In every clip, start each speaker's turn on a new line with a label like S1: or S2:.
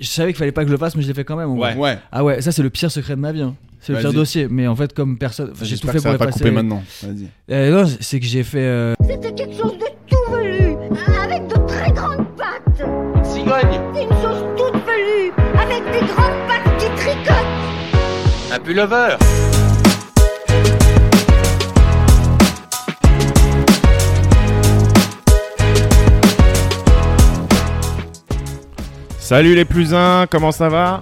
S1: je savais qu'il fallait pas que je le fasse, mais je l'ai fait quand même. en
S2: Ouais.
S1: vrai.
S3: Ouais.
S1: Ah ouais, ça c'est le pire secret de ma vie. hein. C'est le pire
S3: Vas-y.
S1: dossier. Mais en fait, comme personne, enfin, j'ai tout
S3: J'espère
S1: fait
S3: que ça
S1: pour
S3: va pas
S1: effacer.
S3: couper maintenant. Vas-y.
S1: Euh, non, c'est que j'ai fait. euh,
S4: C'était quelque chose de tout velu, avec de très grandes pattes.
S5: Cigogne
S4: Une chose toute velue, avec des grandes pattes qui tricotent.
S5: Un pullover
S2: Salut les plus uns, comment ça va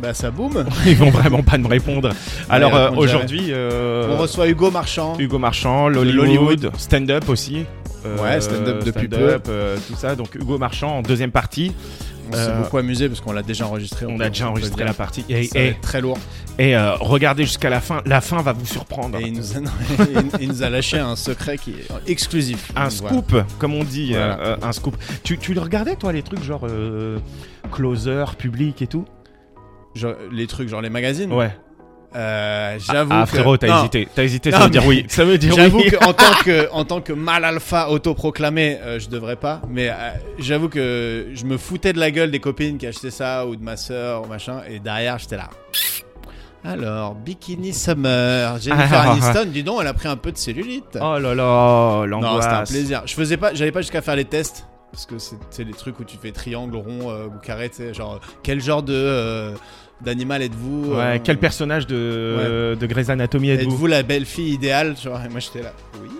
S6: Bah ça boum.
S2: Ils vont vraiment pas nous répondre. Alors
S6: Ouais,
S2: euh,
S6: répondent
S2: aujourd'hui, euh,
S6: On reçoit Hugo Marchand.
S2: Hugo Marchand, l'Hollywood,
S6: l'Hollywood.
S2: stand-up aussi. Euh,
S3: Ouais, stand-up depuis
S2: stand-up, euh, tout ça. Donc Hugo Marchand en deuxième partie.
S3: On s'est
S2: Euh,
S3: beaucoup amusé parce qu'on l'a déjà enregistré.
S2: On
S3: peut-
S2: a déjà
S3: peut
S2: enregistré
S3: dire.
S2: la partie. Et,
S3: Ça va
S2: et,
S3: être très lourd.
S2: et, euh, regardez jusqu'à la fin. La fin va vous surprendre.
S3: Et il nous, a... il nous a lâché un secret qui est exclusif.
S2: Un
S3: Donc, voilà.
S2: scoop, comme on dit, euh,
S3: Voilà.
S2: euh, un scoop. Tu, tu le regardais toi les trucs genre euh, closer, public et tout
S3: Genre, les trucs, genre les magazines.
S2: Ouais.
S3: Euh, J'avoue.
S2: Ah
S3: que-
S2: frérot, t'as
S3: Non,
S2: hésité, t'as hésité, ça
S3: Non,
S2: veut dire
S3: mais-
S2: oui. Ça veut dire
S3: J'avoue
S2: oui.
S3: qu'en tant que en tant que mal alpha autoproclamé, euh, je devrais pas. Mais euh, j'avoue que je me foutais de la gueule des copines qui achetaient ça ou de ma sœur ou machin. Et derrière, j'étais là. Alors, Bikini Summer, Jennifer
S2: Ah, ouais.
S3: Aniston, dis donc, elle a pris un peu de cellulite.
S2: Oh là là,
S3: non, c'était un
S2: l'angoisse.
S3: plaisir. Je faisais pas, j'allais pas jusqu'à faire les tests parce que c'est c'est les trucs où tu fais triangle, rond euh, ou carré, tu sais, genre euh, quel genre de euh, d'animal êtes-vous
S2: Ouais,
S3: euh,
S2: quel personnage de, de Grey's Anatomy êtes-vous
S3: Êtes-vous la belle fille idéale Genre, et moi j'étais là. Oui.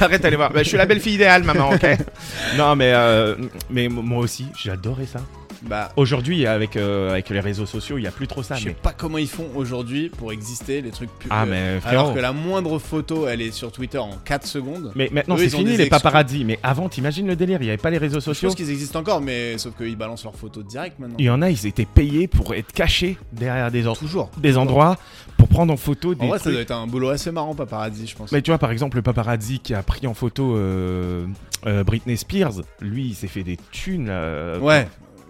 S2: Arrête, allez voir. Bah, je suis la belle fille idéale, maman, ok. non, mais, euh, mais m- moi aussi, j'ai adoré ça.
S3: Bah,
S2: Aujourd'hui, avec, euh, avec les réseaux sociaux, il n'y a plus trop ça.
S3: je sais
S2: Ah, Mais...
S3: pas comment ils font aujourd'hui pour exister les trucs pubs.
S2: Ah, mais frérot.
S3: alors que la moindre photo, elle est sur Twitter en 4 secondes.
S2: Mais maintenant,
S3: Eux,
S2: c'est
S3: ils ont
S2: fini
S3: des
S2: les
S3: exclus.
S2: paparazzis. Mais avant, t'imagines le délire, il n'y avait pas les réseaux
S3: Je
S2: sociaux.
S3: pense qu'ils existent encore, mais sauf qu'ils balancent leurs photos direct maintenant.
S2: Il y en a, ils étaient payés pour être cachés derrière des, en-
S3: Toujours.
S2: des endroits pour prendre en photo des.
S3: En vrai, ça
S2: trucs.
S3: doit être un boulot assez marrant, paparazzi, je pense.
S2: Mais tu vois, par exemple, le paparazzi qui a pris en photo euh, euh, Britney Spears, lui, il s'est fait des thunes. euh, là.
S3: Ouais.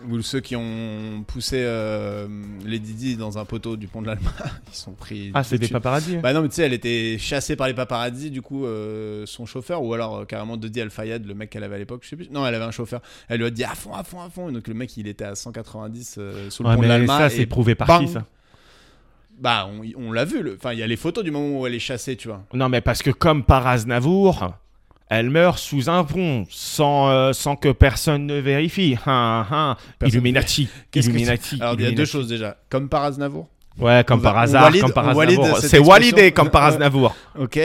S3: Ou ceux qui ont poussé euh, les Didi dans un poteau du pont de l'Alma, ils sont pris.
S2: Ah,
S3: tout
S2: c'est
S3: de
S2: des
S3: suite.
S2: paparazzis. hein.
S3: Bah non, mais tu sais, elle était chassée par les paparazzi, du coup, euh, son chauffeur, ou alors euh, carrément Dodi Al Fayed, le mec qu'elle avait à l'époque, je sais plus. Non, elle avait un chauffeur. Elle lui a dit à fond, à fond, à fond. Et donc le mec, il était à 190 euh, sous le
S2: Ouais,
S3: pont de
S2: mais
S3: l'Alma.
S2: ça, c'est
S3: et
S2: prouvé par
S3: bang.
S2: qui ça
S3: Bah, on, on l'a vu. le- Enfin, il y a les photos du moment où elle est chassée, tu vois.
S2: Non, mais parce que comme par Aznavour, elle meurt sous un pont, sans, euh, sans que personne ne vérifie. Hein, hein.
S3: Personne-
S2: Illuminati.
S3: Qu'est-ce que tu-
S2: Illuminati.
S3: Alors, il y a
S2: Illuminati.
S3: deux choses déjà. Comme par Aznavour.
S2: Ouais, comme
S3: On
S2: par
S3: va- on
S2: hasard,
S3: valide-
S2: comme par
S3: on valide
S2: Aznavour.
S3: cette
S2: C'est validé
S3: expression.
S2: comme par
S3: Ouais.
S2: Aznavour.
S3: Ok.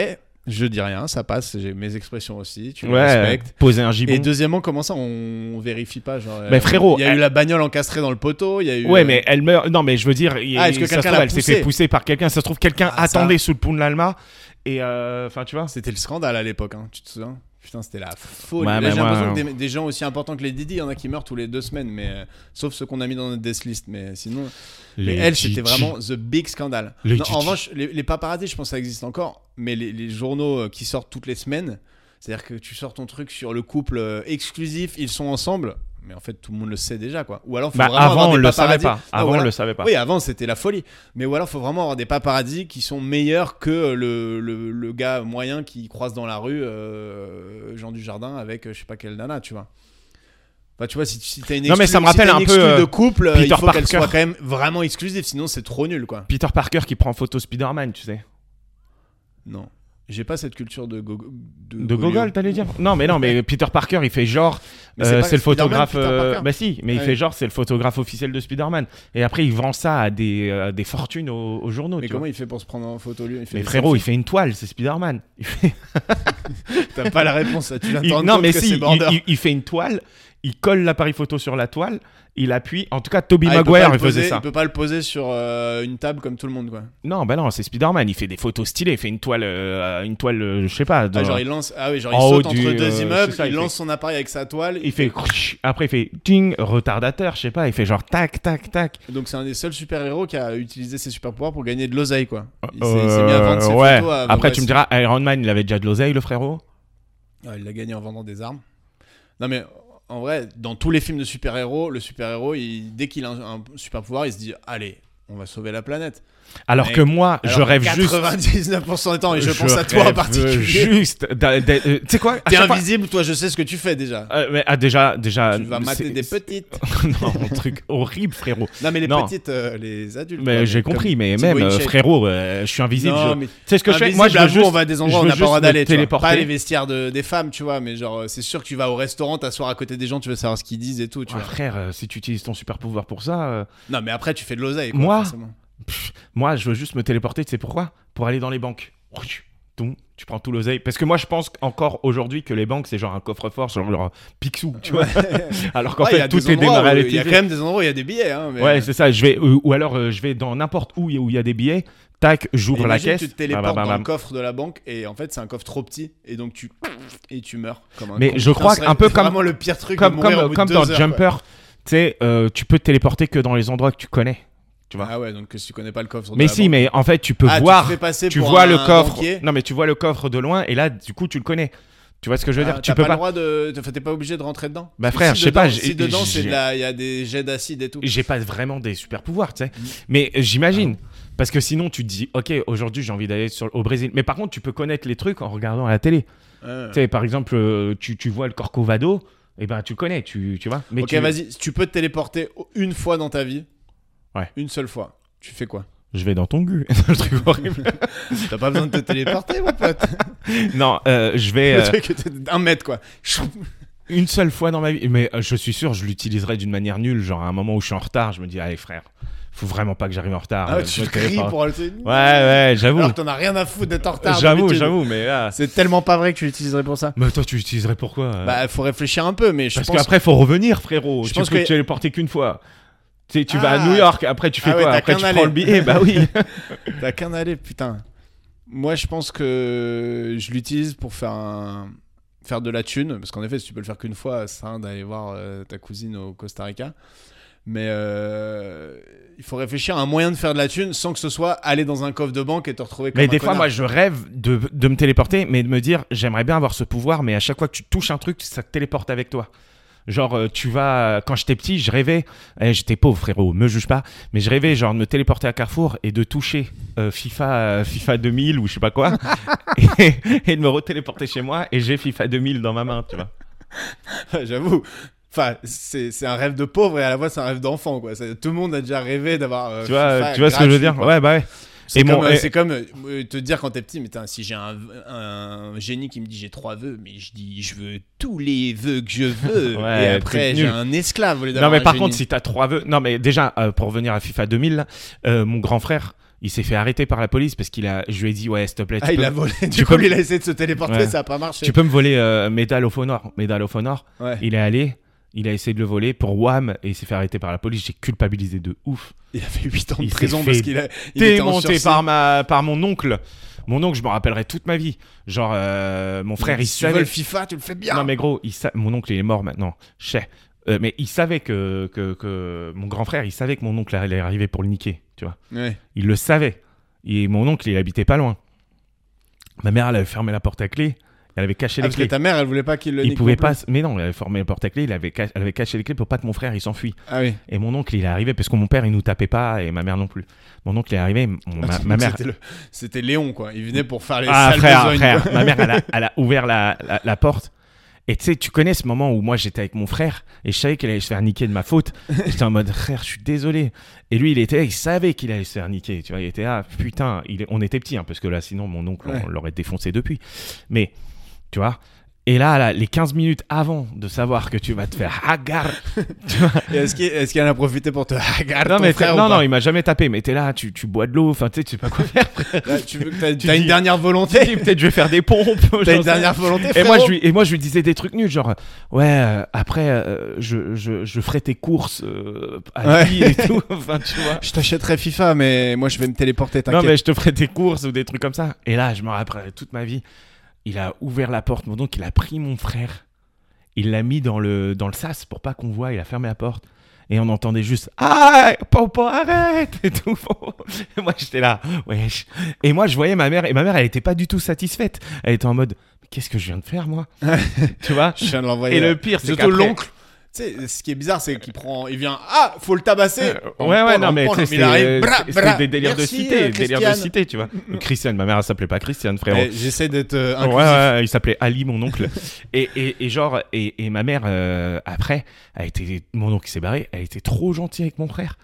S3: Je dis rien, ça passe. J'ai mes expressions aussi. Tu me
S2: Ouais,
S3: respectes.
S2: poser un gibon.
S3: Et deuxièmement, comment ça on vérifie pas genre,
S2: Mais
S3: euh,
S2: frérot,
S3: il y a
S2: elle-
S3: eu la bagnole encastrée dans le poteau, il y a eu.
S2: Ouais,
S3: euh,
S2: mais elle meurt. Non, mais je veux dire, il-
S3: Ah, est-ce que
S2: ça se
S3: quelqu'un
S2: trouve,
S3: l'a
S2: elle s'est fait
S3: poussée
S2: pousser par quelqu'un. Ça se trouve, quelqu'un
S3: Ah, ça.
S2: attendait sous le pont de l'Alma. Et euh, enfin, tu vois.
S3: c'était le scandale à l'époque, hein, tu te souviens Putain, c'était la folie.
S2: Ouais,
S3: Là,
S2: mais
S3: J'ai
S2: moi,
S3: l'impression
S2: euh,
S3: que des, des gens aussi importants que les Didi, il y en a qui meurent tous les deux semaines, mais euh, sauf ceux qu'on a mis dans notre death list. Mais sinon, mais elle, c'était vraiment the big scandale.
S2: Les
S3: Non, en
S2: Gigi.
S3: revanche, les, les paparazzis, je pense que ça existe encore, mais les, les journaux euh, qui sortent toutes les semaines, c'est-à-dire que tu sors ton truc sur le couple euh, exclusif, ils sont ensemble, mais en fait, tout le monde le sait déjà, quoi. Ou alors, faut
S2: Bah,
S3: vraiment avoir
S2: avant, on
S3: des
S2: le savait
S3: paparazzis-
S2: pas.
S3: Non,
S2: Avant, on
S3: Ah, voilà.
S2: le savait pas.
S3: Oui, avant c'était la folie. Mais ou alors, faut vraiment avoir des paparazzis qui sont meilleurs que le, le, le gars moyen qui croise dans la rue euh, Jean du Jardin avec euh, je sais pas quelle nana, tu vois. Bah, tu vois, si, tu- si t'as une
S2: Non, mais ça me
S3: exclu- si
S2: rappelle
S3: t'as une
S2: un peu,
S3: exclu
S2: euh,
S3: de couple, euh, il
S2: Peter
S3: faut qu'elle
S2: Parker.
S3: soit quand même vraiment exclusive, sinon c'est trop nul, quoi.
S2: Peter Parker qui prend en photo Spider-Man, tu sais.
S3: Non. J'ai pas cette culture de gogo- de,
S2: De
S3: Gogol.
S2: Gogol, t'allais dire Non, mais non, mais Peter Parker, il fait genre,
S3: Mais
S2: euh,
S3: c'est pas
S2: c'est le
S3: Spider-Man,
S2: photographe.
S3: Peter
S2: euh,
S3: Parker
S2: bah si, mais il
S3: Ouais.
S2: fait genre, c'est le photographe officiel de Spider-Man. Et après, il vend ça à des, euh, des fortunes aux, aux journaux.
S3: Mais
S2: tu
S3: comment
S2: vois.
S3: il fait pour se prendre en photo lui Il fait
S2: mais
S3: des
S2: frérot, il
S3: selfies.
S2: fait une toile, c'est Spider-Man. Il fait-
S3: t'as pas la réponse là, tu viens de
S2: il-
S3: te rendre
S2: non,
S3: compte
S2: mais
S3: que
S2: si,
S3: c'est
S2: il,
S3: border.
S2: il- il fait une toile, il colle l'appareil photo sur la toile, il appuie. En tout cas, Toby
S3: Ah, il peut
S2: Maguire,
S3: pas le
S2: il faisait
S3: poser-
S2: ça.
S3: Il peut pas le poser sur euh, une table comme tout le monde, quoi.
S2: Non, bah non, c'est Spider-Man, il fait des photos stylées, il fait une toile, euh, une toile euh, je sais pas.
S3: Ah,
S2: dans-
S3: genre il lance, ah oui, genre il
S2: En
S3: saute
S2: haut
S3: entre
S2: du, euh,
S3: deux immeubles,
S2: c'est ça,
S3: il
S2: il
S3: lance son appareil avec sa toile.
S2: Il fait. Après, il fait ting, retardateur, je sais pas, il fait genre tac, tac, tac.
S3: Donc c'est un des seuls super héros qui a utilisé ses super pouvoirs pour gagner de l'oseille quoi. Il s'est il s'est mis à
S2: Euh,
S3: vendre ses
S2: ouais.
S3: photos. à-
S2: Après,
S3: ouais,
S2: tu me
S3: c'est-
S2: diras, Iron Man, il avait déjà de l'oseille, le frérot.
S3: Ah, il l'a gagné en vendant des armes. Non mais en vrai, dans tous les films de super héros, le super héros, dès qu'il a un, un super pouvoir, il se dit allez, on va sauver la planète.
S2: Alors
S3: Mec,
S2: que moi, je
S3: Alors,
S2: rêve juste.
S3: 99% du temps, et je, pense à toi en
S2: rêve
S3: particulier.
S2: Juste. d'a- d'a- euh, Tu sais quoi à
S3: T'es
S2: chaque fois-
S3: invisible, toi, je sais ce que tu fais déjà.
S2: Euh, mais, ah, déjà, déjà.
S3: tu vas mater
S2: c'est-
S3: des petites.
S2: non, un truc horrible, frérot.
S3: Non, mais les
S2: Non.
S3: petites, euh, les adultes. quoi,
S2: Mais j'ai
S3: comme-
S2: compris, mais
S3: Thibaut
S2: même, euh,
S3: Hichet.
S2: frérot, euh, je suis invisible.
S3: Non,
S2: je-
S3: mais
S2: Tu sais ce que je fais
S3: Invisible,
S2: Moi, je veux
S3: à vous,
S2: juste.
S3: on va à des
S2: je
S3: endroits où on
S2: veux
S3: n'a pas le
S2: juste
S3: droit
S2: me
S3: d'aller. tu vois.
S2: téléporter.
S3: Pas les vestiaires de, des femmes, tu vois, mais genre, euh, c'est sûr que tu vas au restaurant, t'asseoir à côté des gens, tu veux savoir ce qu'ils disent et tout, tu
S2: Ouais,
S3: vois.
S2: frère, euh, si tu utilises ton super pouvoir pour ça, euh,
S3: Non, mais après, tu fais de l'oseille, quoi,
S2: Moi
S3: forcément.
S2: pff, moi, je veux juste me téléporter. Tu sais pourquoi Pour aller dans les banques. Donc, tu prends tout l'oseille. Parce que moi, je pense encore aujourd'hui que les banques, c'est genre un coffre-fort, genre leur Picsou, tu vois. Alors qu'en
S3: Ouais, il y
S2: fait,
S3: a
S2: tout
S3: des
S2: est
S3: endroits où-
S2: démarré
S3: Il y a quand même des endroits où il y a des billets, hein. mais-
S2: Ouais, c'est ça. Je vais, ou, ou alors, euh, je vais dans n'importe où il y- où il y a des billets. Tac, j'ouvre la
S3: Imagine,
S2: caisse. Bah,
S3: Tu te téléportes
S2: Bam, bam,
S3: dans
S2: bam,
S3: le coffre de la banque et en fait c'est un coffre trop petit et donc tu et tu meurs comme un
S2: Mais
S3: con.
S2: je
S3: Putain,
S2: crois
S3: ce serait
S2: un peu comme-
S3: vraiment le pire truc de
S2: comme,
S3: mourir au
S2: comme,
S3: bout
S2: comme
S3: de
S2: dans
S3: deux heures,
S2: Jumper, tu sais, euh, tu peux te téléporter que dans les endroits que tu connais. tu
S3: quoi.
S2: vois.
S3: Ah ouais, donc que si tu connais pas le coffre. de
S2: Mais
S3: la
S2: si,
S3: banque.
S2: mais en fait, tu peux
S3: Ah, tu
S2: voir,
S3: te fais passer
S2: tu
S3: pour
S2: vois
S3: un
S2: le coffre.
S3: banquier.
S2: Non, mais tu vois le coffre de loin, et là, du coup, tu le connais. Tu vois ce que je veux
S3: Ah,
S2: dire Tu
S3: t'as
S2: peux
S3: pas,
S2: pas.
S3: le droit de enfin, t'es pas obligé de rentrer dedans.
S2: Bah,
S3: Si
S2: frère, je sais
S3: dedans-
S2: pas, j'ai-
S3: Si dedans c'est
S2: j'ai-
S3: de la il y a des jets d'acide et tout.
S2: J'ai pas vraiment des super pouvoirs, tu sais.
S3: Mm.
S2: Mais euh, j'imagine.
S3: Ah
S2: Parce que sinon, tu te dis, ok, aujourd'hui, j'ai envie d'aller sur- au Brésil. Mais par contre, tu peux connaître les trucs en regardant à la télé.
S3: Ah. Ouais.
S2: Tu sais, par exemple, euh, tu, tu vois le Corcovado, et ben tu le connais, tu, tu vois. Mais
S3: Ok,
S2: tu-
S3: vas-y, tu peux te téléporter une fois dans ta vie.
S2: Ouais.
S3: Une seule fois. Tu fais quoi
S2: Je vais dans ton gu. le truc horrible.
S3: T'as pas besoin de te téléporter, mon pote.
S2: non, euh, je vais.
S3: Le
S2: euh, Ah,
S3: truc était d'un mètre, quoi.
S2: Une seule fois dans ma vie. Mais euh, je suis sûr, je l'utiliserai d'une manière nulle. Genre, à un moment où je suis en retard, je me dis, allez, frère, faut vraiment pas que j'arrive en retard.
S3: Ah,
S2: Euh,
S3: ouais,
S2: je
S3: tu
S2: me
S3: cries
S2: téléporte.
S3: pour aller.
S2: Ouais, ouais, j'avoue.
S3: Alors t'en as rien à foutre d'être en retard.
S2: J'avoue,
S3: d'habitude.
S2: j'avoue, mais là.
S3: C'est tellement pas vrai que tu l'utiliserais pour ça.
S2: Mais toi, tu l'utiliserais pourquoi euh
S3: Bah, faut réfléchir un peu, mais je
S2: Parce
S3: pense.
S2: qu'après, faut revenir, frérot.
S3: Je
S2: tu
S3: pense
S2: peux
S3: que-
S2: te téléporter qu'une fois. Tu sais, tu vas à
S3: Ah.
S2: New York, après, tu fais
S3: Ah ouais,
S2: quoi
S3: t'as
S2: Après,
S3: qu'un
S2: tu
S3: aller.
S2: prends le billet. bah oui.
S3: T'as qu'un aller, putain. Moi, je pense que je l'utilise pour faire un- faire de la thune, parce qu'en effet, si tu peux le faire qu'une fois, c'est un d'aller voir euh, ta cousine au Costa Rica. Mais euh, il faut réfléchir à un moyen de faire de la thune sans que ce soit aller dans un coffre de banque et te retrouver comme un
S2: Mais des fois,
S3: connard.
S2: moi, je rêve de, de me téléporter, mais de me dire, j'aimerais bien avoir ce pouvoir, mais à chaque fois que tu touches un truc, ça te téléporte avec toi. Genre, euh, tu vas. Quand j'étais petit, je rêvais. eh, j'étais pauvre, frérot, me juge pas. Mais je rêvais, genre, de me téléporter à Carrefour et de toucher euh, FIFA, euh, FIFA 2000 ou je sais pas quoi. et, et de me retéléporter chez moi et j'ai FIFA 2000 dans ma main, tu vois.
S3: J'avoue. Enfin, c'est c'est un rêve de pauvre et à la fois c'est un rêve d'enfant, quoi. Ça- Tout le monde a déjà rêvé d'avoir. euh,
S2: Tu vois,
S3: FIFA
S2: tu vois ce que je veux dire
S3: gratuit, quoi.
S2: Ouais, bah ouais.
S3: C'est
S2: Et mon-
S3: comme, euh,
S2: et-
S3: c'est comme, euh, euh, te dire quand t'es petit, mais tain, si j'ai un, un génie qui me dit j'ai trois vœux, mais je dis je veux tous les vœux que je veux.
S2: Ouais,
S3: et après
S2: truc
S3: j'ai
S2: nul.
S3: un esclave au lieu
S2: Non,
S3: d'avoir
S2: mais
S3: un
S2: par
S3: génie.
S2: contre, si t'as trois vœux. Non, mais déjà, euh, pour revenir à FIFA 2000, là, euh, mon grand frère, il s'est fait arrêter par la police parce qu'il a. Je lui ai dit, ouais, s'il te plaît, tu
S3: ah, il
S2: peux-
S3: a volé. Du
S2: tu
S3: coup,
S2: peux-
S3: il a essayé de se téléporter,
S2: Ouais.
S3: ça a pas marché.
S2: Tu peux me voler euh, Medal of Honor. Medal of Honor.
S3: Ouais.
S2: Il est allé, il a essayé de le voler pour Wham et il s'est fait arrêter par la police. J'ai culpabilisé de ouf.
S3: Il a fait 8 ans de
S2: Il s'est
S3: prison
S2: fait
S3: parce qu'il a. Il était en
S2: Démonté
S3: sursis.
S2: par, ma, par mon oncle. Mon oncle, je m'en rappellerai toute ma vie. Genre, euh, mon frère, il
S3: Si tu veux
S2: savait.
S3: le FIFA, tu le fais bien.
S2: Non, mais gros, il sa- mon oncle, il est mort maintenant. Je sais. Euh, mais il savait que, que, que. Mon grand frère, il savait que mon oncle allait arriver pour le niquer. Tu vois.
S3: Ouais. Ah,
S2: Il le savait. Et mon oncle, il habitait pas loin. Ma mère, elle avait fermé la porte à clé. Elle avait caché
S3: Ah,
S2: les
S3: parce que
S2: clés.
S3: ta mère, elle voulait pas qu'il le.
S2: Il
S3: nique
S2: pouvait
S3: non plus.
S2: pas. Mais non, il avait formé le porte-clés, il avait, ca- elle avait caché les clés pour pas que mon frère il s'enfuit.
S3: Ah oui.
S2: Et mon oncle il est arrivé parce que mon père il nous tapait pas et ma mère non plus. Mon oncle il est arrivé, mon- ma, ma mère.
S3: C'était le- C'était Léon, quoi. Il venait pour faire les.
S2: Ah
S3: sales
S2: frère,
S3: besognes,
S2: frère,
S3: quoi.
S2: ma mère elle a, elle a ouvert la, la, la porte. Et tu sais, tu connais ce moment où moi j'étais avec mon frère et je savais qu'il allait se faire niquer de ma faute. J'étais en mode frère, je suis désolé. Et lui il était, là, il savait qu'il allait se faire niquer. Tu vois, il était ah putain, il est- on était petits hein, parce que là sinon mon oncle on
S3: Ouais.
S2: l'aurait défoncé depuis. Mais tu vois. Et là, là, les 15 minutes avant de savoir que tu vas te faire hagar, tu vois,
S3: Et Est-ce qu'il est-ce qu'elle en a profité pour te regarder
S2: non, mais
S3: frère
S2: frère,
S3: ou
S2: non,
S3: pas
S2: non, il m'a jamais tapé. Mais t'es là, tu, tu bois de l'eau, enfin, tu sais, tu sais pas quoi faire.
S3: Là, tu veux que t'as
S2: Tu
S3: t'as une
S2: dis-
S3: dernière volonté
S2: Et Peut-être je vais faire des pompes. j'en
S3: T'as
S2: sais
S3: une dernière volonté,
S2: rien. et moi,
S3: frérot
S2: je lui, et moi, je lui disais des trucs nuls, genre, ouais, euh, après, euh, je, je, je ferai tes courses euh, à
S3: Ouais.
S2: lui et tout. Enfin, tu vois.
S3: Je t'achèterai FIFA, mais moi je vais me téléporter,
S2: Non,
S3: t'inquiète.
S2: mais je te ferai des courses ou des trucs comme ça. Et là, je me rappellerai toute ma vie. Il a ouvert la porte, mon donc il a pris mon frère. Il l'a mis dans le, dans le sas pour pas qu'on voit. Il a fermé la porte. Et on entendait juste Ah, Popo, arrête Et tout. Et moi, j'étais là. Wesh. Et moi, je voyais ma mère. Et ma mère, elle était pas du tout satisfaite. Elle était en mode Qu'est-ce que je viens de faire, moi Tu vois
S3: Je viens de l'envoyer.
S2: Et le pire, c'est
S3: Surtout
S2: qu'après-
S3: l'oncle. sais, ce qui est bizarre, c'est qu'il prend, il vient, ah, faut le tabasser. On
S2: Euh, ouais,
S3: le
S2: ouais,
S3: prend, on
S2: non,
S3: le
S2: mais
S3: prend,
S2: tu sais,
S3: il arrive,
S2: c'était
S3: bra,
S2: c'était
S3: bra.
S2: des délires de
S3: Merci,
S2: cité,
S3: euh,
S2: des délires de
S3: Christiane.
S2: cité, tu vois. Christiane, ma mère, elle s'appelait pas Christiane, frérot.
S3: Eh, J'essaie d'être euh,
S2: Ouais,
S3: inclusif.
S2: ouais, il s'appelait Ali, mon oncle. et, et, et genre, et, et ma mère, euh, après, a été, mon oncle s'est barré, elle était trop gentille avec mon frère.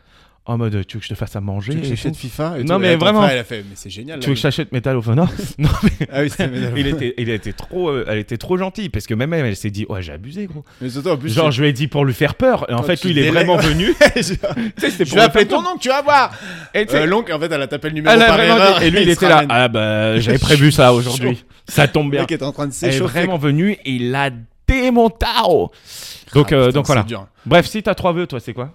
S2: En mode, tu veux que je te fasse à manger
S3: Tu veux que
S2: et
S3: j'achète
S2: tout
S3: FIFA et
S2: Non,
S3: tout. Et
S2: mais
S3: ton
S2: vraiment.
S3: frère, il a fait, mais c'est génial.
S2: Tu
S3: là,
S2: veux que je t'achète Metal of Honor Non, mais
S3: Ah oui, c'était
S2: il était, il était trop, euh, elle était trop gentille parce que même elle, elle s'est dit, ouais, j'ai abusé, gros.
S3: Mais surtout, en plus,
S2: Genre, je lui ai dit pour lui faire peur. Et en
S3: Quand
S2: fait,
S3: tu
S2: lui, il est
S3: délais-
S2: vraiment venu.
S3: je,
S2: Tu sais, c'était
S3: je
S2: pour
S3: vais
S2: lui
S3: appeler
S2: faire
S3: ton oncle, tu vas voir.
S2: peur. Et tu sais,
S3: Euh, l'oncle, en fait, elle a tapé le numéro
S2: elle a
S3: par
S2: vraiment
S3: erreur.
S2: dit- et lui, il
S3: se
S2: était là.
S3: ramène.
S2: Ah bah, j'avais prévu ça aujourd'hui. Ça tombe
S3: Le
S2: bien.
S3: mec est en train de
S2: Elle est
S3: s'échauffer.
S2: vraiment venue et il a démonté. Donc,
S3: Ah,
S2: euh,
S3: putain, c'est
S2: donc voilà.
S3: dur.
S2: Bref, si t'as trois vœux, toi, c'est quoi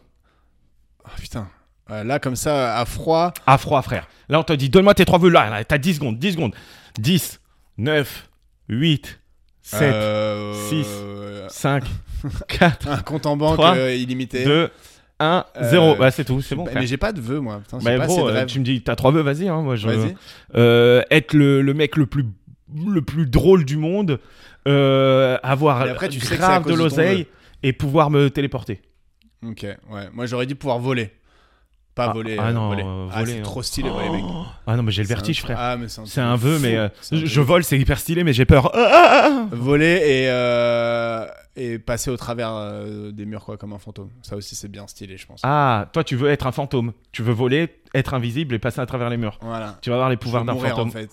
S3: Ah, putain. Euh, là, comme ça, à froid.
S2: À froid, frère. Là, on te dit, donne-moi tes trois vœux. Là, là, t'as 10 secondes, 10 secondes. 10, 9, 8, 7,
S3: euh,
S2: six,
S3: euh,
S2: 5, 4,
S3: un compte en banque
S2: trois,
S3: euh, illimité.
S2: 2, 1,
S3: Euh,
S2: 0. Bah, c'est tout, c'est bon.
S3: Bah,
S2: frère.
S3: mais j'ai pas de vœux, moi. Putain, j'ai
S2: Bah,
S3: pas
S2: gros,
S3: assez de
S2: euh,
S3: rêves.
S2: tu me dis, t'as trois vœux, vas-y. hein, moi, je...
S3: Vas-y.
S2: Euh, être le, le mec le plus, le plus drôle du monde, euh, avoir
S3: Et après, tu sais que c'est à
S2: grave
S3: cause
S2: de
S3: de ton
S2: l'oseille et pouvoir me téléporter.
S3: Ok, ouais. Moi, j'aurais dit pouvoir voler. Pas
S2: Ah,
S3: voler.
S2: ah
S3: euh,
S2: non,
S3: voler.
S2: euh,
S3: Ah,
S2: voler,
S3: c'est
S2: non.
S3: trop stylé, voler, mec.
S2: Oh. Ah non, mais j'ai le
S3: C'est un-
S2: vertige, frère.
S3: Ah, mais c'est un
S2: C'est
S3: truc
S2: un vœu,
S3: fou.
S2: mais euh,
S3: C'est un
S2: je,
S3: truc
S2: je
S3: fou.
S2: vole, c'est hyper stylé, mais j'ai peur. Ah, ah, ah.
S3: Voler et, euh, et passer au travers euh, des murs, quoi, comme un fantôme. Ça aussi, c'est bien stylé, je pense.
S2: Ah, toi, tu veux être un fantôme. Tu veux voler, être invisible et passer à travers les murs.
S3: Voilà.
S2: Tu vas avoir les
S3: Je
S2: pouvoirs
S3: veux
S2: d'un
S3: mourir,
S2: fantôme.
S3: en fait.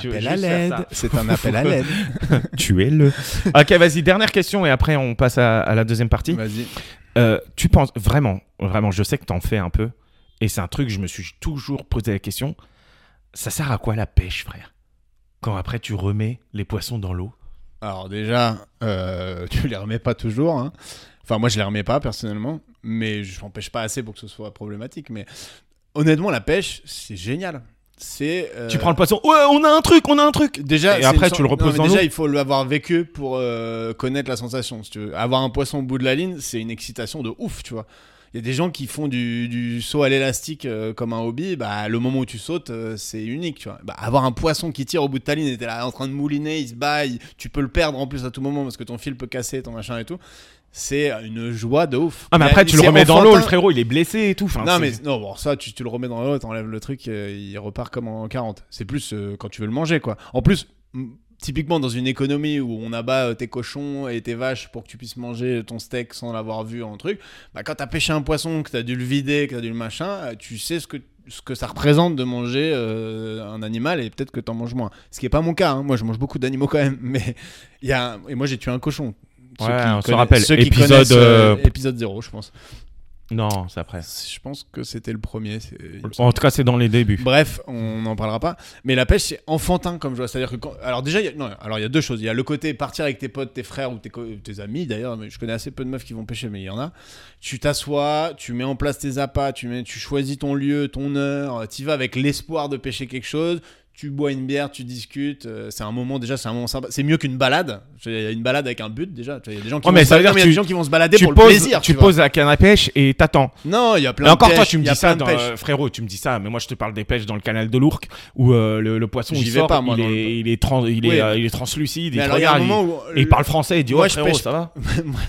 S2: Tu veux
S3: Appel à
S2: juste faire ça.
S3: l'aide. C'est un appel à l'aide.
S2: Tuez-le. ok, vas-y, dernière question et après, on passe à, à la deuxième partie.
S3: Vas-y.
S2: Euh, tu penses vraiment, vraiment, je sais que t'en fais un peu, et c'est un truc, je me suis toujours posé la question. Ça sert à quoi la pêche, frère Quand après tu remets les poissons dans l'eau
S3: Alors déjà, euh, tu les remets pas toujours. hein. Enfin, moi, je les remets pas personnellement, mais je m'empêche pas assez pour que ce soit problématique. Mais honnêtement, la pêche, c'est génial. C'est. euh,
S2: Tu prends le poisson, ouais, on a un truc, on a un truc
S3: Déjà,
S2: Et
S3: c'est
S2: après,
S3: une
S2: tu le
S3: sen-
S2: reposes
S3: mais
S2: dans l'eau.
S3: Déjà, il faut l'avoir vécu pour euh, connaître la sensation. Si tu veux. Avoir un poisson au bout de la ligne, c'est une excitation de ouf, tu vois. Il y a des gens qui font du, du saut à l'élastique euh, comme un hobby. Bah, le moment où tu sautes, euh, c'est unique, tu vois. Bah, avoir un poisson qui tire au bout de ta ligne, et t'es là en train de mouliner, il se baille. Tu peux le perdre en plus à tout moment parce que ton fil peut casser, ton machin et tout. C'est une joie de ouf.
S2: Ah, mais
S3: Il y a-
S2: après, tu le
S3: c'est
S2: remets dans l'eau, le
S3: enfantin.
S2: frérot, il est blessé et tout. Enfin,
S3: Non, mais
S2: c'est-
S3: non, bon, ça, tu, tu le remets dans l'eau, t'enlèves le truc, euh, il repart comme en 40. C'est plus euh, quand tu veux le manger, quoi. En plus, m- typiquement, dans une économie où on abat euh, tes cochons et tes vaches pour que tu puisses manger ton steak sans l'avoir vu en truc, bah, quand t'as pêché un poisson, que t'as dû le vider, que t'as dû le machin, euh, tu sais ce que ce que ça représente de manger euh, un animal et peut-être que t'en manges moins. Ce qui est pas mon cas, hein. moi je mange beaucoup d'animaux quand même, mais il y a un- et moi j'ai tué un cochon. Ceux
S2: Ouais,
S3: qui
S2: on se
S3: connaissent-
S2: rappelle.
S3: ceux qui
S2: Épisode,
S3: connaissent, euh,
S2: euh,
S3: épisode 0 je pense.
S2: Non, c'est après.
S3: Je pense que c'était le Bah, premier. c'est- il me
S2: En tout cas, c'est dans les débuts.
S3: Bref, on n'en parlera pas. Mais la pêche, c'est enfantin comme joie. C'est-à-dire que quand... Alors, déjà, il y a... non, alors il y a deux choses. Il y a le côté partir avec tes potes, tes frères ou tes, co- tes amis, d'ailleurs. Mais je connais assez peu de meufs qui vont pêcher, mais il y en a. Tu t'assois, tu mets en place tes appâts, tu, mets... tu choisis ton lieu, ton heure. Tu vas avec l'espoir de pêcher quelque chose. Tu bois une bière, tu discutes. euh, C'est un moment, déjà, c'est un moment sympa. C'est mieux qu'une balade. Il y a une balade avec un but, déjà. Tu vois, Il y a des gens qui,
S2: Oh,
S3: vont,
S2: mais
S3: se
S2: ça veut
S3: balader,
S2: dire
S3: mais il y a
S2: tu-
S3: des gens qui vont se balader
S2: tu
S3: pour
S2: poses,
S3: le plaisir.
S2: tu
S3: vois.
S2: poses la canne à pêche et t'attends.
S3: Non, il y a plein
S2: Mais
S3: de
S2: encore toi,
S3: pêches,
S2: tu me
S3: il y a
S2: dis ça,
S3: plein de
S2: dans-
S3: pêches.
S2: euh, frérot, tu me dis ça, mais moi je te parle des pêches dans le canal de l'Ourcq où euh, le, le poisson
S3: J'y
S2: il
S3: vais
S2: sort,
S3: pas, moi,
S2: il,
S3: dans le-
S2: est, il, est trans- il, est,
S3: Oui.
S2: euh, il est translucide, il
S3: Mais
S2: te
S3: alors, il y a un
S2: regarde, il-
S3: moment où.
S2: et il parle français, il dit
S3: Moi,
S2: ouais
S3: je
S2: frérot,
S3: pêche-
S2: ça va
S3: moi,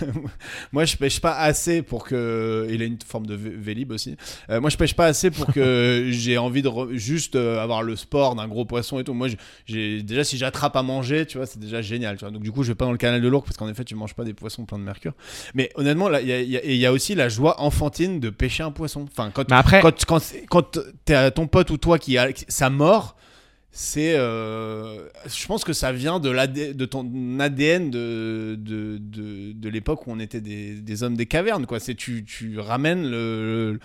S3: moi, je pêche pas assez pour que. Il a une forme de vé- vélib aussi. Euh, moi, je pêche pas assez pour que j'ai envie de re- juste euh, avoir le sport d'un gros poisson et tout. Moi, je- j'ai déjà si j'attrape à manger, tu vois, c'est déjà génial. Tu vois. Donc du coup, je vais pas dans le canal de l'Ourcq parce qu'en effet, tu manges pas des poissons pleins de mercure. Mais honnêtement, là, il y a- il y, a- et il y a aussi la joie enfantine de pêcher un poisson. Enfin, quand
S2: Mais après,
S3: quand quand quand t'es à ton pote ou toi qui a sa mort c'est euh, je pense que ça vient de l'AD de ton ADN de de, de, de l'époque où on était des, des hommes des cavernes quoi c'est tu, tu ramènes le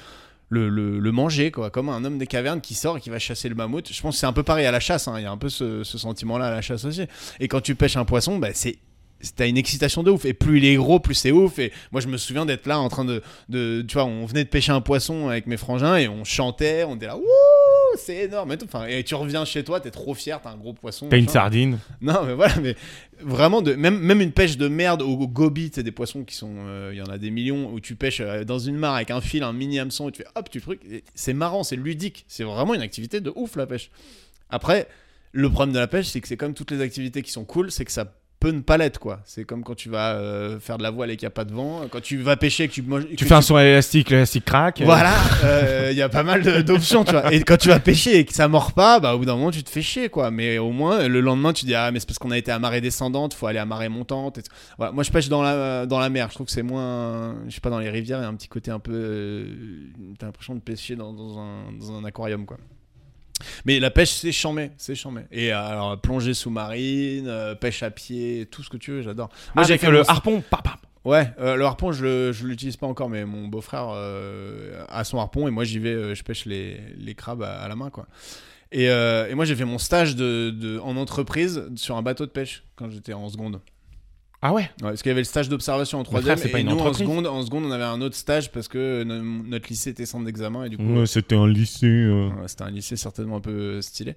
S3: le, le, le manger quoi comme un homme des cavernes qui sort et qui va chasser le mammouth je pense que c'est un peu pareil à la chasse hein. il y a un peu ce, ce sentiment là à la chasse aussi et quand tu pêches un poisson bah c'est c'est- T'as une excitation de ouf, et plus il est gros, plus c'est ouf. Et moi, je me souviens d'être là en train de, de. Tu vois, on venait de pêcher un poisson avec mes frangins et on chantait, on était là, wouh, c'est énorme et tout. Enfin, et tu reviens chez toi, t'es trop fier, t'as un gros poisson.
S2: t'as une
S3: machin.
S2: sardine.
S3: Non, mais voilà, mais vraiment, de, même, même une pêche de merde au, au gobi, c'est des poissons qui sont. euh, Il y en a des millions où tu pêches euh, dans une mare avec un fil, un mini hameçon, et tu fais hop, tu truc. et C'est marrant, c'est ludique. C'est vraiment une activité de ouf, la pêche. Après, le problème de la pêche, c'est que c'est comme toutes les activités qui sont cool, c'est que ça peux une palette, quoi. C'est comme quand tu vas euh, faire de la voile et qu'il n'y a pas de vent. Quand tu vas pêcher et que tu manges. que
S2: Tu fais un son élastique, l'élastique craque. euh,
S3: Voilà, euh, il y a pas mal de- d'options, tu vois. Et quand tu vas pêcher et que ça mord pas, bah, au bout d'un moment, tu te fais chier, quoi. Mais au moins, le lendemain, tu dis, ah, mais c'est parce qu'on a été à marée descendante, faut aller à marée montante. et tout. Voilà. Moi, je pêche dans la, dans la mer. Je trouve que c'est moins, je sais pas, dans les rivières, il y a un petit côté un peu, euh, t'as l'impression de pêcher dans, dans un, dans un aquarium, quoi. Mais la pêche, c'est chambé, c'est chambé. Et euh, alors, plongée sous-marine, euh, pêche à pied, tout ce que tu veux, j'adore. Moi, j'ai
S2: avec
S3: fait mon-
S2: le harpon, pam, pam.
S3: Ouais, euh, le harpon, je, le- je l'utilise pas encore, mais mon beau-frère euh, a son harpon et moi j'y vais, euh, je pêche les, les crabes à, à la main, quoi. Et, euh, et moi j'ai fait mon stage de, de- en entreprise sur un bateau de pêche quand j'étais en seconde.
S2: Ah ouais
S3: Ouais, parce qu'il y avait le stage d'observation en
S2: frère,
S3: troisième
S2: c'est
S3: et
S2: pas une
S3: nous en
S2: entreprise.
S3: seconde, en seconde on avait un autre stage parce que no- notre lycée était centre d'examen et du coup
S2: C'était un lycée. euh.
S3: Ouais, C'était un lycée certainement un peu stylé.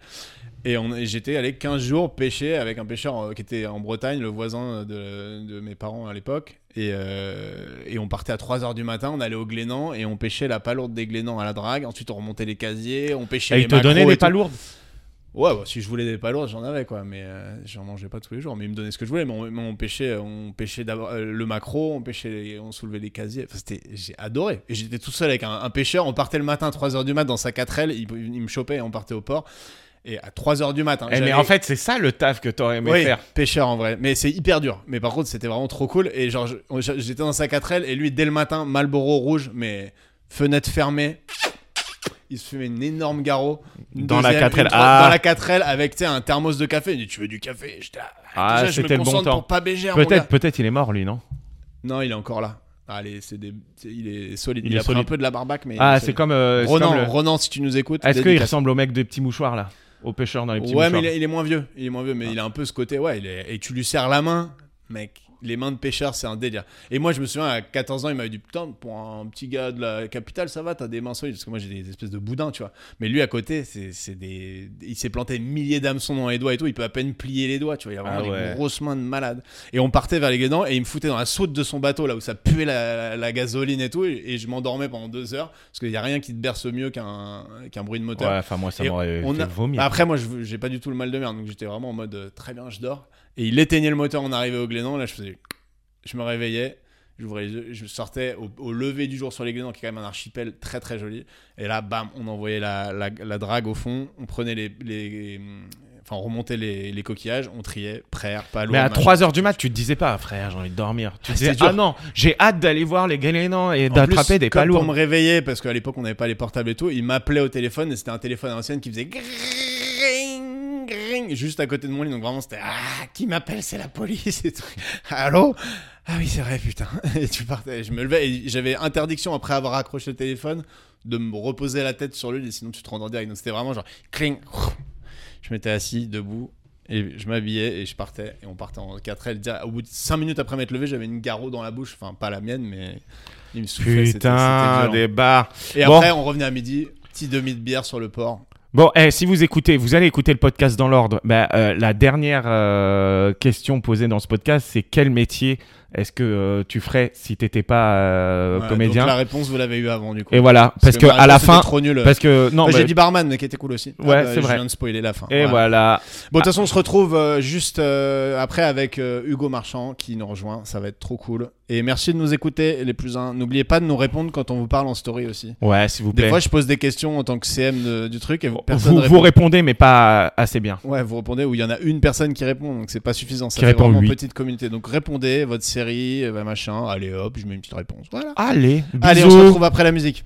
S3: Et, on- et j'étais allé 15 jours pêcher avec un pêcheur euh, qui était en Bretagne, le voisin de, de mes parents à l'époque. Et, euh, et on partait à 3h du matin, on allait au Glénan et on pêchait la palourde des Glénans à la drague. Ensuite, on remontait les casiers, on pêchait
S2: Et
S3: les
S2: il te
S3: maquereaux
S2: donnait
S3: et
S2: des
S3: tout.
S2: palourdes.
S3: Ouais, bah, si je voulais des palourdes, j'en avais quoi, mais euh, j'en mangeais pas tous les jours. Mais ils me donnaient ce que je voulais. Mais on, mais on pêchait, on pêchait d'abord euh, le maquereau, on pêchait, les- on soulevait les casiers. Enfin, c'était, j'ai adoré. Et j'étais tout seul avec un, un pêcheur. On partait le matin à 3h du mat dans sa 4L. Il, il me chopait et on partait au port. Et à 3h du matin.
S2: Eh, mais
S3: j'avais-
S2: en fait, c'est ça le taf que t'aurais aimé
S3: oui,
S2: faire.
S3: pêcheur en vrai. Mais c'est hyper dur. Mais par contre, c'était vraiment trop cool. Et genre, je- on- j'étais dans sa 4L et lui, dès le matin, Malboro rouge, mais fenêtre fermée. Il se fumait une énorme garrot. Une
S2: Dans la
S3: deuxième,
S2: 4L.
S3: une troisième-
S2: Ah.
S3: Dans la 4L avec tu sais, un thermos de café. Il dit Tu veux du café J'étais là,
S2: Ah,
S3: déjà, je me
S2: c'était le bon
S3: concentre
S2: temps.
S3: pour pas bégère. mon
S2: Peut-être,
S3: gars.
S2: peut-être il est mort, lui, non
S3: Non, il est encore là. Allez, c'est des... c'est- il est solide.
S2: Il
S3: Il,
S2: est
S3: a pris un
S2: solide.
S3: peu de la barbaque, mais. il
S2: Ah,
S3: est
S2: c'est
S3: solide.
S2: comme. euh, c'est
S3: Ronan,
S2: comme le-
S3: Ronan, si tu nous écoutes.
S2: Est-ce qu'il
S3: dédicace.
S2: ressemble au mec des petits mouchoirs, là Au pêcheur dans les petits Ah.
S3: Ouais, mais
S2: mouchoirs.
S3: il est, il est moins vieux. Il est moins vieux, mais il a un peu ce côté. Ouais, il est- et tu lui serres la main, mec. Les mains de pêcheur, c'est un délire. Et moi, je me souviens, à 14 ans, il m'avait dit Putain, pour un petit gars de la capitale, ça va, t'as des mains solides. Parce que moi, j'ai des espèces de boudins, tu vois. Mais lui, à côté, c'est c'est des. Il s'est planté milliers d'hameçons dans les doigts et tout. Il peut à peine plier les doigts, tu vois. Il a vraiment
S2: Ah ouais.
S3: des grosses mains de malade. Et on partait vers les guédans et il me foutait dans la soute de son bateau, là où ça puait la, la gasoline et tout. Et, et je m'endormais pendant deux heures. Parce qu'il n'y a rien qui te berce mieux qu'un qu'un bruit de moteur.
S2: Ouais, enfin, moi, ça
S3: Et
S2: m'aurait
S3: on
S2: fait
S3: a-
S2: vomir.
S3: Bah après, moi, je- j'ai pas du tout le mal de mer, donc j'étais vraiment en mode euh, très bien, je dors. Et il éteignait le moteur en arrivait au Glénan. Là, je faisais. Je me réveillais, j'ouvrais les yeux, je sortais au, au lever du jour sur les Glénans, qui est quand même un archipel très très joli. Et là, bam, on envoyait la, la, la drague au fond, on prenait les. les- enfin, on remontait les, les coquillages, on triait, prère, pas lourd.
S2: Mais à
S3: machin.
S2: 3h du mat, tu te disais pas, frère, j'ai envie de dormir. Tu
S3: Ah,
S2: disais,
S3: c'est dur.
S2: ah non, j'ai hâte d'aller voir les galénans et
S3: En
S2: d'attraper
S3: plus,
S2: des
S3: comme Pour me
S2: palourdes.
S3: réveiller, parce qu'à l'époque on n'avait pas les portables et tout, il m'appelait au téléphone et c'était un téléphone à l'ancienne qui faisait gring, gring, juste à côté de mon lit. Donc vraiment c'était ah qui m'appelle, c'est la police et tout. Allô. Ah oui c'est vrai putain. Et tu partais. Je me levais et j'avais interdiction après avoir accroché le téléphone de me reposer la tête sur le lit, sinon tu te rendors direct. Donc c'était vraiment genre cling. Je m'étais assis debout. Et je m'habillais et je partais. Et on partait en 4L. Au bout de 5 minutes après m'être levé, j'avais une garrot dans la bouche. Enfin, pas la mienne, mais il me soufflait. c'était-
S2: Putain,
S3: c'était violent.
S2: des bars.
S3: Et
S2: Bon.
S3: après, on revenait à midi. Petit demi de bière sur le port.
S2: Bon, eh, si vous écoutez, vous allez écouter le podcast dans l'ordre. Bah, euh, la dernière euh, question posée dans ce podcast, c'est quel métier est-ce que euh, tu ferais si t'étais pas euh,
S3: Voilà,
S2: comédien
S3: Donc la réponse, vous l'avez eu avant, du coup.
S2: Et voilà, parce, que,
S3: ma
S2: à la
S3: réponse était
S2: fin,
S3: trop nul.
S2: parce que non,
S3: Ouais,
S2: bah,
S3: J'ai dit barman, mais qui était cool aussi.
S2: Ouais,
S3: Ah, bah,
S2: c'est vrai.
S3: Je viens de spoiler la fin.
S2: et
S3: Voilà.
S2: voilà.
S3: Bon, de toute façon, on se retrouve euh, juste euh, après avec euh, Hugo Marchand qui nous rejoint. Ça va être trop cool. Et merci de nous écouter, les plus uns. N'oubliez pas de nous répondre quand on vous parle en story aussi.
S2: Ouais, s'il vous
S3: Des
S2: plaît.
S3: fois, je pose des questions en tant que CM de- du truc et personne
S2: Ben. vous,
S3: ne
S2: vous
S3: répond.
S2: répondez, mais pas assez bien.
S3: Ouais, vous répondez où il y en a une personne qui répond, donc c'est pas suffisant. Ça
S2: Qui
S3: fait
S2: répond,
S3: vraiment
S2: oui.
S3: petite communauté. Donc répondez, votre série, euh, bah, machin. Allez hop, je mets une petite réponse. Voilà.
S2: Allez, bisous.
S3: Allez, on se retrouve après la musique.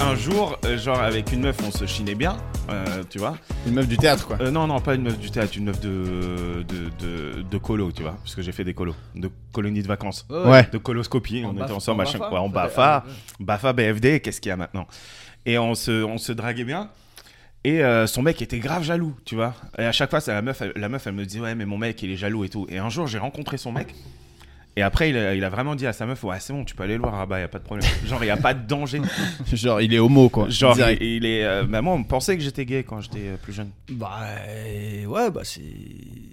S2: Un jour, euh, genre avec une meuf, on se chinait bien, euh, tu vois.
S3: Une meuf du théâtre, quoi.
S2: Euh, non, non, pas une meuf du théâtre, une meuf de, de, de, de colo, tu vois, parce que j'ai fait des colos, de colonies de vacances,
S3: Ouais.
S2: de coloscopie, on était
S1: Baf-
S2: ensemble, machin,
S1: Bafa,
S2: ouais, Oh. en
S1: ça fait-
S2: BAFA, BAFA, BFD, qu'est-ce qu'il y a maintenant Et on se, on se draguait bien, et euh, son mec était grave jaloux, tu vois. Et à chaque fois, c'est la meuf, elle- la meuf, elle me dit, ouais, mais mon mec, il est jaloux et tout. Et un jour, j'ai rencontré son mec, et après, il a, il a vraiment dit à sa meuf, ouais, c'est bon, tu peux aller le voir, ah bah, y a pas de problème. Genre, il y a pas de danger.
S3: Genre, il est homo, quoi.
S2: Genre,
S3: Direct.
S2: il, il est. euh, bah, moi, on pensait que j'étais gay quand j'étais euh, plus jeune.
S1: Bah euh, ouais, bah c'est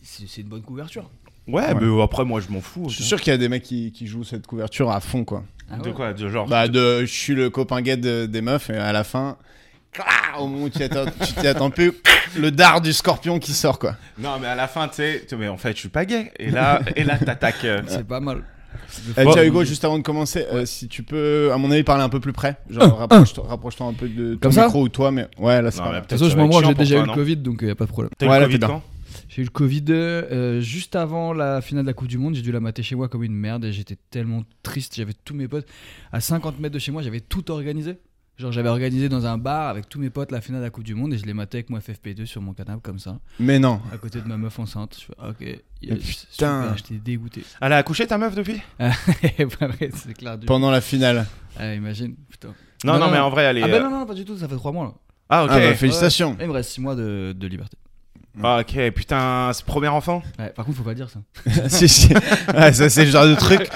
S1: c'est c'est une bonne couverture.
S2: Ouais, mais après, moi, je m'en fous.
S3: Je suis sûr qu'il y a des mecs qui, qui jouent cette couverture à fond, quoi.
S1: Ah
S2: De quoi De genre.
S3: Bah, de, je suis le copain gay de- des meufs, et à la fin, clac, au moment où tu t'y attends- tu t'y attends plus, le dard du scorpion qui sort, quoi.
S2: Non, mais à la fin, tu sais, tu- mais en fait, je suis pas gay. Et là, et là t'attaques. euh,
S1: C'est pas mal.
S3: Euh,
S2: Bon.
S3: tiens, Hugo, juste avant de commencer, euh, si tu peux, à mon avis, parler un peu plus près. Genre, rapproche-toi rapproche-toi un peu de ton
S1: Comme ça
S3: micro ou toi, mais ouais, là, c'est
S2: Non,
S3: pas
S2: mais
S3: mal.
S1: De toute
S2: ça
S1: façon, je
S2: va être
S1: m'en branle,
S2: chiant
S1: j'ai
S2: pour
S1: déjà
S2: toi,
S1: eu le
S2: non
S1: Covid, donc il a pas de problème.
S2: T'as eu
S3: Ouais,
S2: le
S3: là,
S2: Covid
S3: t'es
S2: quand
S1: J'ai eu le Covid euh, juste avant la finale de la Coupe du Monde. J'ai dû la mater chez moi comme une merde et j'étais tellement triste. J'avais tous mes potes. À 50 mètres de chez moi, j'avais tout organisé. Genre, j'avais organisé dans un bar avec tous mes potes la finale de la Coupe du Monde et je l'ai maté avec mon FFP2 sur mon canapé comme ça,
S3: Mais non.
S1: à côté de ma meuf enceinte. Je fais, ah, ok,
S3: Mais
S1: yes,
S3: putain.
S1: super, j'étais dégoûté.
S2: Elle a accouché ta meuf depuis
S1: Pas vrai, c'est clair. Du...
S3: Pendant la finale.
S1: Ah, imagine, putain. Non,
S2: non, non,
S1: non,
S2: mais
S1: non.
S2: en vrai, elle est.
S1: ah, ben
S2: euh,
S1: non, non, pas du tout, ça fait 3 mois là.
S2: Ah, ok.
S3: Ah, bah, félicitations.
S1: Et il me reste 6 mois de, de liberté.
S2: Ah, ok, putain, ce premier enfant.
S1: Ouais, par contre, faut pas dire ça.
S3: si, si. Ouais, ça, c'est le genre de truc.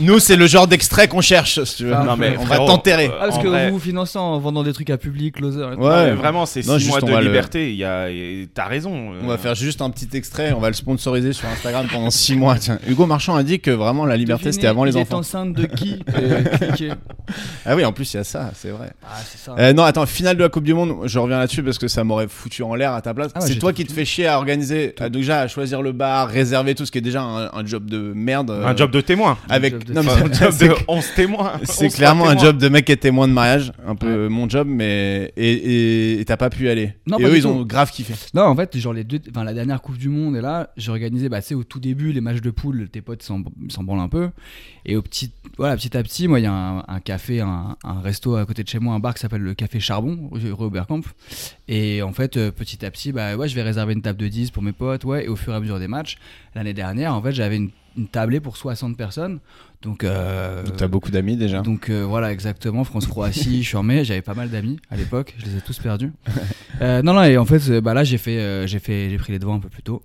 S3: Nous, c'est le genre d'extrait qu'on cherche, si tu veux.
S1: Ah,
S2: non, mais
S3: on
S2: frérot,
S3: va t'enterrer.
S2: euh,
S1: Ah, parce
S2: en
S1: que
S2: vrai-
S1: vous vous financez en vendant des trucs à public, closer. et tout.
S3: Ouais.
S2: Non, mais vraiment, c'est
S3: Non,
S2: 6
S3: juste,
S2: mois
S3: on
S2: de
S3: va le-
S2: liberté. il Y a... et T'as raison. euh.
S3: On va faire juste un petit extrait, on va le sponsoriser sur Instagram pendant 6 mois. Tiens, Hugo Marchand a dit que vraiment la liberté
S1: Devinez,
S3: c'était avant les
S1: il est
S3: enfants.
S1: enceinte de qui Euh, cliquez.
S3: Ah oui, en plus il y a ça, c'est vrai.
S1: Ah, c'est ça.
S3: Euh, non, attends, finale de la Coupe du Monde, je reviens là-dessus parce que ça m'aurait foutu en l'air à ta place.
S1: Ah ouais,
S3: c'est
S1: j'ai
S3: toi
S1: tout
S3: qui te fais chier à organiser, à- déjà à choisir le bar, réserver tout ce qui est déjà un, un job de merde. euh,
S2: Un job de témoin.
S3: avec.
S1: Un job de-
S3: non, mais
S2: Un job
S3: c'est-
S2: de 11 témoins.
S3: C'est
S2: 11
S3: clairement un
S2: témoins.
S3: job de mec qui est témoin de mariage, un peu mon job, mais. Et- Et et t'as pas pu y aller.
S1: Non,
S3: et
S1: pas
S3: eux,
S1: du
S3: ils
S1: tout.
S3: ont grave kiffé.
S1: Non, en fait, genre les deux, enfin la dernière Coupe du Monde et là, j'ai organisé, bah, tu sais, au tout début les matchs de poule, tes potes s'en s'en branlent un peu, et au petit, voilà, petit à petit, moi, il y a un, un café, un, un resto à côté de chez moi, un bar qui s'appelle le Café Charbon, rue rue Oberkampf, et en fait, euh, petit à petit, bah ouais, je vais réserver une table de 10 pour mes potes, ouais, et au fur et à mesure des matchs, l'année dernière, en fait, j'avais une, une tablée pour 60 personnes, donc. euh,
S3: T'as beaucoup d'amis déjà.
S1: Donc euh, voilà, exactement, France-Croatie, je suis en mai, j'avais pas mal d'amis à l'époque, je les ai tous perdus. Euh, non, non, et en fait, euh, bah, là, j'ai fait, euh, j'ai fait, j'ai pris les devants un peu plus tôt.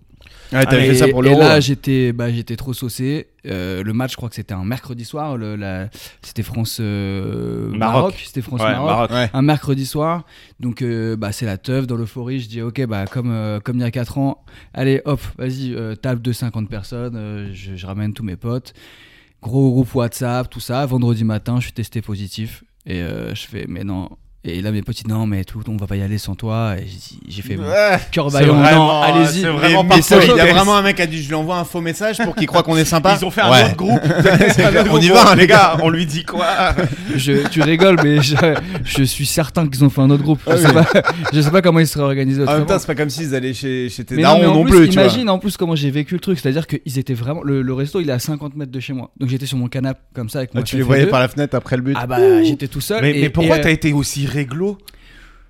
S3: Ouais, t'avais
S1: et,
S3: fait ça pour
S1: Ah, et
S3: l'euro. hein.
S1: là, j'étais bah, j'étais trop saucé. Euh, le match, je crois que c'était un mercredi soir, le- la- c'était France-Maroc,
S2: Maroc.
S1: c'était
S2: Ouais,
S1: France-Maroc.
S2: Maroc.
S3: Ouais.
S1: Un mercredi soir, donc euh, bah, c'est la teuf, dans l'euphorie, je dis ok, bah, comme, euh, comme il y a 4 ans, allez hop, vas-y, euh, table de 50 personnes, euh, je, je ramène tous mes potes. Gros groupe WhatsApp, tout ça. Vendredi matin, je suis testé positif. Et euh, je fais, mais non. Et là, mes petits, non, mais tout, on va pas y aller sans toi. Et j'ai dit- j'ai fait, bon, cœur
S2: C'est
S1: baillant, non,
S2: vraiment-
S1: allez-y.
S2: c'est vraiment
S1: Mais
S2: pas
S3: Mais
S1: c'est
S3: ça, il y
S1: chaud.
S3: a
S2: Yes.
S3: vraiment un mec qui a dit je lui envoie un faux message pour qu'il croit qu'on est sympa.
S2: Ils ont fait un
S3: Ouais.
S2: autre groupe.
S3: C'est
S2: Un
S3: clair.
S2: autre
S3: On y
S2: groupe.
S3: va, hein,
S2: les gars. On lui dit quoi
S1: Je- tu rigoles, mais je, je suis certain qu'ils ont fait un autre groupe. Je, sais, pas, je sais pas comment ils seraient organisés.
S3: En
S1: autrement.
S3: même temps, c'est pas comme s'ils allaient chez, chez tes
S1: mais non,
S3: darons
S1: mais
S3: non,
S1: en plus,
S3: plus, tu vois.
S1: imagine en plus comment j'ai vécu le truc. C'est-à-dire qu'ils étaient vraiment. Le, le resto, il est à 50 mètres de chez moi. Donc j'étais sur mon canapé comme ça avec mon
S3: Ah, tu les
S1: FF2.
S3: voyais par la fenêtre après le but.
S1: Ah bah j'étais tout seul.
S2: mais,
S1: et-
S2: mais pourquoi
S1: et, euh,
S2: t'as été aussi réglo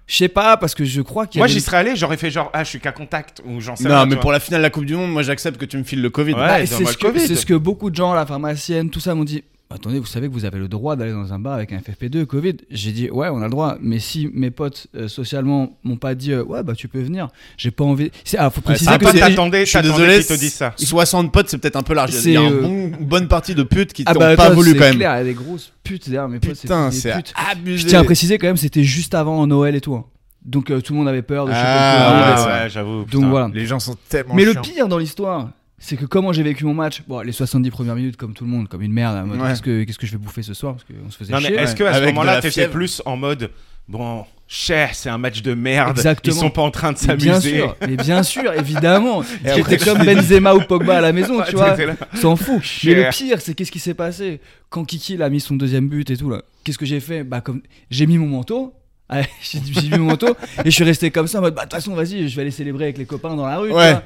S1: Je sais pas parce que je crois qu'il y
S2: Moi,
S1: avait.
S2: j'y serais allé, j'aurais fait genre, ah, je suis qu'à contact ou j'en sais rien,
S3: non, mais
S2: tu
S3: pour la finale de la Coupe du Monde, moi j'accepte que tu me files le Covid.
S2: Ouais.
S1: Bah,
S2: dans
S1: c'est
S2: le
S1: ce, que-
S2: Covid.
S1: c'est ce que beaucoup de gens, la pharmacienne, tout ça m'ont dit. Attendez, vous savez que vous avez le droit d'aller dans un bar avec un FFP2 Covid. J'ai dit ouais, on a le droit. Mais si mes potes euh, socialement m'ont pas dit euh, ouais bah tu peux venir, j'ai pas envie. C'est, ah faut
S3: Ouais,
S1: préciser
S2: Ah,
S3: c'est
S1: que
S2: toi,
S3: un peu-
S1: c'est-
S3: c'est-
S2: t'attendais-
S3: je suis
S2: t'attendais
S3: désolé,
S2: qu'ils te disent ça.
S3: 60 potes, c'est peut-être un peu large. Il y
S1: C'est,
S3: a un
S1: euh,
S3: bon- une bonne partie de putes qui
S1: Ah
S3: t'ont
S1: bah,
S3: pas
S1: attends,
S3: voulu
S1: c'est
S3: quand même.
S1: clair, il y a des grosses putes derrière mes potes. c'est
S3: Putain,
S1: des
S3: c'est
S1: putes.
S3: abusé.
S1: Je tiens à préciser quand même, c'était juste avant Noël et tout. hein. Donc euh, tout le monde avait peur de choper le
S3: Ah,
S1: Covid.
S3: ouais,
S2: Ah,
S3: c'est
S2: ouais,
S3: vrai.
S2: j'avoue.
S1: Donc
S2: putain.
S1: voilà.
S7: Les gens sont tellement
S1: Mais le
S7: chiants.
S1: pire dans l'histoire, c'est que comment j'ai vécu mon match, bon, les 70 premières minutes, comme tout le monde, comme une merde, en mode,
S3: Ouais.
S1: qu'est-ce, que, qu'est-ce que je vais bouffer ce soir Parce qu'on se faisait
S2: Non, mais
S1: chier.
S2: est-ce que à ce
S3: Avec de la
S2: moment-là, t'étais
S3: fièvre.
S2: plus en mode, bon, cher, c'est un match de merde.
S1: Exactement.
S2: Ils sont pas en train de
S1: Mais bien
S2: s'amuser.
S1: sûr, mais bien sûr, évidemment.
S3: après,
S1: J'étais comme Benzema ou Pogba à la maison, tu vois.
S2: T'étais là.
S1: S'en fout.
S2: Cher.
S1: Mais le pire, c'est qu'est-ce qui s'est passé quand Kiki il a mis son deuxième but et tout là. Qu'est-ce que j'ai fait Bah comme j'ai mis mon manteau. Ah, j'ai j'ai mis mon manteau et je suis resté comme ça en mode bah de toute façon vas-y je vais aller célébrer avec les copains dans la rue. tu
S3: Ouais.
S1: vois.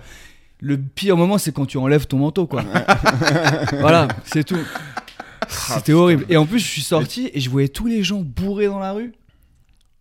S1: Le pire moment c'est quand tu enlèves ton manteau quoi. voilà c'est tout.
S3: Ah,
S1: C'était horrible. Et en plus je suis sorti et je voyais tous les gens bourrés dans la rue.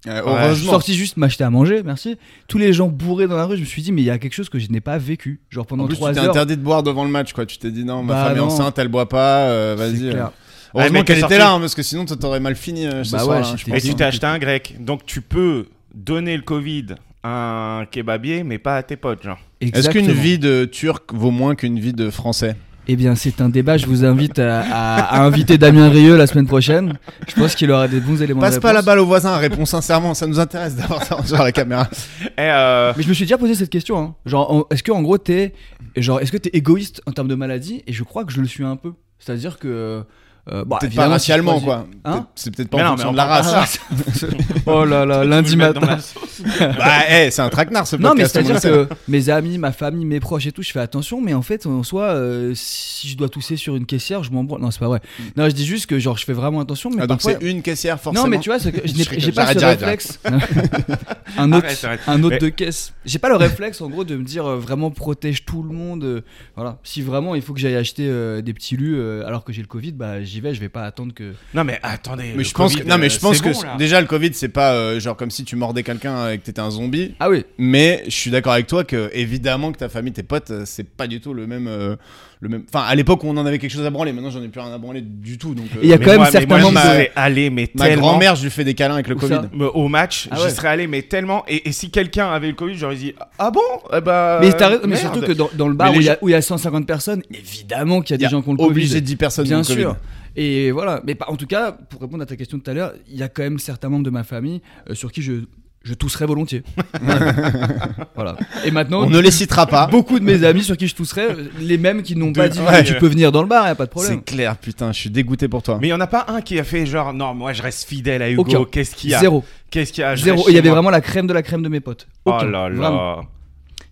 S3: Euh,
S1: Je suis
S3: Heureusement.
S1: sorti juste m'acheter à manger merci. Tous les gens bourrés dans la rue je me suis dit mais il y a quelque chose que je n'ai pas vécu genre
S3: En
S1: pendant
S3: plus, tu
S1: trois
S3: t'es
S1: heures.
S3: interdit de boire devant le match, quoi. Tu t'es dit non, ma
S1: Bah,
S3: femme est
S1: non.
S3: enceinte, elle boit pas, euh,
S1: C'est
S3: vas-y. euh.
S1: clair.
S2: Ah, mais
S3: Heureusement
S2: t'es
S3: qu'elle était
S2: sorti.
S3: là, hein, parce que sinon, tu t'aurais mal fini euh, ce
S1: Bah ouais,
S3: soir. hein,
S1: j'étais-
S3: je
S2: Et
S3: pense.
S2: tu t'es acheté un grec. Donc tu peux donner le Covid à un kebabier, mais pas à tes potes, genre.
S3: Est-ce qu'une
S1: Exactement.
S3: vie de Turc vaut moins qu'une vie de Français
S1: Eh bien, c'est un débat. Je vous invite à, à- à inviter Damien Rieu la semaine prochaine. Je pense qu'il aura des bons éléments.
S3: Passe
S1: de
S3: pas la
S1: réponse.
S3: balle au voisin, réponds sincèrement, ça nous intéresse d'avoir ça sur la caméra.
S2: Eh, euh,
S1: Mais je me suis déjà posé cette question. hein. Genre, en- est-ce que en gros t'es, genre, est-ce que t'es égoïste en termes de maladie Et je crois que je le suis un peu. C'est-à-dire que, euh, bah,
S3: Peut-être pas
S1: évidemment, si je
S3: racialement,
S1: choisis-
S3: quoi.
S1: Hein
S3: c'est peut-être pas
S2: Mais
S3: en
S2: non,
S3: fonction
S2: mais
S3: de la
S2: on
S3: race.
S1: Oh là là, lundi
S2: tu veux le mettre dans
S1: matin.
S2: la-
S3: bah, eh, c'est un traquenard ce
S1: Non, mais
S3: podcast. on
S1: c'est-à-dire
S3: le sait.
S1: que mes amis, ma famille, mes proches et tout, je fais attention, mais en fait, en soi, euh, si je dois tousser sur une caissière, je m'en branle. Non, c'est pas vrai. Non, je dis juste que genre, je fais vraiment attention, mais
S3: Mm. Ah, donc
S1: parfois-
S3: c'est une caissière forcément.
S1: Non, mais tu vois, ce que- je n'ai-
S3: Je rigole,
S1: j'ai pas
S3: j'arrête,
S1: ce
S3: j'arrête,
S1: réflexe. un autre,
S2: Arrête, arrête.
S1: un autre
S2: Mais-
S1: de caisse. J'ai pas le réflexe, en gros, de me dire euh, vraiment protège tout le monde. euh, voilà. Si vraiment il faut que j'aille acheter euh, des petits lus euh, alors que j'ai le Covid, bah j'y vais, je vais pas attendre que.
S2: Non, mais attendez.
S3: Mais
S2: le
S3: je pense que,
S2: Covid,
S3: non, mais
S2: euh,
S3: je pense
S2: c'est
S3: que
S2: bon, là.
S3: déjà le Covid, c'est pas euh, genre comme si tu mordais quelqu'un et que t'étais un zombie.
S1: Ah oui,
S3: Mais je suis d'accord avec toi que évidemment que ta famille, tes potes, euh, c'est pas du tout le même, euh, le même. Enfin, à l'époque, on en avait quelque chose à branler. Maintenant, j'en ai plus rien à branler du tout. Donc, euh,
S1: Et il y a
S2: Mais
S1: quand même
S2: moi- mais
S1: certains
S2: moi, j'y
S3: membres-
S2: serais allé, mais
S3: ma
S2: tellement-
S3: grand-mère, je lui fais des câlins avec le
S1: Où
S3: Covid.
S1: ça
S2: me- Au match,
S1: Ah
S2: j'y
S1: ouais.
S2: serais allé, mais tellement. Et, et si quelqu'un avait le Covid, j'aurais dit Ah bon Eh bah,
S1: Euh, mais, t'as raison, mais
S2: merde.
S1: surtout que dans, dans le bar
S2: Mais
S1: où
S2: les
S1: il y, a- où il y a 150 personnes, évidemment qu'il y a des
S3: Il y a
S1: gens qui ont le Covid.
S3: Obligé de 10 personnes
S1: Bien
S3: dans le
S1: sûr.
S3: Covid.
S1: Et voilà. Mais pas- en tout cas, pour répondre à ta question de tout à l'heure, il y a quand même certains membres de ma famille euh, sur qui je, je tousserais volontiers. voilà. Et maintenant,
S3: On ne les citera pas.
S1: beaucoup de mes amis sur qui je tousserais, euh, les mêmes qui n'ont
S3: De-
S1: pas dit
S3: ouais.
S1: tu peux venir dans le bar, y a pas de
S3: C'est
S1: problème.
S3: clair, putain, je suis dégoûté pour toi.
S2: Mais il n'y en a pas un qui a fait genre Non, moi je reste fidèle à Hugo.
S1: Aucun.
S2: Qu'est-ce qu'il y a
S1: Zéro.
S2: Qu'est-ce qu'il y a Je
S1: Zéro.
S2: reste
S1: Et Il y
S2: chez
S1: avait
S2: moi.
S1: vraiment la crème de la crème de mes potes.
S2: Oh
S1: Aucun.
S2: là
S1: Vraiment.
S2: là.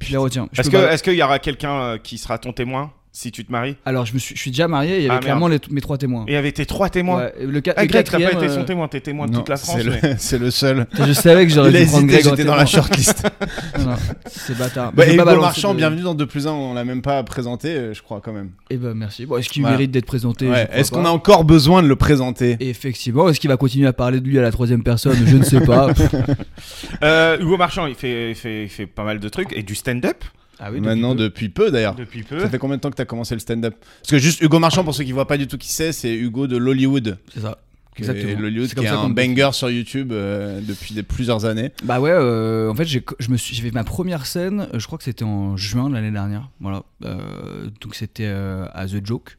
S1: Je les retiens. Je
S2: Est-ce
S1: peux
S2: que-
S1: pas-
S2: est-ce qu'il y aura quelqu'un euh, qui sera ton témoin si tu te maries
S1: Alors, je me suis, je suis déjà marié, il y
S2: Ah,
S1: avait
S2: merde.
S1: clairement les- mes trois témoins.
S2: Et il y avait tes trois témoins.
S1: Ouais, le, ca-
S2: Ah,
S1: le
S2: Greg, t'as pas
S1: quatrième,
S2: été son
S1: euh,
S2: témoin, t'es témoin de
S3: Non,
S2: toute la France.
S3: c'est le-
S2: mais-
S3: c'est le, seul.
S1: Je savais que j'aurais
S3: Il a
S1: dû prendre
S3: hésité,
S1: Greg en
S3: j'étais dans la
S1: témoin.
S3: shortlist.
S1: Non, non, C'est bâtard.
S3: Bah,
S1: J'ai
S3: et
S1: pas
S3: Hugo
S1: balancé
S3: Marchand,
S1: de-
S3: bienvenue dans 2 plus 1, on l'a même pas présenté, euh, je crois quand même.
S1: Eh ben merci. Bon, est-ce qu'il
S3: Voilà.
S1: mérite d'être présenté
S3: Ouais,
S1: Je crois
S3: Est-ce qu'on
S1: pas.
S3: a encore besoin de le présenter
S1: Effectivement, est-ce qu'il va continuer à parler de lui à la troisième personne Je ne sais pas.
S2: Euh, Hugo Marchand, il fait, il fait, il fait pas mal de trucs et du stand-up
S1: ah oui,
S3: Maintenant, depuis peu d'ailleurs.
S2: depuis peu.
S3: Ah. Ça fait combien de temps que t'as commencé le stand-up Parce que juste Hugo Marchand, pour ceux qui voient pas du tout qui c'est, c'est Hugo de l'Hollywood.
S1: c'est ça.
S3: qui est-
S1: Exactement.
S3: L'Hollywood
S1: C'est
S3: qui est
S1: qu'on
S3: un
S1: me-
S3: banger sur YouTube euh, depuis des- plusieurs années.
S1: Bah ouais, euh, en fait, j'ai, je me suis, j'ai fait ma première scène, euh, je crois que c'était en juin de l'année dernière. Voilà. Euh, donc c'était euh, à The Joke.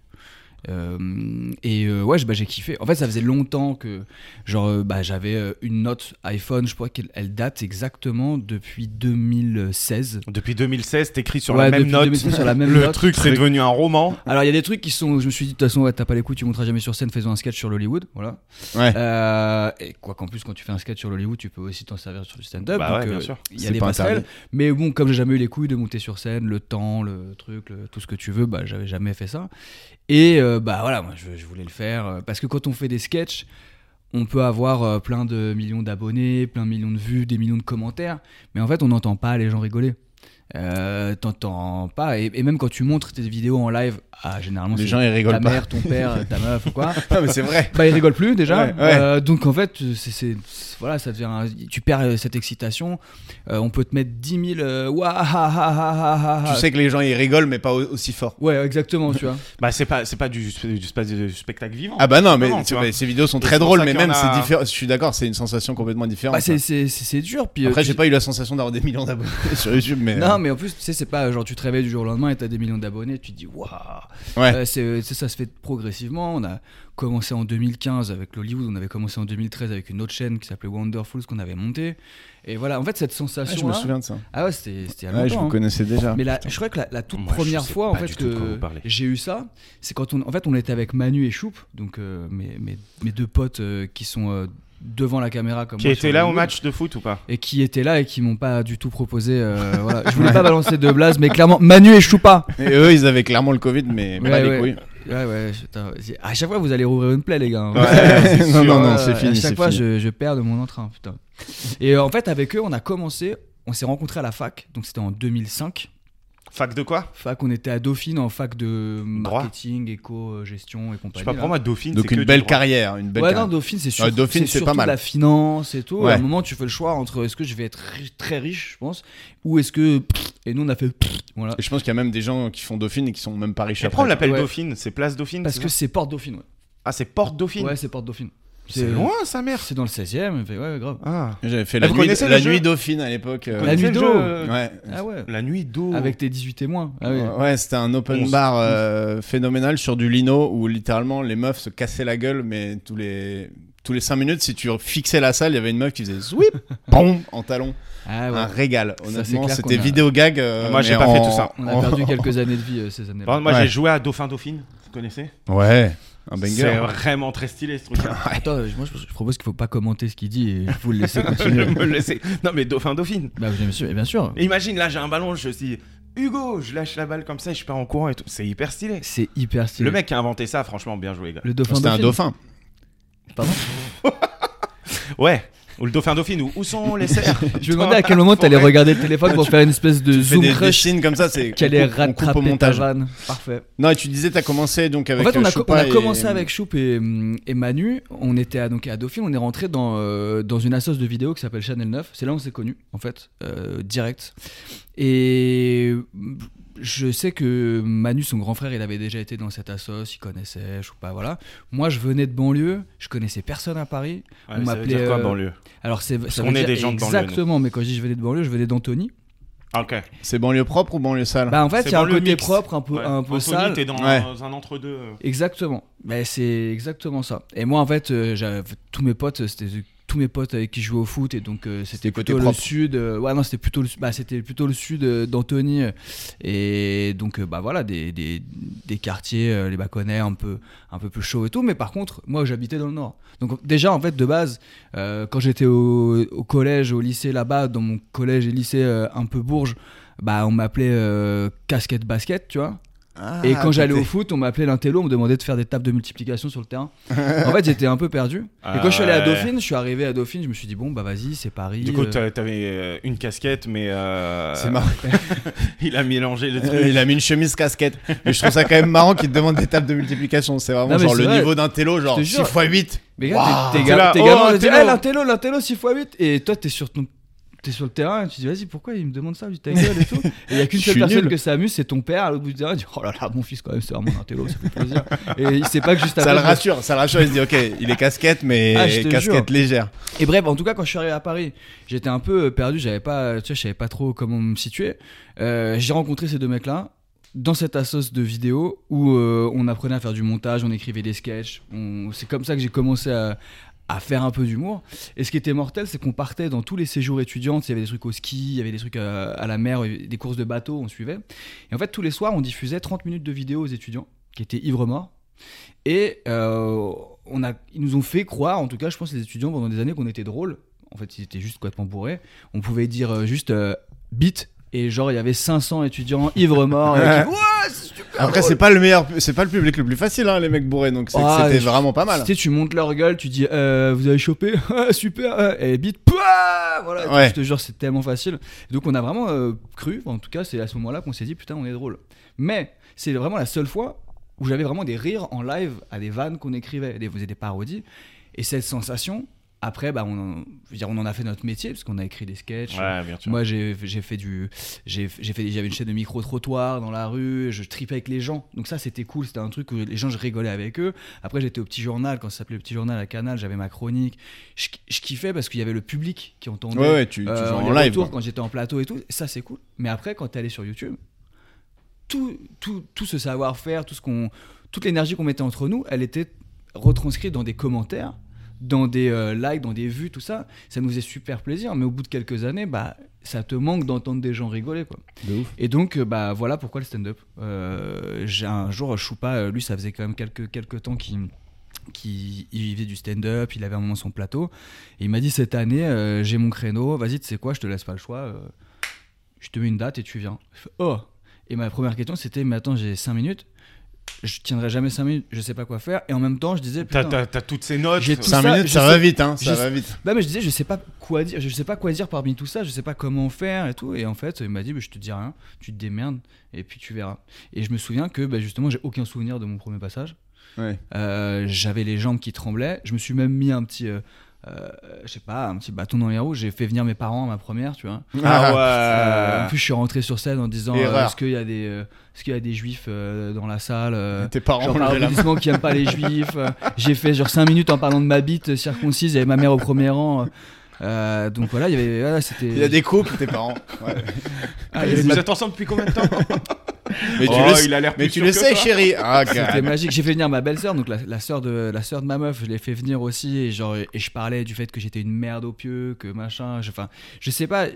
S1: Euh, et euh, ouais, j- bah, j'ai kiffé. En fait, ça faisait longtemps que genre euh, bah, j'avais euh, une note iPhone, je crois qu'elle elle date exactement depuis 2016.
S2: Depuis 2016, t'écris sur,
S1: Ouais,
S2: la même
S1: depuis
S2: note.
S1: 2016, sur la même
S2: Le
S1: note.
S2: truc, c'est devenu un roman.
S1: Alors il y a des trucs qui sont, je me suis dit de toute façon ouais, t'as pas les coups, tu monteras jamais sur scène faisant un sketch sur l'Hollywood, voilà.
S3: Ouais.
S1: Euh, et quoi qu'en plus quand tu fais un sketch sur l'Hollywood, tu peux aussi t'en servir sur du stand-up.
S2: Bah
S1: donc,
S2: ouais, bien
S1: euh,
S2: sûr.
S1: Il y a
S3: C'est
S1: des
S3: pas
S1: passerelles.
S3: interdit.
S1: Mais bon, comme j'ai jamais eu les couilles de monter sur scène, le temps, le truc, le- tout ce que tu veux, bah j'avais jamais fait ça. Et euh, bah voilà, moi je, je voulais le faire euh, parce que quand on fait des sketchs. On peut avoir euh, plein de millions d'abonnés, plein de millions de vues, des millions de commentaires, mais en fait, on n'entend pas les gens rigoler. Euh, T'entends pas, et, et même quand tu montres tes vidéos en live, ah, généralement,
S3: Les
S1: c'est
S3: gens ils
S1: ta
S3: rigolent pas.
S1: mère, ton père, ta meuf ou quoi,
S3: Non, mais c'est vrai.
S1: bah ils rigolent plus déjà.
S3: Ouais, ouais.
S1: Euh, donc en fait, c'est, c'est- voilà, ça devient, un- tu perds euh, cette excitation. Euh, on peut te mettre 10 000 euh, Ouah, ah, ah, ah, ah, ah.
S3: Tu sais que les gens ils rigolent, mais pas au- aussi fort.
S1: Ouais, exactement, tu vois.
S2: Bah, c'est pas, c'est pas du, du, spa- du spectacle vivant.
S3: Ah bah non, mais
S2: Non,
S3: tu
S2: tu vois.
S3: vois, ces vidéos sont
S2: Et
S3: très
S2: c'est pour
S3: drôles,
S2: ça
S3: mais
S2: qu'il y en
S3: même c'est
S2: a-
S3: différent. Je suis d'accord, c'est une sensation complètement différente.
S1: Bah, c'est, c'est, c'est, c'est dur. Puis, euh,
S3: Après,
S1: tu-
S3: j'ai pas eu la sensation d'avoir des millions d'abonnés sur YouTube, mais. euh,
S1: Non, mais en plus, tu sais, c'est pas genre tu te réveilles du jour au lendemain et t'as des millions d'abonnés, tu te dis waouh.
S3: Ouais.
S1: Euh, c'est- c'est- ça se fait progressivement. On a commencé en 2015 avec l'Hollywood, on avait commencé en 2013 avec une autre chaîne qui s'appelait Wonderful, ce qu'on avait monté. Et voilà, en fait, cette
S3: Ah, je me
S1: sensation-là.
S3: souviens de ça.
S1: ah ouais, c'était, c'était à
S3: Ouais, je vous connaissais déjà.
S1: hein. Mais la, je crois que la, la toute
S2: Moi, je
S1: première
S2: sais
S1: fois en
S2: pas
S1: fait
S2: du tout de quoi vous
S1: que
S2: parlez.
S1: j'ai eu ça, c'est quand on en fait on était avec Manu et Choup, donc euh, mes, mes, mes deux potes euh, qui sont euh, devant la caméra comme
S2: qui
S1: moi
S2: était
S1: sur
S2: là au
S1: Hollywood,
S2: match de foot ou pas
S1: et qui étaient là et qui m'ont pas du tout proposé. euh, voilà. Je voulais pas balancer de blase, mais clairement Manu et Choupa.
S3: Et eux, ils avaient clairement le Covid, mais
S1: Ouais,
S3: pas les
S1: ouais.
S3: couilles.
S1: Ouais ouais. putain, c'est- À chaque fois vous allez rouvrir une plaie les gars.
S3: Ouais, non, non, non,
S1: Euh,
S3: c'est fini.
S1: À
S3: c'est
S1: chaque fois,
S3: fini.
S1: je, je perds de mon entrain, putain. Et euh, en fait, avec eux, on a commencé, on s'est rencontrés à la fac, donc c'était en 2005.
S2: Fac de quoi
S1: fac, on était à Dauphine en fac de
S2: Droit.
S1: marketing, éco, euh, gestion et
S2: Je
S1: compagnie.
S2: sais pas,
S1: là.
S2: pour moi, Dauphine,
S3: Donc
S2: c'est que
S3: une
S2: du
S3: belle
S2: droit.
S3: carrière, une belle
S1: ouais, non,
S3: carrière.
S1: Dauphine, c'est
S3: hein. Ouais,
S1: surtout,
S3: Dauphine, c'est
S1: surtout
S3: pas mal.
S1: de la finance et tout. Et À un
S3: Ouais.
S1: moment, tu fais le choix entre est-ce que je vais être ri- très riche, je pense, ou est-ce que. Et nous, on a fait. Voilà.
S3: Et je pense qu'il y a même des gens qui font Dauphine et qui sont même pas riches
S2: Et pourquoi on
S3: après.
S2: l'appelle
S1: Ouais.
S2: Dauphine C'est Place Dauphine
S1: Parce
S2: c'est
S1: que
S2: ça
S1: c'est Porte Dauphine, ouais.
S2: Ah, c'est Porte Dauphine
S1: Ouais, c'est Porte Dauphine.
S2: C'est loin, sa mère.
S1: C'est dans le 16 e ouais, grave.
S2: Ah.
S8: J'avais fait
S2: Ah,
S8: la,
S2: vous
S8: nuit,
S2: connaissez
S8: la
S2: le jeu
S8: nuit dauphine à l'époque. euh,
S1: La
S2: Connaissez
S1: nuit
S2: le
S1: d'eau.
S2: jeu
S8: Ouais.
S1: Ah ouais.
S2: La nuit d'eau.
S1: Avec tes 18 témoins. Ah oui.
S8: Ouais, c'était un open
S2: Onze.
S8: bar euh, phénoménal sur du lino où littéralement les meufs se cassaient la gueule, mais tous les tous les 5 minutes, si tu fixais la salle, il y avait une meuf qui faisait zwip, pom, en talon.
S1: Ah ouais.
S8: Un régal.
S1: Ça, c'est
S8: Honnêtement,
S1: clair
S8: c'était
S1: qu'on a- Ah,
S8: vidéo gag. euh,
S2: Moi, j'ai
S8: mais
S2: pas fait
S8: en-
S2: tout ça.
S1: On a
S3: Oh.
S1: perdu quelques années de vie euh, ces
S2: Par
S1: années-là.
S2: contre, moi,
S8: Ouais.
S2: j'ai joué à Dauphin Dauphine. Vous connaissez
S8: Ouais, un
S2: C'est
S8: banger.
S2: vraiment très stylé ce truc-là.
S1: Attends, euh, moi je je propose qu'il faut pas commenter ce qu'il dit et il faut le laisser continuer.
S2: Je me laissais. Non, mais Dauphin Dauphine.
S1: bah bien sûr, bien sûr.
S2: Imagine, là, j'ai un ballon, je dis Hugo, je lâche la balle comme ça et je pars en courant et tout. C'est hyper stylé.
S1: C'est hyper stylé.
S2: Le mec qui a inventé ça, franchement, bien joué, gars.
S1: Le dauphin.
S8: C'était un dauphin.
S1: Pardon
S2: Ouais. Ou le Dauphin Dauphine, ou où sont les cerfs
S1: Je me demandais à quel moment t'allais
S2: Forêt.
S1: regarder le téléphone pour faire une espèce de
S8: Fais
S1: zoom
S8: des, des
S1: rush
S8: signes comme ça, c'est
S1: qui allait
S8: on coupe- on coupe au
S1: rattraper ta
S8: montage.
S1: vanne. Parfait.
S8: Non, et tu disais, t'as commencé donc avec.
S1: en fait, on
S8: euh,
S1: a, co- on
S8: Chopin
S1: a
S8: et-
S1: commencé avec Choup et, hum, et Manu. On était à, donc à Dauphine. On est rentré dans, euh, dans une assoce de vidéos qui s'appelle Channel 9. C'est là où on s'est connus, en fait, euh, direct. Et hum, je sais que Manu, son grand frère, il avait déjà été dans cette assoce. Il connaissait Choupa, voilà. Moi, je venais de banlieue. Je connaissais personne à Paris.
S2: Ouais,
S1: On
S2: mais ça veut
S1: m'appelait,
S2: dire quoi,
S1: euh,
S2: banlieue
S1: Alors, c'est ça
S2: qu'on
S1: veut
S2: est
S1: dire
S2: des gens de banlieue, nous.
S1: Exactement. Mais quand je dis je venais de banlieue, je venais d'Antony.
S2: Ah, Ok.
S8: C'est banlieue propre ou banlieue sale
S1: Bah, en fait,
S2: Ah, C'est
S1: il y a un
S2: banlieue
S1: côté
S2: mixte.
S1: propre, un peu,
S2: Ouais.
S1: un peu
S2: Anthony,
S1: sale.
S2: t'es dans
S8: Ouais.
S2: un- un entre-deux. euh.
S1: Exactement. Mais c'est exactement ça. Et moi, en fait, euh, j'avais tous mes potes, c'était tous mes potes avec qui je jouais au foot et donc euh, c'était
S8: C'était côté
S1: plutôt le
S8: propre.
S1: sud euh, ouais non c'était plutôt le su- bah, c'était plutôt le sud euh, d'Antony euh, et donc euh, bah voilà des, des, des quartiers euh, les Baconnais un peu un peu plus chaud et tout mais par contre moi j'habitais dans le nord donc déjà en fait de base euh, quand j'étais au, au collège au lycée là-bas dans mon collège et lycée euh, un peu bourge bah on m'appelait euh, casquette basket tu vois
S8: Ah,
S1: Bah, et quand j'allais au
S8: t'étais-
S1: foot, on m'appelait l'intello, on me demandait de faire des tables de multiplication sur le terrain. en fait, j'étais un peu perdu. et quand je suis allé à
S2: Ah ouais.
S1: Dauphine, je suis arrivé à Dauphine, je me suis dit, bon, bah vas-y, c'est Paris.
S2: Du coup,
S1: euh,
S2: t'a- t'avais euh, une casquette, mais. euh,
S8: C'est marrant.
S2: Il a mélangé les
S8: Euh,
S2: trucs.
S8: Il a mis une chemise casquette. Mais je trouve ça quand même marrant qu'il te demande des tables de multiplication. C'est vraiment
S1: Non, mais
S8: genre
S1: c'est
S8: le
S1: vrai.
S8: niveau d'un télo, genre
S1: te
S8: 6
S1: jure.
S8: x 8.
S1: mais gars, t'es- t'es
S2: T'es là,
S1: gamin, t'es
S2: oh,
S1: gamin, on dit,
S2: intello.
S1: Eh, l'intello, l'intello 6 x 8. Et toi, t'es sur ton. T'es sur le terrain, tu te dis vas-y pourquoi il me demande ça, du ta gueule et tout. Et il y a qu'une
S8: Je
S1: seule
S8: suis
S1: personne
S8: nul.
S1: que ça amuse, c'est ton père à l'autre bout du terrain. Il dit oh là là mon fils quand même c'est vraiment un intello, ça fait plaisir. Et il sait pas que juste
S8: Ça
S1: après,
S8: le
S1: je me suis-
S8: rassure, ça le rassure. Il se dit, ok, il est casquette, mais
S1: Ah, je te
S8: casquette
S1: jure.
S8: légère.
S1: Et bref, en tout cas, quand je suis arrivé à Paris, j'étais un peu euh, perdu, j'avais pas, tu sais, je savais pas trop comment me situer. Euh, j'ai rencontré ces deux mecs-là dans cette assoce de vidéos où euh, on apprenait à faire du montage, on écrivait des sketchs. on- C'est comme ça que j'ai commencé à, à faire un peu d'humour. Et ce qui était mortel, c'est qu'on partait dans tous les séjours étudiants. Il y avait des trucs au ski, il y avait des trucs euh, à, à la mer, des courses de bateau, on suivait. Et en fait, tous les soirs, on diffusait 30 minutes de vidéos aux étudiants qui étaient ivres morts. Et euh, on a, ils nous ont fait croire, en tout cas, je pense, les étudiants pendant des années qu'on était drôles. En fait, ils étaient juste complètement bourrés. On pouvait dire euh, juste euh, bit. Et genre, il y avait 500 étudiants ivres morts. et qui-
S8: Après, c'est pas le meilleur, c'est pas le public le plus facile, hein, les mecs bourrés. Donc c'est que
S1: Ah,
S8: c'était
S1: je-
S8: vraiment pas mal.
S1: Tu sais, tu montes leur gueule, tu dis euh, vous avez chopé, Ah, super, ah, et bite, pouah voilà.
S8: Ouais.
S1: Je te jure, c'est tellement facile. Donc on a vraiment euh, cru, en tout cas, c'est à ce moment-là qu'on s'est dit putain, on est drôle. Mais c'est vraiment la seule fois où j'avais vraiment des rires en live à des vannes qu'on écrivait, des, faisait des parodies, et cette sensation. Après, bah, on, en, je veux dire, on en a fait notre métier, parce qu'on a écrit des sketchs,
S2: Ouais, bien sûr.
S1: moi, j'ai j'ai fait du. j'ai- j'ai fait- J'avais une chaîne de micro-trottoir dans la rue, je tripais avec les gens. Donc, ça, c'était cool. C'était un truc où les gens, je rigolais avec eux. Après, j'étais au petit journal, quand ça s'appelait le petit journal à Canal, j'avais ma chronique. Je, je kiffais parce qu'il y avait le public qui entendait.
S8: Ouais, ouais, tu, tu
S1: euh,
S8: joues en
S1: les
S8: live.
S1: retours
S8: quoi.
S1: quand j'étais en plateau et tout. Ça, c'est cool. Mais après, quand t'es allé sur YouTube, tout, tout, tout ce savoir-faire, tout ce qu'on, toute l'énergie qu'on mettait entre nous, elle était retranscrite dans des commentaires, dans des euh, likes, dans des vues, tout ça. Ça nous faisait super plaisir. Mais au bout de quelques années, bah, ça te manque d'entendre des gens rigoler, quoi. Et donc, euh, bah, voilà pourquoi le stand-up. Euh, j'ai un jour, Choupa, euh, lui, ça faisait quand même quelques, quelques temps qu'il qui il vivait du stand-up, il avait un moment son plateau, et il m'a dit cette année euh, j'ai mon créneau, vas-y tu sais quoi, je te laisse pas le choix, euh, je te mets une date et tu viens. Je fais, oh Et ma première question c'était mais attends j'ai 5 minutes, je tiendrai jamais 5 minutes, je sais pas quoi faire, et en même temps je disais
S2: T'as-
S1: putain,
S2: T'as t'as toutes ces notes.
S1: J'ai tout
S8: Cinq
S1: ça,
S8: minutes,
S1: je
S8: ça
S1: sais-
S8: va vite, hein. Ça
S1: je-
S8: va vite.
S1: bah mais je disais je sais pas quoi dire, je sais pas quoi dire parmi tout ça, je sais pas comment faire et tout et en fait il m'a dit bah, je te dis rien, tu te démerdes et puis tu verras. Et je me souviens que bah, justement j'ai aucun souvenir de mon premier passage.
S8: Ouais.
S1: Euh, j'avais les jambes qui tremblaient, je me suis même mis un petit euh, euh, je sais pas, un petit bâton dans les roues. J'ai fait venir mes parents à ma première, tu vois.
S3: Ah,
S1: Euh, en
S2: Ah ouais.
S1: plus, je suis rentré sur scène en disant euh,
S3: Erreur.
S1: est-ce qu'il y a des, euh, est-ce qu'il y a des juifs euh, dans la salle euh,
S3: Tes parents
S1: Genre
S3: ont
S1: par
S3: levé la main.
S1: applaudissement qui aime pas les juifs. euh, J'ai fait genre 5 minutes en parlant de ma bite circoncise. Il y avait ma mère au premier rang. euh, euh, donc voilà, il y avait. voilà, c'était.
S3: Il y a des couples, tes parents. Ouais.
S1: Ah, il y avait-
S2: Vous êtes ensemble depuis combien de temps
S3: Mais tu
S2: Oh,
S3: le,
S2: il a l'air
S3: mais
S2: plus
S3: tu
S2: sûr
S3: le
S2: que
S3: sais,
S2: toi.
S3: chérie. Ah,
S1: C'était
S3: God.
S1: magique. J'ai fait venir ma belle-sœur, donc la, la sœur de la sœur de ma meuf, je l'ai fait venir aussi et genre et je parlais du fait que j'étais une merde au pieu, que machin. je- Enfin, je sais pas.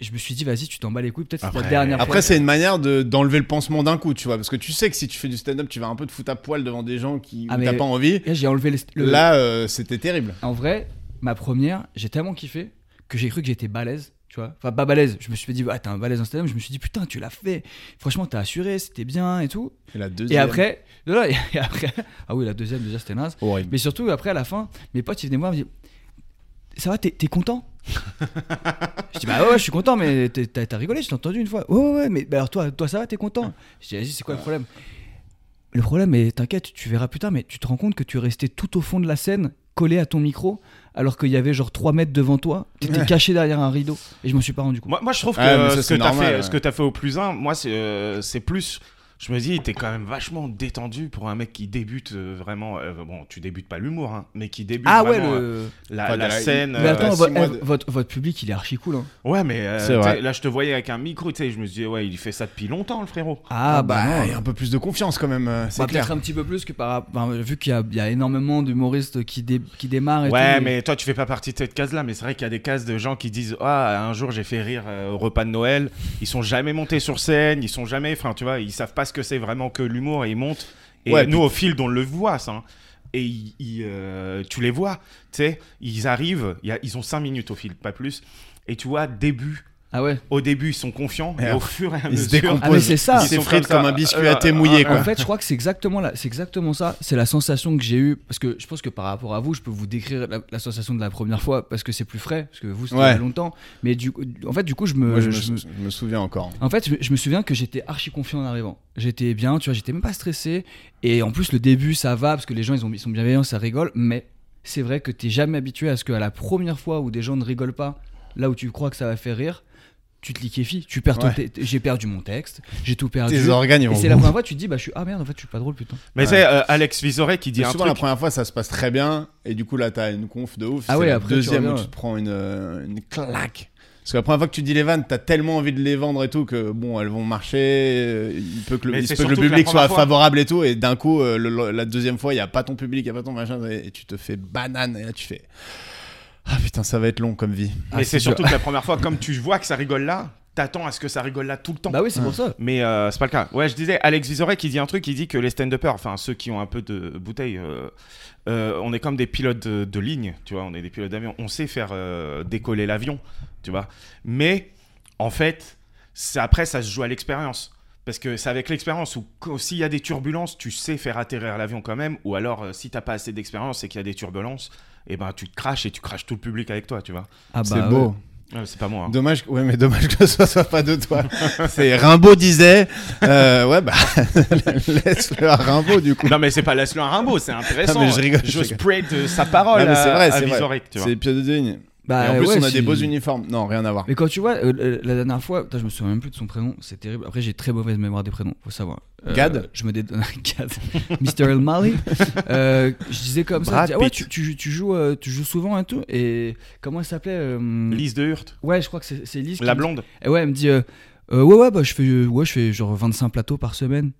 S1: Je me suis dit vas-y, tu t'en bats les couilles. Peut-être c'est la
S2: Après-
S1: dernière.
S3: Après,
S1: fois.
S3: c'est une manière de- d'enlever le pansement d'un coup, tu vois. Parce que tu sais que si tu fais du stand-up, tu vas un peu te foutre à poil devant des gens qui où
S1: Ah, mais-
S3: t'as pas envie.
S1: Là, j'ai enlevé le, le-
S3: Là, euh, c'était terrible.
S1: En vrai, ma première, j'ai tellement kiffé que j'ai cru que j'étais balèze. Tu vois enfin, pas balèze, je me suis dit, ah, t'es un balèze en stand-up, je me suis dit, putain, tu l'as fait, franchement, t'as assuré, c'était bien et tout.
S3: Et la deuxième.
S1: Et après, non, non, et après, ah oui, la deuxième, déjà, c'était naze.
S3: Horrible.
S1: Mais surtout, après, à la fin, mes potes, ils venaient me voir, ils me disaient Ça va, t'es t'es content Je dis Bah ouais, ouais, je suis content, mais t'es- t'as t'as rigolé, je t'ai entendu une fois. Ouais, ouais, ouais, mais bah alors toi, toi ça va, t'es content Je dis Vas-y, c'est quoi le problème Le problème, mais t'inquiète, tu verras plus tard, mais tu te rends compte que tu restais tout au fond de la scène, collé à ton micro, alors qu'il y avait genre 3 mètres devant toi, t'étais caché derrière un rideau, et je m'en suis pas rendu compte.
S2: Moi, moi, je trouve que
S3: Ah, mais ça,
S2: ce
S3: c'est
S2: que t'as
S3: normal,
S2: fait,
S3: ouais.
S2: ce que t'as fait au plus un, moi, c'est, euh, c'est plus. Je me dis, t'es quand même vachement détendu pour un mec qui débute euh, vraiment. euh, bon, tu débutes pas l'humour, hein, mais qui débute
S1: Ah ouais,
S2: vraiment euh,
S1: le...
S2: la,
S3: Enfin,
S2: la
S3: de la-
S2: scène.
S1: mais
S2: euh,
S1: attends,
S3: six
S1: vo-
S3: mois
S1: eh,
S3: de-
S1: votre, votre public il est archi cool. hein.
S2: ouais, mais euh,
S3: C'est vrai.
S2: t'sais, là, je te voyais avec un micro, tu sais, je me disais, ouais, il fait ça depuis longtemps, le frérot.
S1: Ah, bah, non.
S3: il y a un peu plus de confiance quand même, euh, c'est
S1: Bah,
S3: clair.
S1: peut-être un petit peu plus que par enfin, vu qu'il y a, il y a énormément d'humoristes qui, dé- qui démarrent et
S2: Ouais,
S1: tout,
S2: mais toi, tu fais pas partie de cette case-là, mais c'est vrai qu'il y a des cases de gens qui disent Ah, un jour, j'ai fait rire euh, au repas de Noël. Ils sont jamais montés sur scène, ils sont jamais. Enfin, tu vois, ils savent pas ce que c'est vraiment que l'humour et ils montent. Et
S3: Ouais,
S2: nous, au fil, on le voit, ça. hein. Et ils- ils, euh, tu les vois, tu sais, ils arrivent, il y a- ils ont 5 minutes au fil, pas plus. Et tu vois, début,
S1: Ah ouais.
S2: au début, ils sont confiants, mais
S3: Et
S2: au fur et à
S3: Ils se
S2: mesure.
S1: Ah mais
S3: décomposent.
S1: c'est ça.
S3: Ils
S2: Ils sont
S3: s'effritent
S2: comme ça.
S3: comme un biscuit
S2: Euh,
S3: à thé mouillé,
S2: euh,
S3: quoi.
S1: En fait, je crois que c'est exactement là, c'est exactement ça. C'est la sensation que j'ai eue parce que je pense que par rapport à vous, je peux vous décrire la, la sensation de la première fois parce que c'est plus frais parce que vous c'était
S3: Ouais.
S1: il y a longtemps. Mais du, coup- en fait, du coup, je
S2: euh,
S1: me,
S3: Moi, je,
S1: je
S3: me,
S1: me-
S3: je me souviens encore.
S1: En fait, je me- je me souviens que j'étais archi confiant en arrivant. J'étais bien, tu vois, j'étais même pas stressé. Et en plus, le début, ça va, parce que les gens, ils, ont, ils sont bienveillants, ça rigole. Mais c'est vrai que t'es jamais habitué à ce qu'à la première fois où des gens ne rigolent pas, là où tu crois que ça va faire rire, tu te liquéfies. Tu perds ton
S3: Ouais.
S1: te- J'ai perdu mon texte, j'ai tout perdu.
S3: Tes organes, ils
S1: Ah, Et
S3: vont.
S1: c'est la première fois que tu te dis, bah, je suis, ah merde, en fait, je suis pas drôle, putain.
S2: Mais c'est euh, Alex Vizorek qui dit
S3: Et
S2: un
S3: souvent,
S2: truc.
S3: la première fois, ça se passe très bien. Et du coup, là, t'as une conf de ouf.
S1: Ah
S3: c'est
S1: ouais,
S3: la
S1: après, tu
S3: deuxième
S1: reviens,
S3: où tu
S1: ouais.
S3: te prends une, euh, une claque. Parce que la première fois que tu dis les vannes, t'as tellement envie de les vendre et tout que bon, elles vont marcher. euh, Il peut que le,
S2: Mais
S3: il se
S2: c'est
S3: peut que le
S2: surtout que la
S3: public soit
S2: première fois-
S3: favorable et tout. Et d'un coup, euh, le- le- la deuxième fois, il y a pas ton public, il y a pas ton machin. Et, et tu te fais banane. Et là, tu fais. Ah putain, ça va être long comme vie.
S1: Ah,
S2: Mais c'est
S1: dur.
S2: surtout que la première fois, comme tu vois que ça rigole là, t'attends à ce que ça rigole là tout le temps.
S1: Bah oui, c'est pour ça.
S2: Mais euh, c'est pas le cas. Ouais, je disais, Alex Vizorek, qui dit un truc, il dit que les stand-uppers, enfin ceux qui ont un peu de bouteille, euh, euh, on est comme des pilotes de, de ligne, tu vois, on est des pilotes d'avion, on sait faire euh, décoller l'avion, tu vois. Mais en fait, c'est- après, ça se joue à l'expérience. Parce que c'est avec l'expérience où quand- s'il y a des turbulences, tu sais faire atterrir l'avion quand même, ou alors euh, si t'as pas assez d'expérience et qu'il y a des turbulences, et ben tu te craches et tu craches tout le public avec toi, tu vois.
S1: Ah bah,
S3: c'est beau.
S1: ouais.
S2: Ouais, c'est pas moi. hein.
S3: Dommage, ouais, mais dommage que ce soit pas de toi. C'est Rimbaud disait, euh, ouais, bah, laisse-le à Rimbaud, du coup.
S2: Non, mais c'est pas laisse-le un Rimbaud, c'est intéressant.
S3: Non, mais je rigole, je
S2: Je
S3: rigole.
S2: spread euh, sa parole
S3: Non, mais c'est
S2: à-
S3: vrai,
S2: à
S3: c'est vrai.
S2: Vizorek, tu vois.
S3: C'est pied de digne.
S1: Bah,
S3: Et en plus,
S1: ouais,
S3: on a
S1: si-
S3: des beaux uniformes. Non, rien à voir.
S1: Mais quand tu vois, euh, euh, la dernière fois, putain, je me souviens même plus de son prénom, c'est terrible. Après, j'ai très mauvaise mémoire des prénoms, faut savoir. Euh,
S3: Gad
S1: Je me dédonne. Gad. Mr. El Mali. Euh, je disais comme ça,
S2: Brad
S1: je disais, ah ouais, tu,
S2: Pitt.
S1: tu- tu joues, euh, tu joues souvent et tout. Et comment elle s'appelait euh,
S2: Lise de Hurt,
S1: Ouais, je crois que c'est c'est Lise. qui
S2: la
S1: me-
S2: blonde.
S1: Et ouais, elle me dit euh, euh, Ouais, ouais, bah, je, fais, euh, ouais, je fais genre 25 plateaux par semaine.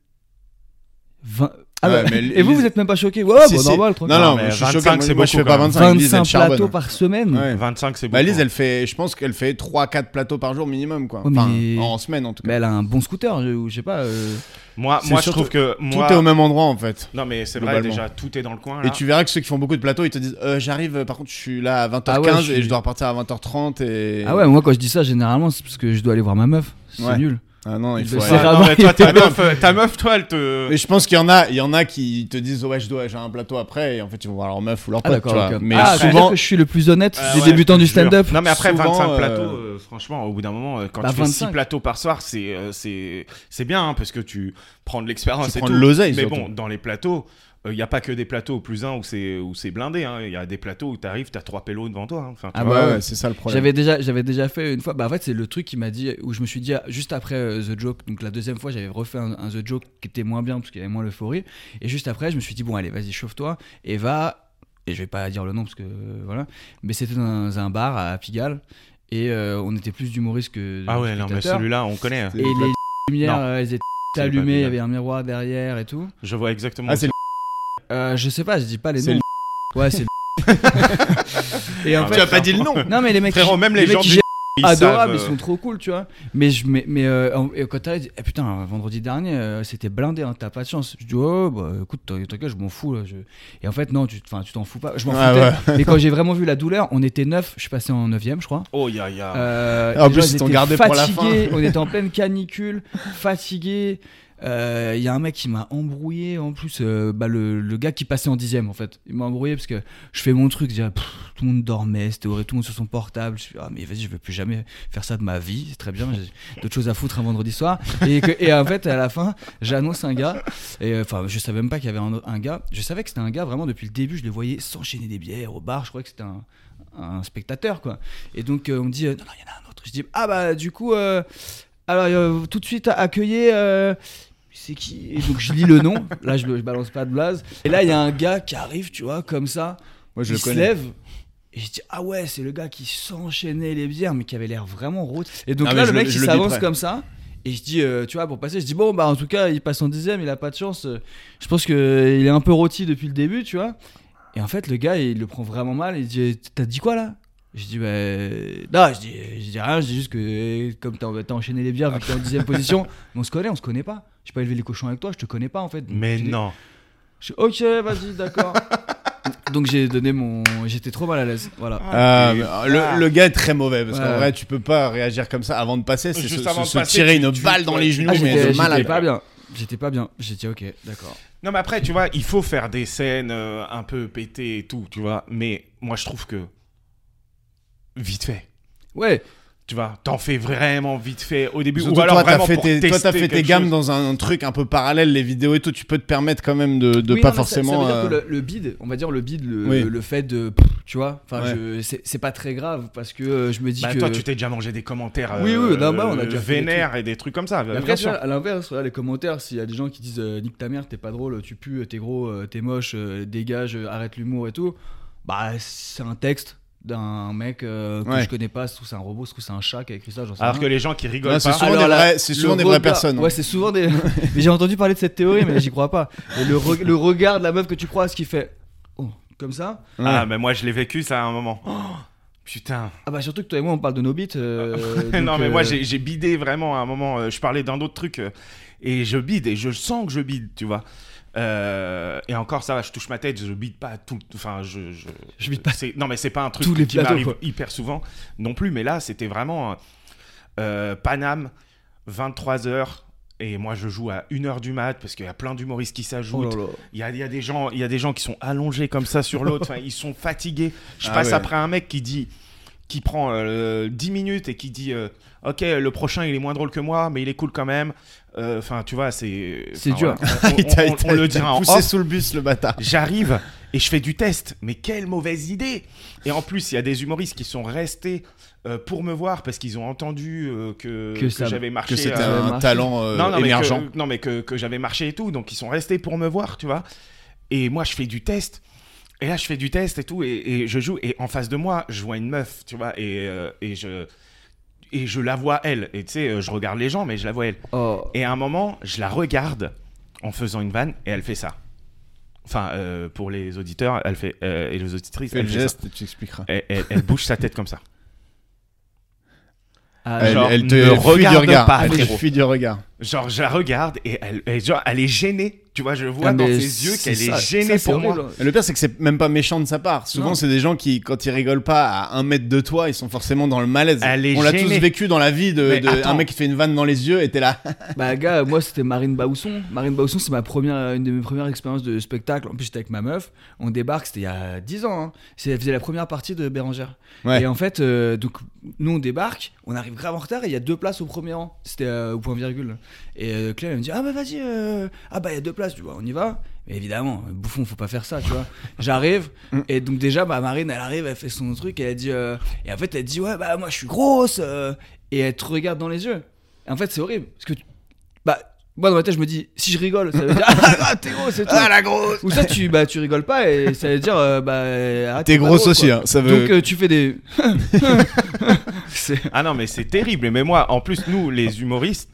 S1: 20... Ah
S3: Ouais,
S1: bah,
S3: mais
S1: et vous,
S3: Lise-
S1: vous êtes même pas choqué Ouais, ouais,
S3: Si,
S1: bah,
S3: si.
S1: normal,
S3: Non,
S1: tranquille.
S3: non,
S2: mais
S3: mais je suis
S2: 25,
S3: choqué. Moi,
S2: c'est
S3: je fais
S2: beaucoup,
S3: pas
S2: quand même.
S3: 25, Lise, elle
S1: 25
S3: charbonne.
S1: plateaux par semaine
S3: Ouais.
S2: vingt-cinq, c'est beaucoup.
S3: Bah, Lise,
S2: hein.
S3: elle fait, je pense qu'elle fait 3-4 plateaux par jour minimum, quoi.
S1: Ouais, mais-
S3: Enfin, en semaine, en tout cas.
S1: Mais elle a un bon scooter, je- ou je sais pas. euh,
S2: Moi,
S3: c'est
S2: moi je
S3: surtout-
S2: trouve que.
S3: Tout
S2: Moi...
S3: est au même endroit, en fait.
S2: Non, mais c'est vrai,
S3: globalement.
S2: déjà, tout est dans le coin. Là.
S3: Et tu verras que ceux qui font beaucoup de plateaux, ils te disent euh, J'arrive, euh, par contre, je suis là à 20h15
S1: Ah ouais, je
S3: et
S1: suis-
S3: je dois repartir à 20h30. Et...
S1: Ah ouais, moi quand je dis ça, généralement, c'est parce que je dois aller voir ma meuf. C'est
S3: Ouais.
S1: nul.
S3: Ah non, il
S1: Je
S3: faut
S1: sais
S3: aller-
S2: Ah, non,
S1: Vraiment,
S2: mais toi, ta
S3: il y a
S2: meuf, euh, ta meuf, toi, elle te.
S3: Mais je pense qu'il y en a, il y en a qui te disent ouais je dois j'ai un plateau après et en fait ils vont voir leur meuf ou leur
S1: Ah
S3: pote, tu
S1: d'accord.
S3: vois.
S1: ok.
S3: Mais
S1: ah, tu veux dire
S3: souvent
S1: que je suis le plus honnête
S2: Ah
S1: des
S2: ouais,
S1: débutants
S2: je
S1: du
S2: te jure.
S1: stand-up.
S2: Non, mais après,
S3: souvent,
S2: 25
S3: euh,
S2: plateaux, euh, franchement, au bout d'un moment, euh, quand
S1: Bah,
S2: tu fais
S1: 25.
S2: 6 plateaux par soir, c'est euh, c'est c'est bien, hein, parce que tu prends de l'expérience
S3: Tu
S2: et
S3: prends
S2: tout.
S3: de l'oseille,
S2: Mais
S3: surtout.
S2: bon, dans les plateaux, Il n'y a pas que des plateaux au plus un où c'est où c'est blindé. hein. Il y a des plateaux où t'arrives, t'as trois pélos devant toi. hein. Enfin, tu
S1: Ah
S2: vois.
S1: bah ouais.
S3: c'est ça le problème.
S1: J'avais déjà, j'avais déjà fait une fois. Bah en fait, c'est le truc qui m'a dit où je me suis dit ah, juste après euh, The Joke. Donc la deuxième fois, j'avais refait un, un The Joke qui était moins bien parce qu'il y avait moins l'euphorie. Et juste après, je me suis dit bon allez, vas-y, chauffe-toi et va. Et je vais pas dire le nom parce que euh, voilà. Mais c'était dans un bar à Pigalle et euh, on était plus d'humoristes que. de
S2: Ah ouais, non mais
S1: spectateurs.
S2: celui-là, on connaît. hein.
S1: Et les lumières,
S2: Non.
S1: euh, elles étaient
S2: C'est pas
S1: allumées. Il y
S2: Pigalle.
S1: avait un miroir derrière et tout.
S2: Je vois exactement.
S3: Ah, c'est
S1: Euh, je sais pas, je dis pas les
S3: C'est
S1: noms. Ouais, c'est. le- et en
S2: Ah,
S1: fait-
S2: ouais.
S3: Tu as pas dit le nom
S1: non mais les mecs.
S2: Frérot, même les,
S1: mecs
S2: gens
S1: qui
S2: du ils
S1: adorables, ils
S2: savent, euh,
S1: sont trop cool, tu vois. Mais je, mais, mais euh, en- et quand t'arrives, eh, putain, vendredi dernier, euh, c'était blindé, hein, t'as pas de chance. Je dis, oh, bah écoute, t'inquiète, je m'en fous. Là, je- Et en fait, non, tu, enfin, tu t'en fous pas. Je m'en
S2: Ah
S3: Ouais,
S1: foutais. Mais quand j'ai vraiment vu la douleur, on était neuf, je suis passé en 9 je crois.
S2: Oh, ya, ya.
S1: Euh,
S3: En
S1: les
S3: plus,
S1: gens,
S3: ils t'ont
S1: étaient
S3: gardé pour la
S1: fatigués, on était en pleine canicule, fatigué. Il y a un mec qui m'a embrouillé en plus, euh, bah, le, le gars qui passait en dixième en fait. Il m'a embrouillé parce que je fais mon truc, je dirais, pff, tout le monde dormait, c'était horrible, tout le monde sur son portable. Je suis, ah mais vas-y, je vais plus jamais faire ça de ma vie, c'est très bien, j'ai d'autres choses à foutre un vendredi soir. Et, que- et en fait, à la fin, j'annonce un gars, et euh, enfin, je savais même pas qu'il y avait un, autre- un gars, je savais que c'était un gars vraiment depuis le début, je le voyais s'enchaîner des bières au bar, je croyais que c'était un, un spectateur quoi. Et donc euh, on me dit, euh, non, non, il y en a un autre. Je dis, ah bah du coup, euh, alors euh, tout de suite accueillez. euh, c'est qui Et donc je lis le nom, là je, je balance pas de blase. Et là il y a un gars qui arrive, tu vois, comme ça,
S3: Moi, je
S1: il
S3: le
S1: se
S3: connais.
S1: lève. Et je dis, ah ouais, c'est le gars qui s'enchaînait les bières, mais qui avait l'air vraiment route. Et donc
S3: Ah, mais
S1: là,
S3: je
S1: le
S3: le-
S1: mec,
S3: je
S1: il
S3: le
S1: s'avance
S3: biperai.
S1: comme ça. Et je dis, euh, tu vois, pour passer, je dis, bon, bah en tout cas, il passe en dixième, il a pas de chance. Euh, Je pense qu'il est un peu rôti depuis le début, tu vois. Et en fait, le gars, il le prend vraiment mal. Il dit, t'as dit quoi là je dis, bah. Non, je dis, je dis rien, je dis juste que euh, comme t'as t'as enchaîné les bières, vu que t'es en dixième position, mais on se connaît, on se connaît pas. J'ai pas élevé les cochons avec toi, je te connais pas en fait. Donc,
S2: Mais
S1: je dis-
S2: non.
S1: je suis, ok, vas-y, d'accord. Donc j'ai donné mon. J'étais trop mal à l'aise. Voilà.
S3: Ah,
S2: Et-
S3: mais, euh, le, le gars est très mauvais parce
S1: Ouais.
S3: qu'en vrai, tu peux pas réagir comme ça avant de passer. C'est
S2: Juste
S3: se,
S2: avant
S3: se-
S2: de
S3: se
S2: passer,
S3: tirer
S2: tu-
S3: une
S2: tu-
S3: balle dans
S2: ouais,
S3: les
S2: tu-
S3: genoux,
S1: Ah,
S3: mais
S1: j'étais
S3: de
S1: j'étais
S3: malade.
S1: pas bien. J'étais pas bien. J'ai dit, ok, d'accord.
S2: Non, mais après, tu vois, il faut faire des scènes euh, un peu pétées et tout, tu vois. Mais moi, je trouve que. Vite fait.
S1: Ouais,
S2: Tu vois, t'en fais vraiment vite fait au début.
S3: Surtout,
S2: ou alors
S3: toi, t'as
S2: vraiment
S3: fait
S2: pour
S3: tes, toi, t'as
S2: tester
S3: fait tes
S2: quelque
S3: gammes
S2: chose.
S3: dans un, un truc un peu parallèle, les vidéos et tout. Tu peux te permettre quand même de, de
S1: Oui,
S3: pas
S1: non, mais ça-
S3: forcément.
S1: Ça, veut
S3: euh,
S1: dire que le, le bide, on va dire le bide, le,
S3: Oui.
S1: le fait de. pff, Tu vois, enfin,
S3: Ouais.
S1: je- c'est c'est pas très grave parce que euh, je me dis
S2: Bah,
S1: que.
S2: toi, tu t'es déjà mangé des commentaires.
S1: Oui,
S2: euh,
S1: oui, non, bah, on a déjà fait des
S2: vénères et des trucs comme ça.
S1: Mais
S2: bien
S1: Après, tu
S2: sûr.
S1: vois, à l'inverse, regarde les commentaires, s'il y a des gens qui disent euh, nique ta mère, t'es pas drôle, tu pues, t'es gros, euh, t'es moche, euh, dégage, euh, arrête l'humour et tout, bah c'est un texte d'un mec euh, que
S3: Ouais.
S1: je connais pas, se trouve c'est un robot, se trouve c'est un chat qui a écrit ça, j'en sais
S2: Alors que
S1: rien.
S2: les gens qui rigolent
S3: Non, c'est
S2: pas.
S3: souvent des
S1: là,
S3: vrais- c'est
S1: le
S3: souvent des vraies
S1: regard-
S3: personnes. hein.
S1: Ouais, c'est souvent des. mais j'ai entendu parler de cette théorie, mais j'y crois pas. Et le, re- le regard de la meuf que tu crois, ce qui fait. Oh, comme ça
S2: Ah, mais moi, je l'ai vécu, ça, à un moment. Oh, putain.
S1: Ah bah surtout que toi et moi on parle de nos bits. euh,
S2: non,
S1: donc,
S2: mais moi,
S1: euh,
S2: j'ai j'ai bidé vraiment à un moment. euh, je parlais d'un autre truc euh, et je bide et je sens que je bide, tu vois. Euh, et encore, ça va, je touche ma tête, je bide pas tout. Enfin, je. je,
S1: Je bide pas.
S2: c'est- Non, mais c'est pas un truc
S1: Tous les
S2: qui
S1: plateaux,
S2: m'arrive
S1: quoi.
S2: hyper souvent non plus, mais là, c'était vraiment. euh, euh, Paname, 23h. Et moi, je joue à 1h du mat parce qu'il y a plein d'humoristes qui
S1: oh
S2: s'ajoutent.
S1: là là.
S2: Il y a, il y a des gens, il y a des gens qui sont allongés comme ça sur l'autre. Enfin, ils sont fatigués. Je
S3: Ah
S2: passe
S3: ouais.
S2: après un mec qui dit, qui prend euh, 10 minutes et qui dit, euh, ok, le prochain il est moins drôle que moi, mais il est cool quand même. Euh, Enfin, tu vois, c'est.
S1: C'est
S2: enfin,
S1: dur.
S2: voilà. On-
S3: Il t'a-
S2: On,
S3: il
S2: on
S3: t'a-
S2: le
S3: il t'a
S2: dira en
S3: poussé
S2: off.
S3: sous le bus, le bâtard.
S2: J'arrive et je fais du test. Mais quelle mauvaise idée Et en plus, il y a des humoristes qui sont restés euh, pour me voir parce qu'ils ont entendu euh, que,
S1: Que
S2: que
S1: ça-
S2: j'avais marché.
S3: Que c'était
S2: euh,
S1: euh,
S3: un
S1: marché.
S3: talent euh,
S2: non, non,
S3: émergent.
S2: Mais que, non, mais que, que j'avais marché et tout, donc ils sont restés pour me voir, tu vois. Et moi, je fais du test. Et là, je fais du test et tout, et, et je joue. Et en face de moi, je vois une meuf, tu vois, et, euh, et je. Et je la vois elle. Et tu sais, euh, je regarde les gens, mais je la vois elle.
S1: Oh.
S2: Et à un moment, je la regarde en faisant une vanne, et elle fait ça. Enfin, euh, pour les auditeurs, elle fait. euh, et les auditrices,
S3: Fais
S2: elle
S3: le
S2: fait ça.
S3: geste, tu expliqueras.
S2: Elle, elle- elle bouge sa tête comme ça.
S1: Ah,
S3: Elle,
S2: Genre,
S3: elle te
S2: ne
S3: fuit du
S2: regarde
S3: regard.
S2: pas,
S3: elle te
S2: frérot.
S3: fuit du regard.
S2: Genre, je la regarde et elle, et genre, elle est gênée. Tu vois, je vois
S1: Ah,
S2: dans
S1: mais
S2: ses yeux
S1: c'est
S2: qu'elle
S1: ça-
S2: est gênée
S1: ça, c'est
S2: pour moi.
S1: horrible.
S3: Et Le pire, c'est que c'est même pas méchant de sa part. Souvent,
S1: Non.
S3: c'est des gens qui, quand ils rigolent pas à un mètre de toi, ils sont forcément dans le malaise.
S2: Elle est
S3: On l'a tous
S2: gênée.
S3: vécu dans la vie de,
S2: Mais
S3: de-
S2: attends.
S3: un mec qui te fait une vanne dans les yeux et t'es là.
S1: Bah gars, moi c'était Marine Baousson. Marine Baousson, c'est ma première, une de mes premières expériences de spectacle. En plus j'étais avec ma meuf. On débarque, c'était il y a 10 ans. hein. C'est- Elle faisait la première partie de Bérangère.
S3: Ouais.
S1: Et en fait, euh, donc nous on débarque, on arrive grave en retard et il y a deux places au premier rang. C'était euh, au point virgule. Et euh, Claire elle me dit ah bah vas-y, euh, ah bah il y a deux places. place, tu vois, on y va. Mais évidemment, bouffon, faut pas faire ça, tu vois. J'arrive,
S3: Mm.
S1: et donc déjà, bah, Marine, elle arrive, elle fait son truc, et elle dit. euh, et en fait, elle dit, ouais, bah, moi, je suis grosse, euh, et elle te regarde dans les yeux. Et en fait, c'est horrible, parce que. tu- Bah, moi, dans ma tête, je me dis, si je rigole, ça veut dire, ah, t'es grosse, c'est tout.
S3: Ah la grosse
S1: Ou ça, tu, bah, tu rigoles pas, et ça veut dire, euh, bah. arrête,
S3: T'es
S1: pas
S3: grosse
S1: drôle,
S3: aussi,
S1: quoi.
S3: hein, ça veut...
S1: Donc, euh, tu fais des. C'est-
S2: Ah non, mais c'est terrible. Mais moi, en plus, nous, les humoristes,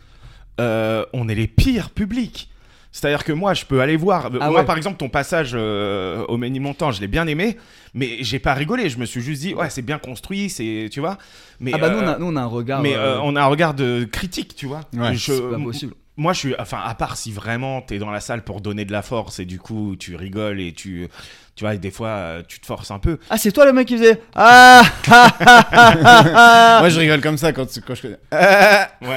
S2: euh, on est les pires publics. C'est-à-dire que moi, je peux aller voir.
S1: Ah
S2: moi,
S1: ouais.
S2: par exemple, ton passage euh, au Ménilmontant, je l'ai bien aimé, mais j'ai pas rigolé. Je me suis juste dit, ouais, c'est bien construit, c'est, tu vois. Mais,
S1: Ah, bah,
S2: euh,
S1: nous, on a, nous, on a un regard.
S2: mais
S1: euh,
S2: euh, on a un regard de critique, tu vois.
S3: Ouais,
S2: Je-
S1: c'est pas possible.
S2: moi, je suis. Enfin, à part si vraiment t'es dans la salle pour donner de la force et du coup, tu rigoles et tu. Tu vois, des fois, euh, tu te forces un peu.
S1: Ah, c'est toi le mec qui faisait. Ah, ah, ah, ah, ah, ah.
S3: Moi je rigole comme ça quand, quand je...
S2: Ouais.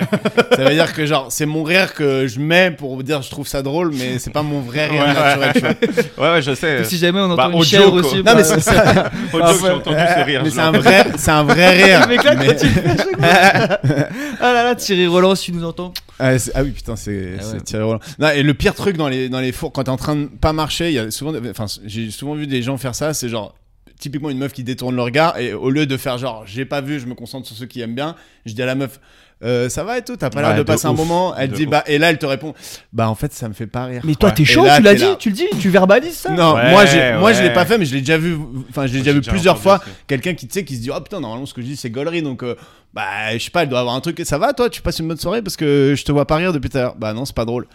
S3: Ça veut dire que genre c'est mon rire que je mets pour dire je trouve ça drôle mais c'est pas mon vrai rire
S2: Ouais, ouais.
S3: naturel. tu vois.
S2: ouais, ouais, je sais.
S1: Si jamais on entend
S2: Bah,
S1: une
S2: au
S1: chèvre
S2: joke,
S1: aussi.
S2: quoi.
S1: bah,
S3: Non mais c'est ça.
S2: Au joke, j'ai entendu ce rire.
S3: Mais
S2: je
S3: c'est un
S2: l'entends.
S3: vrai, c'est un vrai rire.
S1: Mec, là,
S3: Mais-
S1: quand tu le fais à chaque fois. Ah là là, Thierry Roland, si tu nous entends.
S3: Ah, c'est- ah oui, putain, c'est
S1: Ah
S3: c'est
S1: ouais.
S3: Thierry Roland. Non, et le pire truc dans les, dans les fours, quand t'es en train de pas marcher, il y a souvent, enfin, j'ai souvent vu des gens faire ça, c'est genre, typiquement une meuf qui détourne le regard, et au lieu de faire genre, j'ai pas vu, je me concentre sur ceux qui aiment bien, je dis à la meuf, Euh, ça va et tout, t'as pas
S2: Ouais,
S3: l'air de,
S2: de
S3: passer un
S2: ouf,
S3: moment, elle
S2: de
S3: dit,
S2: ouf.
S3: bah, et là, elle te répond, bah, en fait, ça me fait pas rire.
S1: Mais toi,
S3: Ouais.
S1: t'es
S3: Et
S1: chaud,
S3: là,
S1: tu l'as
S3: t'es
S1: dit,
S3: là.
S1: tu le dis, tu verbalises ça.
S3: Non,
S2: Ouais,
S3: moi, j'ai- moi je
S2: ouais.
S3: l'ai pas fait, mais je l'ai déjà vu. Enfin, je l'ai déjà
S2: J'ai
S3: vu
S2: déjà
S3: plusieurs
S2: entendu
S3: fois.
S2: aussi.
S3: Quelqu'un qui, tu sais, qui se dit, oh putain, normalement, ce que je dis, c'est gaulerie. Donc, euh, bah, je sais pas, elle doit avoir un truc. Ça va, toi, tu passes une bonne soirée parce que je te vois pas rire depuis tout à l'heure. Bah, non, c'est pas drôle.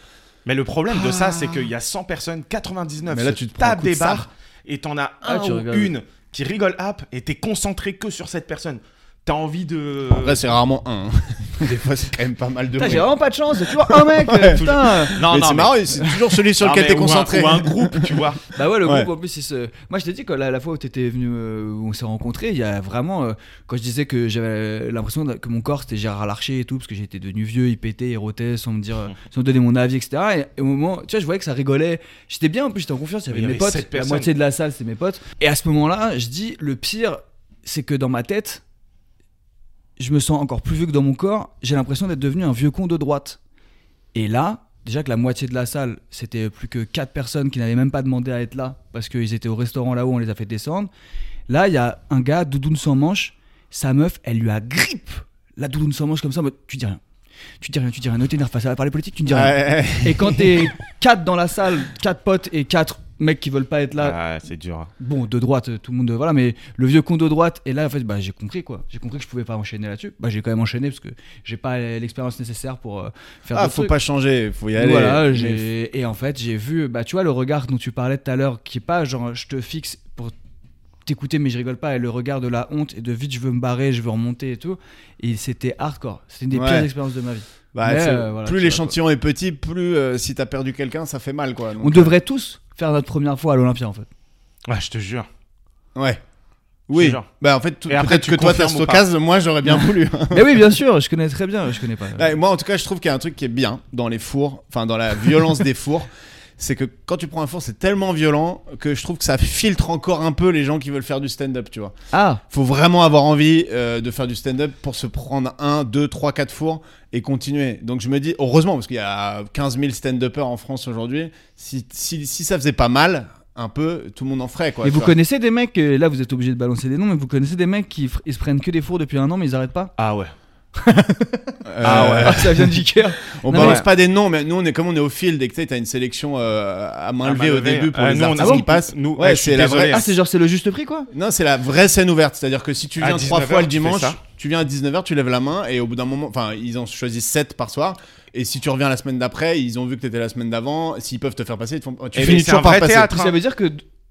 S2: Mais le problème de ça, c'est qu'il y a 100 personnes, 99
S3: Mais là,
S2: se
S3: tu te prends un
S2: tapent
S3: coup de
S2: des
S3: sabre.
S2: barres et t'en as
S1: Ah,
S2: un
S1: tu
S2: ou
S1: rigoles.
S2: une qui rigole hop et t'es concentré que sur cette personne. T'as envie de.
S3: Après, c'est rarement un. hein. Des fois, c'est quand même pas mal de
S1: Putain,
S3: monde.
S1: j'ai vraiment pas de chance, c'est toujours un mec. euh, putain.
S2: non,
S3: mais
S2: non,
S3: c'est
S2: mais-
S3: marrant, c'est toujours celui sur
S2: non,
S3: lequel t'es
S2: mais ou un-
S3: concentré.
S2: Ou un, groupe, tu vois.
S1: Bah ouais, le
S3: Ouais.
S1: groupe en plus, il se... moi je t'ai dit que la, la fois où t'étais venu, euh, où on s'est rencontrés, il y a vraiment, euh, quand je disais que j'avais l'impression que mon corps c'était Gérard Larcher et tout, parce que j'étais devenu vieux, il pétait, il rotait, sans me dire, euh, sans me donner mon avis, etc. Et, et au moment, tu vois, je voyais que ça rigolait. J'étais bien, en plus j'étais en confiance, il y avait
S2: Il y
S1: mes
S2: avait
S1: potes,
S2: sept
S1: la
S2: personnes.
S1: moitié de la salle c'était mes potes. Et à ce moment-là, je dis, le pire, c'est que dans ma tête, je me sens encore plus vieux que dans mon corps, j'ai l'impression d'être devenu un vieux con de droite. Et là, déjà que la moitié de la salle, c'était plus que 4 personnes qui n'avaient même pas demandé à être là parce qu'ils étaient au restaurant là-haut, on les a fait descendre. Là, il y a un gars, doudoune sans manche, sa meuf, elle lui agrippe la doudoune sans manche comme ça, en mode, tu dis rien. Tu dis rien, tu dis rien, ne t'énerve pas, ça va parler politique, tu ne dis rien.
S3: Ouais.
S1: Et quand t'es 4 dans la salle, 4 potes et 4 mecs qui veulent pas être là,
S2: Ah, c'est dur.
S1: bon, de droite, euh, tout le monde, voilà, mais le vieux con de droite, et là, en fait, bah, j'ai compris quoi. J'ai compris que je pouvais pas enchaîner là-dessus. Bah, j'ai quand même enchaîné parce que j'ai pas l'expérience nécessaire pour euh, faire
S3: Ah,
S1: d'autres
S3: faut
S1: trucs.
S3: pas changer, faut y aller.
S1: Voilà,
S3: Mais-
S1: j'ai- et en fait, j'ai vu, bah, tu vois, le regard dont tu parlais tout à l'heure, qui est pas genre je te fixe pour t'écouter, mais je rigole pas, et le regard de la honte et de vite, je veux me barrer, je veux remonter et tout. Et c'était hardcore. C'était une des
S3: Ouais.
S1: pires expériences de ma vie.
S3: Bah,
S1: Mais,
S3: c'est-
S1: euh, voilà, tu
S3: plus
S1: vois,
S3: l'échantillon est petit, plus euh, si t'as perdu quelqu'un, ça fait mal, quoi. Donc, euh,
S1: On devrait tous faire notre première fois à l'Olympia en fait.
S2: Ouais, je te jure.
S3: Ouais.
S2: Je
S3: Oui.
S2: te jure.
S3: Bah, en fait, tout-
S2: Et après,
S3: peut-être
S2: tu
S3: que toi, t'as
S2: confirmes ou pas
S3: stockage, moi, j'aurais bien voulu.
S1: Mais oui, bien sûr, je connais très bien, je connais pas.
S3: Ouais, moi, en tout cas, je trouve qu'il y a un truc qui est bien dans les fours, enfin dans la violence des fours, c'est que quand tu prends un four, c'est tellement violent que je trouve que ça filtre encore un peu les gens qui veulent faire du stand-up, tu vois.
S1: Ah,
S3: Faut vraiment avoir envie euh, de faire du stand-up pour se prendre un, deux, trois, quatre fours et continuer. Donc je me dis, heureusement, parce qu'il y a 15 000 stand-uppers en France aujourd'hui, si, si, si ça faisait pas mal, un peu, tout le monde en ferait, quoi.
S1: et
S3: tu
S1: vous
S3: vois.
S1: connaissez des mecs, euh, là vous êtes obligé de balancer des noms, mais vous connaissez des mecs qui fr- ils se prennent que des fours depuis un an, mais ils arrêtent pas
S2: Ah ouais.
S3: Euh,
S2: Ah ouais.
S1: Ça vient de Jicker.
S3: On
S1: Non,
S3: balance
S1: mais-
S3: pas des noms, mais nous, on est, comme on est au field et que tu sais, t'as une sélection euh, à main
S2: À
S3: levée
S2: main
S3: au
S2: levée.
S3: début pour
S2: Euh,
S3: les
S2: nous, on-
S3: artistes
S2: ah bon
S3: qui passent.
S2: Nous-
S3: ouais,
S2: ouais, je
S3: c'est
S2: suis
S3: la
S2: désolé,
S3: vraie.
S2: hein.
S1: Ah, c'est genre c'est le juste prix quoi
S3: Non, c'est la vraie scène ouverte. C'est-à-dire que si tu
S2: À
S3: viens trois
S2: 19h,
S3: fois le
S2: tu fais
S3: dimanche,
S2: ça.
S3: tu viens à 19h, tu lèves la main et au bout d'un moment, enfin, ils en choisissent 7 par soir. Et si tu reviens la semaine d'après, ils ont vu que t'étais la semaine d'avant. S'ils peuvent te faire passer, ils te font. Tu
S2: Eh ben,
S3: finis
S2: c'est
S3: toujours
S2: un
S3: par
S2: vrai
S3: passer.
S2: théâtre.
S1: Ça veut dire que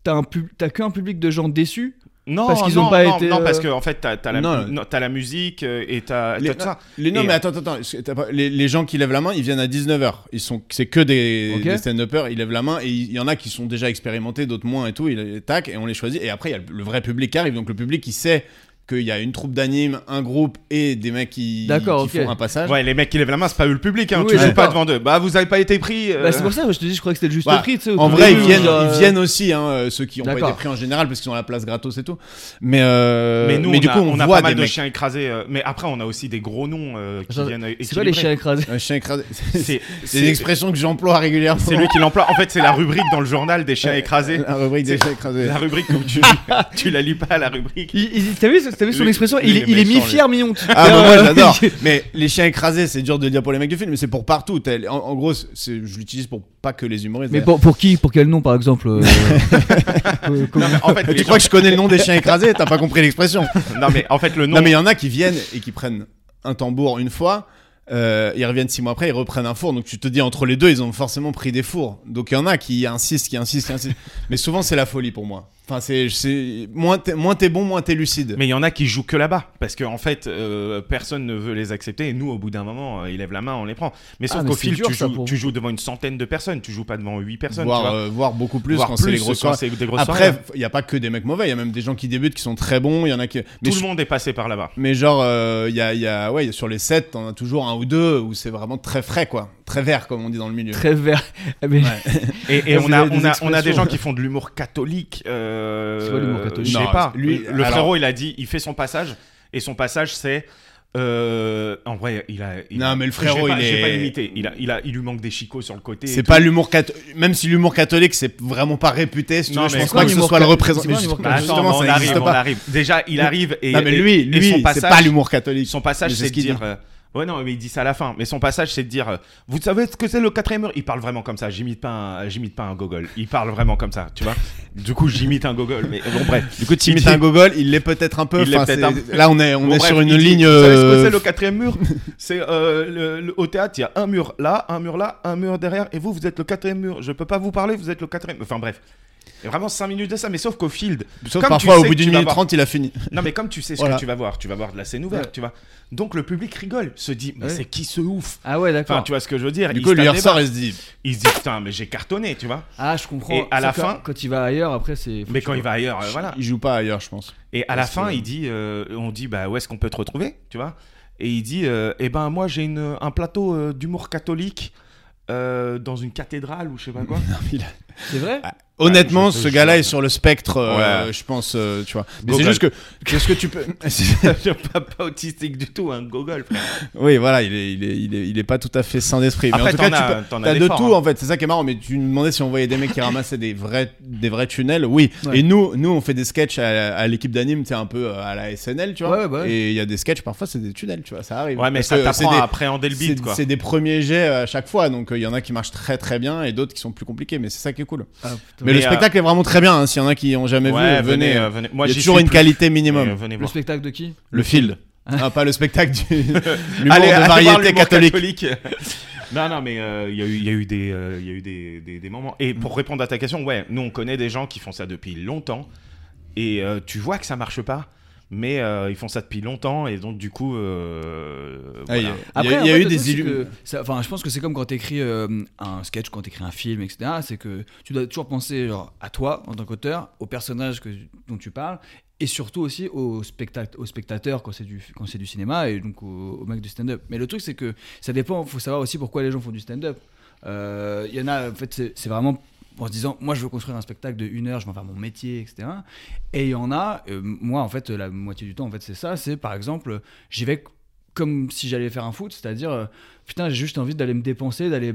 S1: t'as un pub- t'as qu'un public de gens déçus
S3: Ah,
S2: Non,
S1: Parce qu'ils
S2: non,
S1: ont pas
S2: non,
S1: été,
S2: Non, parce
S1: euh,
S2: que en fait, t'as t'as la,
S3: Non.
S2: non, t'as la musique euh, et t'as
S3: Les-
S2: t'as tout ça.
S3: Les, non,
S2: Et-
S3: mais attends, attends. t'as pas- Les, les gens qui lèvent la main, ils viennent à 19h. Ils sont, c'est que des,
S1: Ok.
S3: des stand-uppers. Ils lèvent la main et il y en a qui sont déjà expérimentés, d'autres moins et tout. Ils tac et on les choisit. Et après, il y a le, le vrai public qui arrive. Donc le public, il sait qu'il y a une troupe d'anime, un groupe et des mecs qui,
S1: D'accord,
S3: qui
S1: ok.
S3: font un passage.
S2: Ouais, les mecs qui lèvent la main, c'est pas eux le public, hein.
S1: Oui,
S2: tu joues
S1: d'accord.
S2: pas devant eux. Bah, vous avez pas été pris. euh,
S1: Bah, c'est pour ça, moi, je te dis, je crois que c'était le juste
S3: Bah,
S1: prix, tu sais. au
S3: En
S1: tout
S3: vrai, ils
S1: début,
S3: viennent,
S1: genre,
S3: ils viennent aussi, hein, euh, ceux qui ont pas été
S1: D'accord.
S3: pris en général, parce qu'ils ont la place gratos et tout. Mais, euh,
S2: mais nous,
S3: du
S2: on,
S3: coup,
S2: a,
S3: on,
S2: on a
S3: voit
S2: pas mal
S3: des
S2: de
S3: mecs.
S2: chiens écrasés. euh, mais après, on a aussi des gros noms euh, qui
S1: Genre,
S2: viennent euh,
S1: C'est quoi les chiens
S2: équilibrer.
S1: écrasés
S3: Un chien écrasé. C'est
S2: C'est
S3: des
S2: c'est-
S3: expressions que j'emploie régulièrement.
S2: c'est lui qui l'emploie. En fait, c'est la rubrique dans le journal des chiens écrasés.
S3: La rubrique des
S2: C'est-
S3: chiens écrasés.
S2: La rubrique, comme tu, tu la lis pas, la rubrique.
S1: Il- il- T'as vu, t'as vu son
S2: Lui-
S1: expression
S2: lui,
S1: Il,
S2: il est
S1: il est
S2: méchant, lui.
S1: mi-fier, mi-honte.
S3: Ah bah moi j'adore. Mais les chiens écrasés, c'est dur de le dire pour les mecs du film, mais c'est pour partout. T'as- En, en gros, c'est- je l'utilise pour pas que les humoristes.
S1: Mais
S3: d'ailleurs.
S1: pour, pour qui Pour quel nom, par exemple euh, euh, comment-
S2: En fait, les
S3: Tu crois que je connais le nom des chiens écrasés T'as pas compris l'expression
S2: gens- Non, mais en fait, le nom.
S3: Non mais il y en a qui viennent et qui prennent un tambour une fois. euh, ils reviennent six mois après, ils reprennent un four. Donc tu te dis entre les deux, ils ont forcément pris des fours. Donc il y en a qui insistent, qui insistent, qui insistent. Mais souvent c'est la folie pour moi. Enfin c'est- c'est moins t'es moins t'es bon, moins t'es lucide.
S2: Mais il y en a qui jouent que là-bas, parce qu'en en fait, euh, personne ne veut les accepter, et nous, au bout d'un moment, euh, ils lèvent la main, on les prend. Mais sauf
S1: Ah, mais
S2: qu'au
S1: c'est
S2: fil,
S1: dur,
S2: tu
S1: ça,
S2: joues,
S1: pour
S2: tu joues devant une centaine de personnes, tu joues pas devant huit personnes, tu
S3: voire,
S2: vois.
S3: euh, voire beaucoup plus
S2: Voire
S3: quand c'est les grosses
S2: quand
S3: soirées.
S2: c'est des grosses
S3: Après,
S2: soirées. hein.
S3: il y a pas que des mecs mauvais, il y a même des gens qui débutent qui sont très bons, il y en a qui mais
S2: tout
S3: je-
S2: le monde est passé par là-bas.
S3: Mais genre, euh, il y a, il y a, ouais, sur les 7, t'en as toujours un ou deux où c'est vraiment très frais, quoi. Très vert, comme on dit dans le milieu.
S1: Très vert. Ah, Mais
S2: Et, et
S3: Ah,
S2: on,
S3: vous
S2: a,
S3: avez des
S2: on, a, on a des
S3: expressions.
S2: gens qui font de l'humour catholique. euh,
S1: C'est quoi l'humour catholique
S2: Je sais
S3: Non,
S2: pas.
S3: lui-
S2: le
S3: alors-
S2: frérot, il a dit, il fait son passage, et son passage, c'est. euh, en vrai, il a. il-
S3: Non, mais le
S2: je
S3: frérot,
S2: vais pas-
S3: il
S2: je vais
S3: est-
S2: pas l'imiter. Il, a, il, a, il lui manque des chicots sur le côté. et
S3: C'est
S2: tout.
S3: pas l'humour catholique. Même si l'humour catholique, c'est vraiment pas réputé, si tu
S2: Non,
S3: veux, je
S2: mais
S3: pense
S2: c'est quoi
S3: pas que ce
S1: l'humour
S3: soit le
S1: catholique
S3: représentant.
S1: C'est quoi l'humour
S3: mais
S2: Bah,
S3: justement,
S1: catholique
S2: attends,
S3: justement,
S2: on
S3: ça
S2: arrive,
S3: n'existe
S2: on
S3: pas.
S2: arrive. Déjà, il arrive et.
S3: Non, mais
S2: et-
S3: lui,
S2: et
S3: lui,
S2: son
S3: c'est
S2: passage-
S3: pas l'humour catholique.
S2: Son passage,
S3: Mais c'est
S2: c'est
S3: ce
S2: de
S3: qu'il
S2: dire. euh, ouais, non, mais il dit ça à la fin. Mais son passage, c'est de dire euh, Vous savez ce que c'est le quatrième mur Il parle vraiment comme ça. J'imite pas, un- j'imite pas un gogol. Il parle vraiment comme ça, tu vois. du coup, j'imite un gogol. Mais bon, bref. Du coup,
S3: Tu imites un gogol, il l'est peut-être un peu.
S2: Il l'est
S3: enfin,
S2: peut-être
S3: c'est-
S2: un-
S3: Là, on est, on
S2: Bon,
S3: est
S2: bref,
S3: sur une
S2: il dit,
S3: ligne.
S2: Vous savez ce que
S3: euh,
S2: c'est le quatrième mur C'est euh, le- le- au théâtre, il y a un mur là, un mur là, un mur derrière, et vous, vous êtes le quatrième mur. Je peux pas vous parler, vous êtes le quatrième. Enfin bref. Et vraiment 5 minutes de ça, mais sauf qu'au field.
S3: sauf
S2: comme tu
S3: parfois,
S2: sais
S3: au bout
S2: que
S3: d'une
S2: tu vas
S3: minute
S2: voir-
S3: trente, il a fini.
S2: Non, mais comme tu sais ce
S3: Voilà.
S2: que tu vas voir, tu vas voir de la scène ouverte, tu vois. Donc le public rigole, se dit, mais
S1: Ouais.
S2: c'est qui ce ouf
S1: Ah ouais,
S2: Enfin,
S1: d'accord.
S2: tu vois ce que je veux dire
S3: Du
S2: il
S3: coup,
S2: se
S3: lui, il
S2: tape des
S3: ressort
S2: barres.
S3: et se dit
S2: Il se dit, putain, mais j'ai cartonné, tu vois.
S1: Ah, je comprends.
S2: Et à la
S1: Sauf que
S2: fin-
S1: Quand il va ailleurs, après, c'est.
S2: Mais quand il va ailleurs, euh, voilà.
S3: il joue pas ailleurs, je pense.
S2: Et à la
S3: Parce
S2: fin,
S3: que-
S2: il dit, euh, on dit, bah, où est-ce qu'on peut te retrouver, tu vois Et il dit, euh, eh ben, moi, j'ai une- un plateau euh, d'humour catholique euh, dans une cathédrale ou je sais pas quoi.
S3: Il a-
S1: C'est vrai
S2: Ah.
S3: Honnêtement,
S2: Ouais, je-
S3: ce
S2: je-
S3: gars-là
S2: je-
S3: est sur le spectre, euh,
S2: Ouais.
S3: je pense, euh, tu vois. Mais
S2: Gogol.
S3: c'est juste que, qu'est-ce que tu peux
S2: Je pas, pas autistique du tout, un gogol, frère.
S3: Oui, voilà, il est, il est, il est, il est pas tout à fait sain d'esprit. Mais
S2: Après,
S3: en tout cas,
S2: t'en
S3: tu
S2: as-
S3: peux-
S2: t'en as
S3: t'as
S2: des
S3: de
S2: forts,
S3: tout
S2: hein.
S3: en fait. C'est ça qui est marrant. Mais tu me demandais si on voyait des mecs qui ramassaient des vrais, des vrais tunnels. Oui.
S1: Ouais.
S3: Et nous, nous, on fait des sketchs à, à l'équipe d'anime, c'est un peu euh, à la SNL, tu vois.
S1: Ouais, ouais, bah ouais.
S3: Et il y a des sketchs parfois, c'est des tunnels, tu vois. Ça arrive.
S2: Ouais, mais
S3: Parce
S2: ça
S3: que
S2: t'apprend
S3: c'est des-
S2: à appréhender le beat,
S3: c'est-
S2: quoi.
S3: C'est des premiers jets à chaque fois, donc euh, il y en a qui marchent très très bien et d'autres qui sont plus compliqués, mais c'est ça qui est cool.
S1: Ah,
S3: Mais,
S1: putain.
S2: Mais,
S3: le
S2: euh,
S3: spectacle est vraiment très bien, hein. s'il y en a qui ont jamais
S2: Ouais,
S3: vu, venez.
S2: euh,
S3: euh,
S2: venez. Moi,
S3: il y a
S2: j'y
S3: toujours
S2: suis
S3: une
S2: plus,
S3: qualité
S2: mais,
S3: minimum.
S2: euh, venez
S1: Le
S2: voir.
S1: spectacle de qui
S3: Le field. Ah, pas le spectacle du. L'humour
S2: Allez, allez
S3: de
S2: voir
S3: variété
S2: l'humour
S3: catholique.
S2: non, non, mais euh, il y, a eu- il y a eu des, euh, il y a eu des, des- des moments. Et pour répondre à ta question, ouais, nous on connaît des gens qui font ça depuis longtemps. Et euh, tu vois que ça marche pas, mais euh, ils font ça depuis longtemps. Et donc, du coup, euh,
S3: Ah, il y
S2: voilà.
S3: a- il y a, il y a
S1: en fait,
S3: eu
S1: le
S3: des
S1: truc, c'est
S3: illusions.
S1: que ça- Enfin, je pense que c'est comme quand t'écris euh, un sketch, quand t'écris un film, etc. C'est que tu dois toujours penser genre, à toi en tant qu'auteur, au personnage que, dont tu parles, et surtout aussi au, spectacle, au spectateur quand c'est du, quand c'est du cinéma et donc au, au mec du stand-up. Mais le truc, c'est que ça dépend. faut savoir aussi pourquoi les gens font du stand-up. Euh, Il y en a, en fait, c'est- c'est vraiment en se disant moi je veux construire un spectacle de une heure je vais en faire mon métier etc et il y en a euh, moi en fait la moitié du temps en fait c'est ça c'est par exemple j'y vais comme si j'allais faire un foot, c'est-à-dire euh, putain j'ai juste envie d'aller me dépenser, d'aller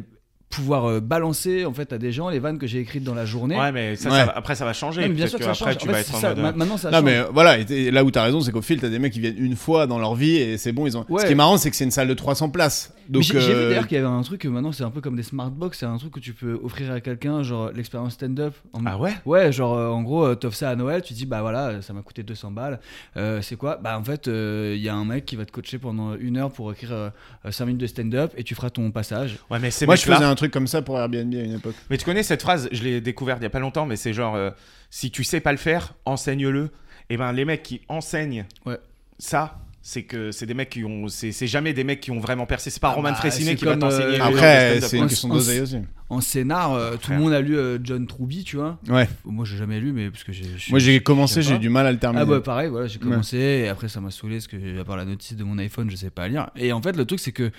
S1: pouvoir euh, balancer en fait à des gens les vannes que j'ai écrites dans la journée.
S2: Ouais, mais ça,
S3: Ouais.
S2: ça va- après, ça va changer.
S1: Non, mais bien
S2: Peut-être
S1: sûr que
S2: que
S1: ça
S2: après,
S1: change.
S2: tu
S1: En
S2: vas
S1: fait,
S2: être
S1: c'est
S2: en
S1: ça.
S2: mode,
S1: Ma-
S2: euh,
S1: Maintenant ça
S3: Non
S1: change.
S3: mais euh, voilà, et t'es- là où t'as raison, c'est qu'au fil t'as des mecs qui viennent une fois dans leur vie et c'est bon, ils ont.
S1: Ouais.
S3: Ce qui est marrant, c'est que c'est une salle de 300 places.
S1: Mais
S3: Donc
S1: j'ai j'ai vu
S3: euh,
S1: d'ailleurs qu'il y avait un truc euh, maintenant c'est un peu comme des smartbox, c'est un truc que tu peux offrir à quelqu'un genre l'expérience stand-up. En-
S2: Ah ouais
S1: Ouais, genre euh, en gros, euh, t'offres ça à Noël, tu dis bah voilà, euh, ça m'a coûté 200 balles. Euh, c'est quoi Bah en fait, euh, il y a un mec qui va te coacher pendant une heure pour écrire 5 minutes de stand-up et tu feras ton passage.
S2: Ouais, mais c'est
S3: moi, je faisais un truc comme ça pour Airbnb à une époque.
S2: Mais tu connais cette phrase, je l'ai découverte il y a pas longtemps, mais c'est genre euh, si tu sais pas le faire, enseigne-le. Et ben les mecs qui enseignent
S1: Ouais.
S2: ça, c'est que c'est des mecs qui ont, c'est c'est jamais des mecs qui ont vraiment percé. C'est pas Roman
S1: bah,
S2: Frécinet
S1: c'est
S2: qui va
S1: comme,
S2: t'enseigner.
S1: euh,
S2: le
S1: Et
S2: genre de
S3: Après,
S2: stand-up,
S3: c'est
S2: quoi.
S3: une
S1: quoi.
S3: question
S1: On s-
S3: d'oseille aussi.
S1: en scénar, euh, tout le
S2: Frère.
S1: monde a lu euh, John Truby, tu vois.
S3: Ouais.
S1: Moi, j'ai jamais lu, mais parce que j'ai. je suis-
S3: Moi j'ai
S1: je
S3: commencé,
S1: sais
S3: j'ai eu
S1: pas.
S3: du mal à le terminer.
S1: Ah bah pareil, voilà, j'ai commencé et après ça m'a saoulé parce que à part la notice de mon iPhone, je sais pas lire. Et en fait, le truc c'est que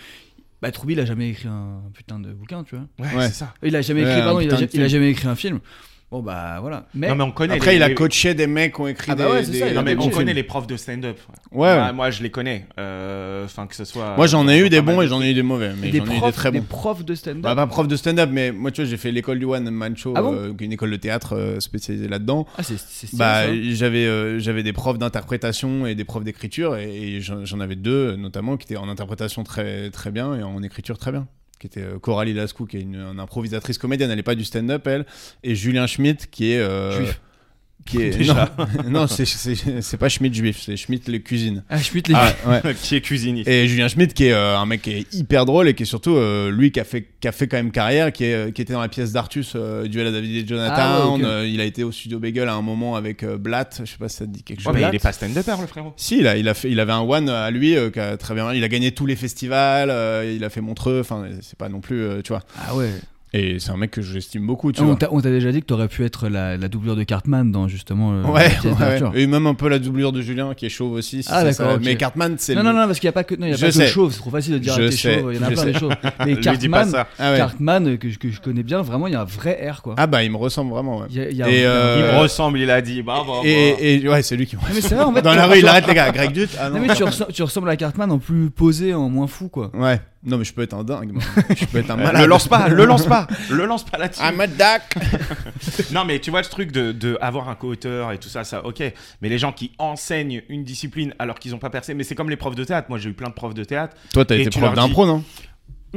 S1: bah Trouby il a jamais écrit un putain de bouquin, tu vois.
S2: Ouais,
S3: Ouais.
S2: c'est ça.
S1: Il a jamais
S3: Ouais,
S1: écrit,
S3: un
S1: pardon, il a,
S3: putain de
S1: ja- il a
S3: film.
S1: jamais écrit un film. Bon bah voilà. Mais,
S2: Non, mais on connaît.
S3: Après
S2: les-
S3: il a
S2: les-
S3: coaché des mecs qui ont écrit
S1: Ah bah
S3: des-
S1: ouais, c'est
S3: des-
S1: ça, il
S2: Non,
S1: a
S2: mais on
S1: coaché.
S2: connaît les profs de stand-up.
S3: Ouais.
S2: Moi, moi, je les connais. Euh, Enfin, que ce soit.
S3: Moi j'en ai eu des
S2: pas mal
S3: bons et
S2: de-
S3: j'en ai eu des mauvais, mais
S1: des,
S3: j'en ai eu
S1: profs,
S3: des très
S1: des
S3: bons.
S1: profs de stand-up.
S3: Bah, pas prof de stand-up, mais moi tu vois j'ai fait l'école du One Man Show,
S1: Ah bon
S3: euh, une école de théâtre euh, spécialisée là-dedans.
S1: ah c'est c'est stylé,
S3: Bah
S1: ça.
S3: j'avais euh, j'avais des profs d'interprétation et des profs d'écriture et, et j'en j'en avais deux notamment qui étaient en interprétation très très bien et en écriture très bien. Qui était euh, Coralie Lascou qui est une, une improvisatrice comédienne, elle est pas du stand-up elle, et Julien Schmitt qui est euh,
S1: Juif.
S3: qui est
S2: Déjà.
S3: non, non c'est- c'est c'est pas Schmitt juif, c'est Schmitt le cuisine.
S1: Ah, Schmitt, les
S3: ouais.
S2: Qui est cuisinier.
S3: Et Julien Schmidt, qui est euh, un mec qui est hyper drôle et qui est surtout euh, lui qui a, fait, qui a fait quand même carrière, qui, est, euh, qui était dans la pièce d'Artus, euh, duel à David et Jonathan.
S1: Ah ouais, ok.
S3: Euh, il a été au studio Bagel à un moment avec euh, Blatt. Je sais pas si ça te dit quelque
S2: Ouais,
S3: chose.
S2: mais il est pas stand-upper, le frérot.
S3: Si, il, a, il, a fait, il avait un one à lui euh, qui a très bien- Il a gagné tous les festivals, euh, il a fait Montreux. Enfin, c'est pas non plus, euh, tu vois.
S1: Ah ouais.
S3: Et c'est un mec que j'estime beaucoup, tu
S1: Ah, on
S3: vois.
S1: t'a on t'a déjà dit que t'aurais pu être la, la doublure de Cartman dans justement. euh,
S3: Ouais,
S1: la pièce
S3: ouais,
S1: d'ouverture.
S3: ouais. et même un peu la doublure de Julien qui est chauve aussi. si
S1: Ah,
S3: c'est
S1: d'accord,
S3: ça.
S1: ok.
S3: Mais Cartman, c'est.
S1: Non,
S3: le-
S1: non, non, parce qu'il n'y a pas que, non, il y a
S3: Je
S1: pas que le
S3: sais.
S1: chauve, c'est trop facile de dire
S3: Je
S1: ah, t'es
S3: sais,
S1: chauve, il y en a
S3: je
S1: plein des
S3: sais.
S1: chauves. Mais
S2: Lui dis pas
S1: Cartman,
S2: ça.
S3: Ah, ouais.
S1: Cartman euh, que, je- que je connais bien, vraiment, il y a un vrai air quoi.
S3: Ah bah, il me ressemble vraiment, ouais.
S1: Il y a- il y a-
S3: Et,
S1: il y a un
S2: Il
S3: euh,
S2: me ressemble, il a dit. Bravo. bravo.
S3: Et, et- ouais, c'est lui qui me
S1: Non, Ah, mais c'est vrai, en fait,
S3: Dans
S1: tu
S3: la
S1: vois,
S3: rue, il
S1: genre-
S3: arrête les gars. Greg Dut Ah
S1: Non,
S3: non.
S1: mais tu, ressembles, tu ressembles à Cartman en plus posé, en moins fou, quoi.
S3: Ouais. Non, mais je peux être un dingue. moi. Je peux être un
S2: Euh,
S3: malade. Ah,
S2: Le lance pas, le lance pas, le lance pas là-dessus.
S3: I'm a duck.
S2: Non, mais tu vois le truc de, de avoir un co-auteur et tout ça, ça, ok. Mais les gens qui enseignent une discipline alors qu'ils n'ont pas percé, mais c'est comme les profs de théâtre. Moi, j'ai eu plein de profs de théâtre.
S3: Toi, t'as
S2: Et
S3: été
S2: tu
S3: prof
S2: leur dis-
S3: d'impro, non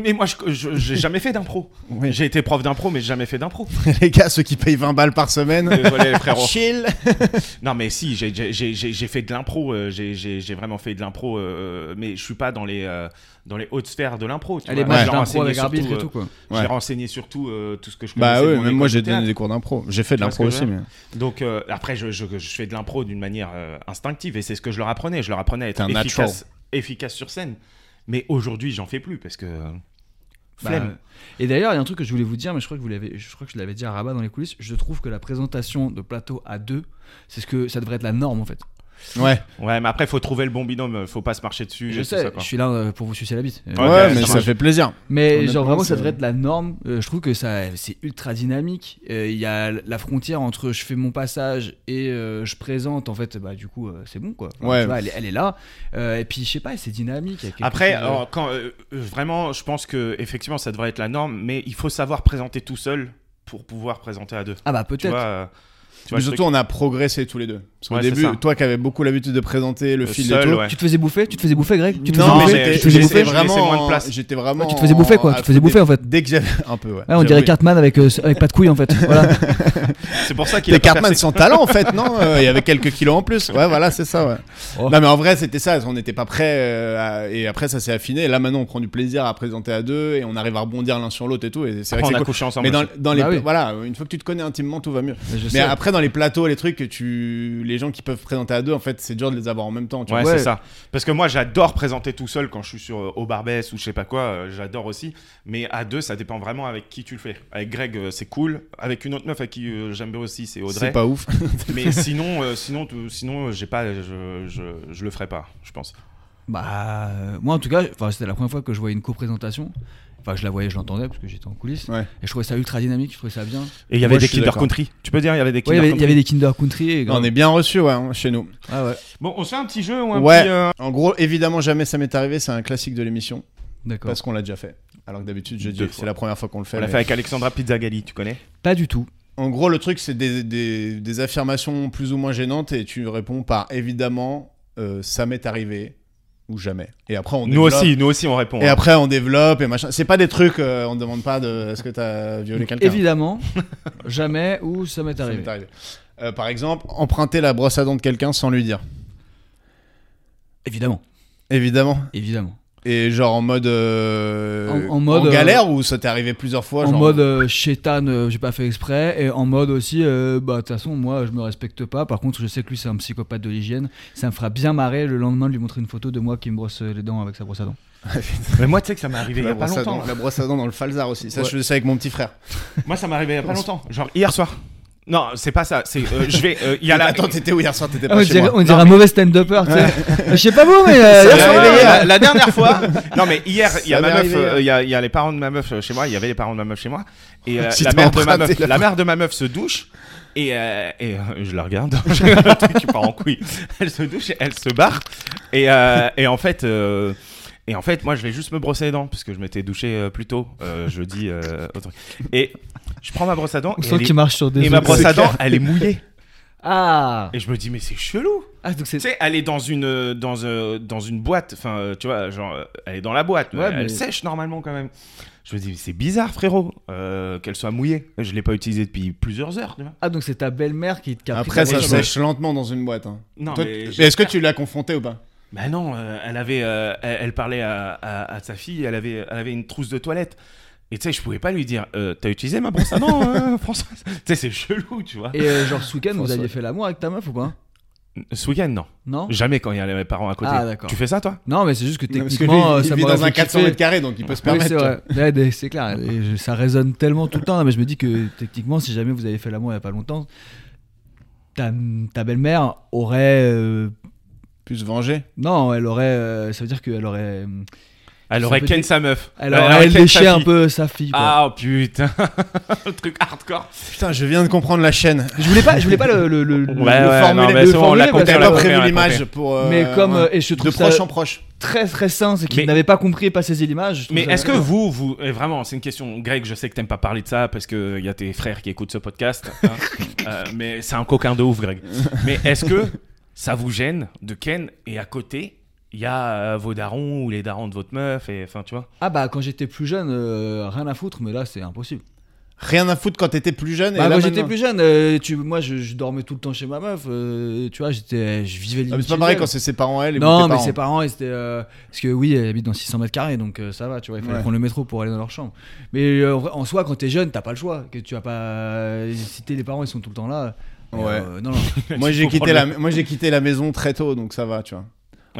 S2: Mais moi, je- je j'ai jamais fait d'impro.
S3: Oui.
S2: J'ai été prof d'impro, mais j'ai jamais fait d'impro.
S3: Les gars, ceux qui payent 20 balles par semaine. Ah,
S2: Désolé, Euh, frérot.
S3: Chill. Bah
S2: Non, mais si, j'ai- j'ai- j'ai j'ai- j'ai fait de l'impro. euh, j'ai- J'ai j'ai vraiment fait de l'impro, euh, mais je suis pas dans les euh, dans les hautes sphères de l'impro. tu
S1: Elle
S2: vois.
S1: est
S2: Moi,
S1: match
S2: j'ai
S1: d'impro
S2: renseigné
S1: avec
S2: surtout,
S1: arbitre et
S2: euh,
S1: tout, quoi.
S3: Ouais.
S2: J'ai renseigné surtout euh, tout ce que je connaissais.
S3: Bah
S2: de
S3: oui,
S2: mon
S3: même
S2: école
S3: moi,
S2: de
S3: j'ai
S2: théâtre.
S3: donné des cours d'impro. J'ai fait de
S2: Tu vois
S3: l'impro
S2: ce
S3: aussi,
S2: que je
S3: mais
S2: Donc euh, après, je, je, je fais de l'impro d'une manière euh, instinctive et c'est ce que je leur apprenais. Je leur apprenais à être
S3: T'es un
S2: efficace, efficace sur scène. Mais aujourd'hui, j'en fais plus parce que euh,
S1: Bah,
S2: flemme.
S1: Et d'ailleurs, il y a un truc que je voulais vous dire, mais je crois que, vous l'avez- je, crois que je l'avais dit à Rabat dans les coulisses. Je trouve que la présentation de plateau à deux, c'est ce que ça devrait être la norme en fait.
S3: Ouais.
S2: Ouais, mais après, faut trouver le bon binôme. Faut pas se marcher dessus.
S1: je
S2: et tout
S1: sais,
S2: ça, quoi.
S1: je suis là euh, pour vous sucer la bite. Euh,
S2: Ouais,
S3: Ouais,
S2: ouais,
S3: mais
S2: ça
S3: ça,
S2: marche.
S3: fait plaisir.
S1: Mais
S3: Honnêtement,
S1: genre vraiment, ça
S3: c'est-
S1: devrait être la norme. Euh, je trouve que ça, c'est ultra dynamique. Euh, Il y a la frontière entre je fais mon passage et euh, je présente. En fait, bah du coup, euh, c'est bon quoi. Enfin,
S3: Ouais.
S1: tu vois, elle, est- elle est là. Euh, et puis je sais pas, c'est dynamique. il y a quelque
S2: Après,
S1: chose de-
S2: alors, quand, euh, euh, vraiment, je pense que effectivement, ça devrait être la norme, mais il faut savoir présenter tout seul pour pouvoir présenter à deux.
S1: ah bah
S2: Tu
S1: peut-être.
S2: vois, euh, tu vois
S3: Mais
S2: le
S3: surtout,
S2: truc
S3: on a progressé tous les deux. Parce qu'au
S2: Ouais, c'est
S3: début,
S2: ça.
S3: toi qui avais beaucoup l'habitude de présenter le
S2: euh,
S3: fil et
S2: seul,
S3: tout.
S2: ouais.
S1: Tu te faisais bouffer Tu te faisais bouffer, Greg Tu te faisais
S3: Non,
S1: bouffer
S2: mais
S1: Tu te faisais
S2: j'ai-
S1: bouffer
S3: j'étais
S2: je laissais moins de
S3: vraiment.
S2: place.
S3: J'étais vraiment.
S1: Ouais, tu te faisais bouffer, quoi.
S3: en-
S1: Tu te faisais bouffer, en fait.
S3: Dès que j'avais. Un peu, ouais.
S1: Ouais, on dirait
S3: J'avoue.
S1: Cartman avec, euh, ce- avec pas de couilles en fait. Voilà.
S2: C'est pour ça qu'il
S3: T'es
S2: a pas
S3: Cartman
S2: percé.
S3: sans talent en fait, non Euh, Il y avait quelques kilos en plus. Ouais, voilà, c'est ça. Ouais.
S1: Oh.
S3: Non, mais en vrai, c'était ça. On n'était pas prêt. et après, ça s'est affiné. Et là, maintenant, on prend du plaisir à présenter à deux et on arrive à rebondir l'un sur l'autre et tout. Et c'est
S2: Après,
S3: vrai que
S2: on
S3: c'est
S2: a
S3: cool.
S2: couché ensemble.
S3: Mais dans,
S2: aussi.
S3: dans les
S1: Bah oui.
S3: voilà, une fois que tu te connais intimement, tout va mieux.
S1: Mais je
S3: Mais
S1: sais.
S3: après, dans les plateaux, les trucs que tu, les gens qui peuvent présenter à deux, en fait, c'est dur de les avoir en même temps. Tu
S2: Ouais,
S3: vois.
S2: c'est ça. Parce que moi, j'adore présenter tout seul quand je suis sur euh, au Barbès ou je sais pas quoi. euh, j'adore aussi. Mais à deux, ça dépend vraiment avec qui tu le fais. Avec Greg, euh, c'est cool. Avec une autre meuf à qui euh, j'aime bien aussi, c'est Audrey.
S3: C'est pas ouf.
S2: Mais sinon, euh, sinon, tout- sinon, euh, j'ai pas, je, je, je le ferai pas, je pense.
S1: Bah, euh, moi en tout cas, enfin, c'était la première fois que je voyais une co-présentation. Enfin, je la voyais, je l'entendais parce que j'étais en coulisses.
S3: Ouais.
S1: Et je trouvais ça ultra dynamique, je trouvais ça bien.
S2: Et il y
S3: Moi,
S2: avait
S3: je
S2: des
S3: suis
S2: Kinder
S3: d'accord.
S2: Country. Tu peux dire, il y avait des
S1: Ouais, il y
S2: Kinder
S1: avait- il y
S2: Country.
S1: avait des Kinder Country. Et
S3: on est bien reçu, ouais, hein, chez nous.
S1: Ah ouais,
S2: Bon, on se fait un petit jeu ou un
S3: Ouais.
S2: petit. euh,
S3: En gros, évidemment, jamais ça m'est arrivé. C'est un classique de l'émission
S1: d'accord.
S3: parce qu'on l'a déjà fait. Alors que d'habitude, je
S2: Deux
S3: dis,
S2: fois.
S3: c'est la première fois qu'on le fait.
S2: On l'a
S3: mais-
S2: fait avec Alexandra Pizzagalli, tu connais
S1: Pas du tout.
S3: En gros, le truc, c'est des, des- des affirmations plus ou moins gênantes et tu réponds par évidemment, euh, ça m'est arrivé ou jamais. Et après, on
S2: Nous
S3: développe.
S2: aussi, nous aussi, on répond.
S3: Et
S2: hein.
S3: après, on développe et machin. C'est pas des trucs, euh, on ne demande pas de est-ce que t'as violé quelqu'un.
S1: Évidemment, jamais ou ça m'est
S3: Ça m'est
S1: arrivé.
S3: arrivé. Euh, par exemple, emprunter la brosse à dents de quelqu'un sans lui dire.
S1: Évidemment,
S3: Évidemment.
S1: évidemment.
S3: Et genre en mode. euh,
S1: En- en mode,
S3: galère ou ça t'est arrivé plusieurs fois
S1: en
S3: genre-
S1: mode euh, chétane, euh, j'ai pas fait exprès. Et en mode aussi, euh, bah de toute façon, moi je me respecte pas. Par contre, je sais que lui c'est un psychopathe de l'hygiène. Ça me fera bien marrer le lendemain de lui montrer une photo de moi qui me brosse les dents avec sa brosse à dents.
S2: Mais moi, tu sais que ça m'est arrivé il y
S3: la,
S2: a pas
S3: brosse à
S2: longtemps.
S3: dents, la brosse à dents dans le falzar aussi. Ça,
S2: Ouais.
S3: je faisais ça avec mon petit frère.
S2: Moi, ça m'est arrivé il y a pas longtemps. Genre hier soir. Non, c'est pas ça. C'est, euh, je vais. euh, Il y a la.
S3: Attends, t'étais où hier soir T'étais
S1: Ah,
S3: pas
S1: on
S3: chez
S1: dirait,
S3: moi.
S1: on dirait un mauvais stand-upper. tu sais. Je sais pas vous, mais. euh,
S3: Ça
S1: hier
S3: m'est
S1: soir,
S3: arrivé
S1: euh,
S3: hier.
S2: la, la dernière fois. Non mais hier, il y
S3: Ça
S2: a ma
S3: m'est
S2: meuf,
S3: arrivé hier.
S2: euh, il y, a- il y a les parents de ma meuf euh, chez moi. Il y avait les parents de ma meuf chez moi. Et euh,
S3: Tu
S2: la
S3: t'es
S2: mère de ma
S3: emprunté
S2: meuf,
S3: la
S2: la mère de ma meuf se douche. Et, euh, et euh, je la regarde, J'ai un truc qui part en couille. Elle se douche, elle se barre. Et, euh, et en fait, euh, et en fait, moi, je vais juste me brosser les dents parce que je m'étais douché euh, plus tôt euh, jeudi. euh, au truc. Et je prends ma brosse à dents
S1: On
S2: et,
S1: sent
S2: elle
S1: qu'il
S2: est-
S1: marche sur des.
S2: et ma
S1: œufs.
S2: brosse à dents, elle est mouillée.
S1: Ah
S2: Et je me dis mais c'est chelou.
S1: Ah, donc c'est.
S2: Tu sais, elle est dans une, euh, dans, euh, dans une boîte, enfin, euh, tu vois, genre, euh, elle est dans la boîte, mais
S1: Ouais,
S2: elle
S1: mais-
S2: sèche normalement quand même. Je me dis, c'est bizarre, frérot, euh, qu'elle soit mouillée. Je l'ai pas utilisée depuis plusieurs heures, tu vois.
S1: Ah, donc c'est ta belle-mère qui qui a pris
S3: Après,
S1: ta
S3: ça
S1: brosse à dents.
S3: sèche lentement dans une boîte. hein.
S2: Non,
S3: Toi,
S2: Ah, mais.
S3: t- Est-ce que tu l'as confronté ou pas
S2: Bah non, euh, elle avait, euh, elle, elle parlait à, à- à sa fille, elle avait, elle avait une trousse de toilette. Et tu sais, je pouvais pas lui dire, euh, t'as utilisé ma brosse à dents, euh, Françoise Tu sais, c'est chelou, tu vois.
S1: Et euh, genre, ce week-end, vous
S3: François.
S1: aviez fait l'amour avec ta meuf ou pas
S2: Ce week-end, non.
S1: Non
S2: Jamais quand il y a les- mes parents à côté.
S1: Ah, d'accord.
S2: Tu fais ça, toi
S1: Non, mais c'est juste que
S3: Parce que lui,
S1: techniquement, euh,
S3: il
S1: ça
S3: vit
S1: m'aurait
S3: dans un
S1: fait
S3: 400
S1: kiffer. Ah
S3: mètres carrés, donc il peut se
S1: Oui,
S3: permettre.
S1: c'est vrai. Ouais, des- c'est clair. Et je- ça résonne tellement tout le temps. Mais je me dis que techniquement, si jamais vous avez fait l'amour il n'y a pas longtemps, ta, ta belle-mère aurait. euh,
S3: Plus venger.
S1: non, elle aurait. euh, ça veut dire qu'elle aurait. euh,
S2: Elle
S1: Ça
S2: aurait
S1: peut
S2: ken
S1: dire-
S2: sa meuf.
S1: Elle aurait
S2: ken sa
S1: léché un
S2: fille.
S1: peu sa fille. quoi.
S2: Ah oh, putain, le truc hardcore.
S3: Putain, je viens de comprendre la chaîne.
S1: Je voulais pas, je voulais pas le. le- le- le-
S2: Ouais,
S1: le
S2: ouais,
S1: formuler-
S2: non, mais
S1: le
S2: c'est bon, on l'a
S1: formuler,
S2: compris,
S1: parce
S3: T'avais
S1: que-
S2: on l'a
S3: pas
S2: compris, on
S3: prévu
S2: l'a
S3: l'image
S2: compris.
S3: pour. euh,
S1: Mais comme.
S3: ouais.
S1: euh, Et je
S3: De
S1: trouve ça
S3: proche en proche.
S1: très très sain, c'est qu'ils
S2: Mais-
S1: n'avaient pas compris et pas saisi l'image. je trouve
S2: Mais
S1: ça-
S2: est-ce que vous, vous, et vraiment, c'est une question, Greg, je sais que t'aimes pas parler de ça parce qu'il y a tes frères qui écoutent ce podcast, hein. Euh, mais c'est un coquin de ouf, Greg. Mais est-ce que ça vous gêne de Ken et à côté, il y a euh, vos darons ou les darons de votre meuf, et enfin, tu vois
S1: Ah bah quand j'étais plus jeune, euh, rien à foutre, mais là c'est impossible.
S3: Rien à foutre quand t'étais plus jeune. et
S1: Bah,
S3: là,
S1: quand j'étais
S3: maintenant. Ah,
S1: plus jeune, euh, tu, moi je, je dormais tout le temps chez ma meuf, euh, tu vois, j'étais, je vivais
S3: Ah, mais C'est pas
S1: l'inutilité.
S3: pareil quand c'est ses parents, elle. et vous,
S1: Non,
S3: tes
S1: mais
S3: parents.
S1: ses parents, ils étaient. euh, parce que oui, elle habite dans 600 mètres carrés, donc euh, ça va, tu vois, il fallait
S3: Ouais.
S1: prendre le métro pour aller dans leur chambre. Mais euh, en soi, quand t'es jeune, t'as pas le choix. Que tu as pas. Si t'es les parents, ils sont tout le temps là. Mais,
S3: Ouais.
S1: euh, non, non.
S3: Moi, j'ai
S2: Faut
S3: quitté,
S2: prendre
S3: la... Moi, j'ai quitté la maison très tôt, donc ça va, tu vois.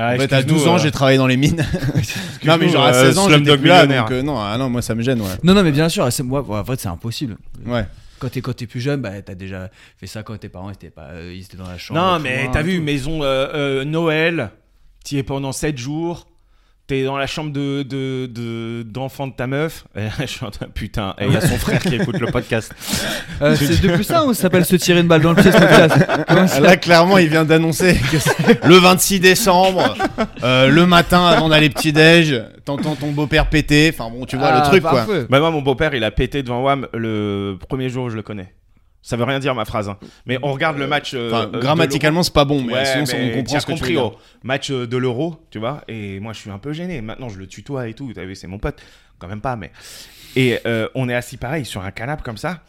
S2: Ah,
S3: en fait, à
S2: excuse-nous,
S3: 12 ans,
S2: euh,
S3: j'ai travaillé dans les mines.
S2: excuse-nous,
S3: non, mais genre à
S2: euh,
S3: 16 ans,
S2: Slumdog
S3: j'étais plus là,
S2: Millionaire.
S3: donc euh, non, ah, non, moi, ça me gêne, ouais.
S1: non, non, mais bien sûr, c'est, moi, en fait, c'est impossible.
S3: Ouais.
S1: Quand t'es, quand t'es plus jeune, bah t'as déjà fait ça quand tes parents étaient, pas, euh, ils étaient dans la chambre.
S2: Non,
S1: tout
S2: mais
S1: loin,
S2: t'as
S1: et
S2: vu,
S1: tout.
S2: maison euh, euh, Noël, t'y es pendant 7 jours, t'es dans la chambre de, de, de- d'enfant de ta meuf. Et je suis en train, putain, et il y a son frère qui écoute le podcast.
S1: Euh, c'est depuis ça ou ça s'appelle se tirer une balle dans le pied ce podcast Comment ça-
S3: Ah, Là, clairement, il vient d'annoncer que c'est le 26 décembre, euh, le matin, avant d'aller petit-déj, t'entends ton beau-père péter. Enfin bon, tu vois
S1: Ah,
S3: le truc, quoi.
S1: parfait.
S2: Bah, moi, mon beau-père, il a pété devant WAM le premier jour où je le connais. Ça veut rien dire ma phrase, hein. mais on regarde le match. euh,
S3: Enfin,
S2: euh, de
S3: grammaticalement, c'est pas bon, mais
S2: Ouais,
S3: sinon,
S2: mais
S3: on comprend
S2: t'as
S3: ce que
S2: compris,
S3: tu veux
S2: oh. Match euh, de l'euro, tu vois. Et moi, je suis un peu gêné. Maintenant, je le tutoie et tout. T'as vu, c'est mon pote. Quand même pas, mais. Et euh, on est assis pareil sur un canapé comme ça.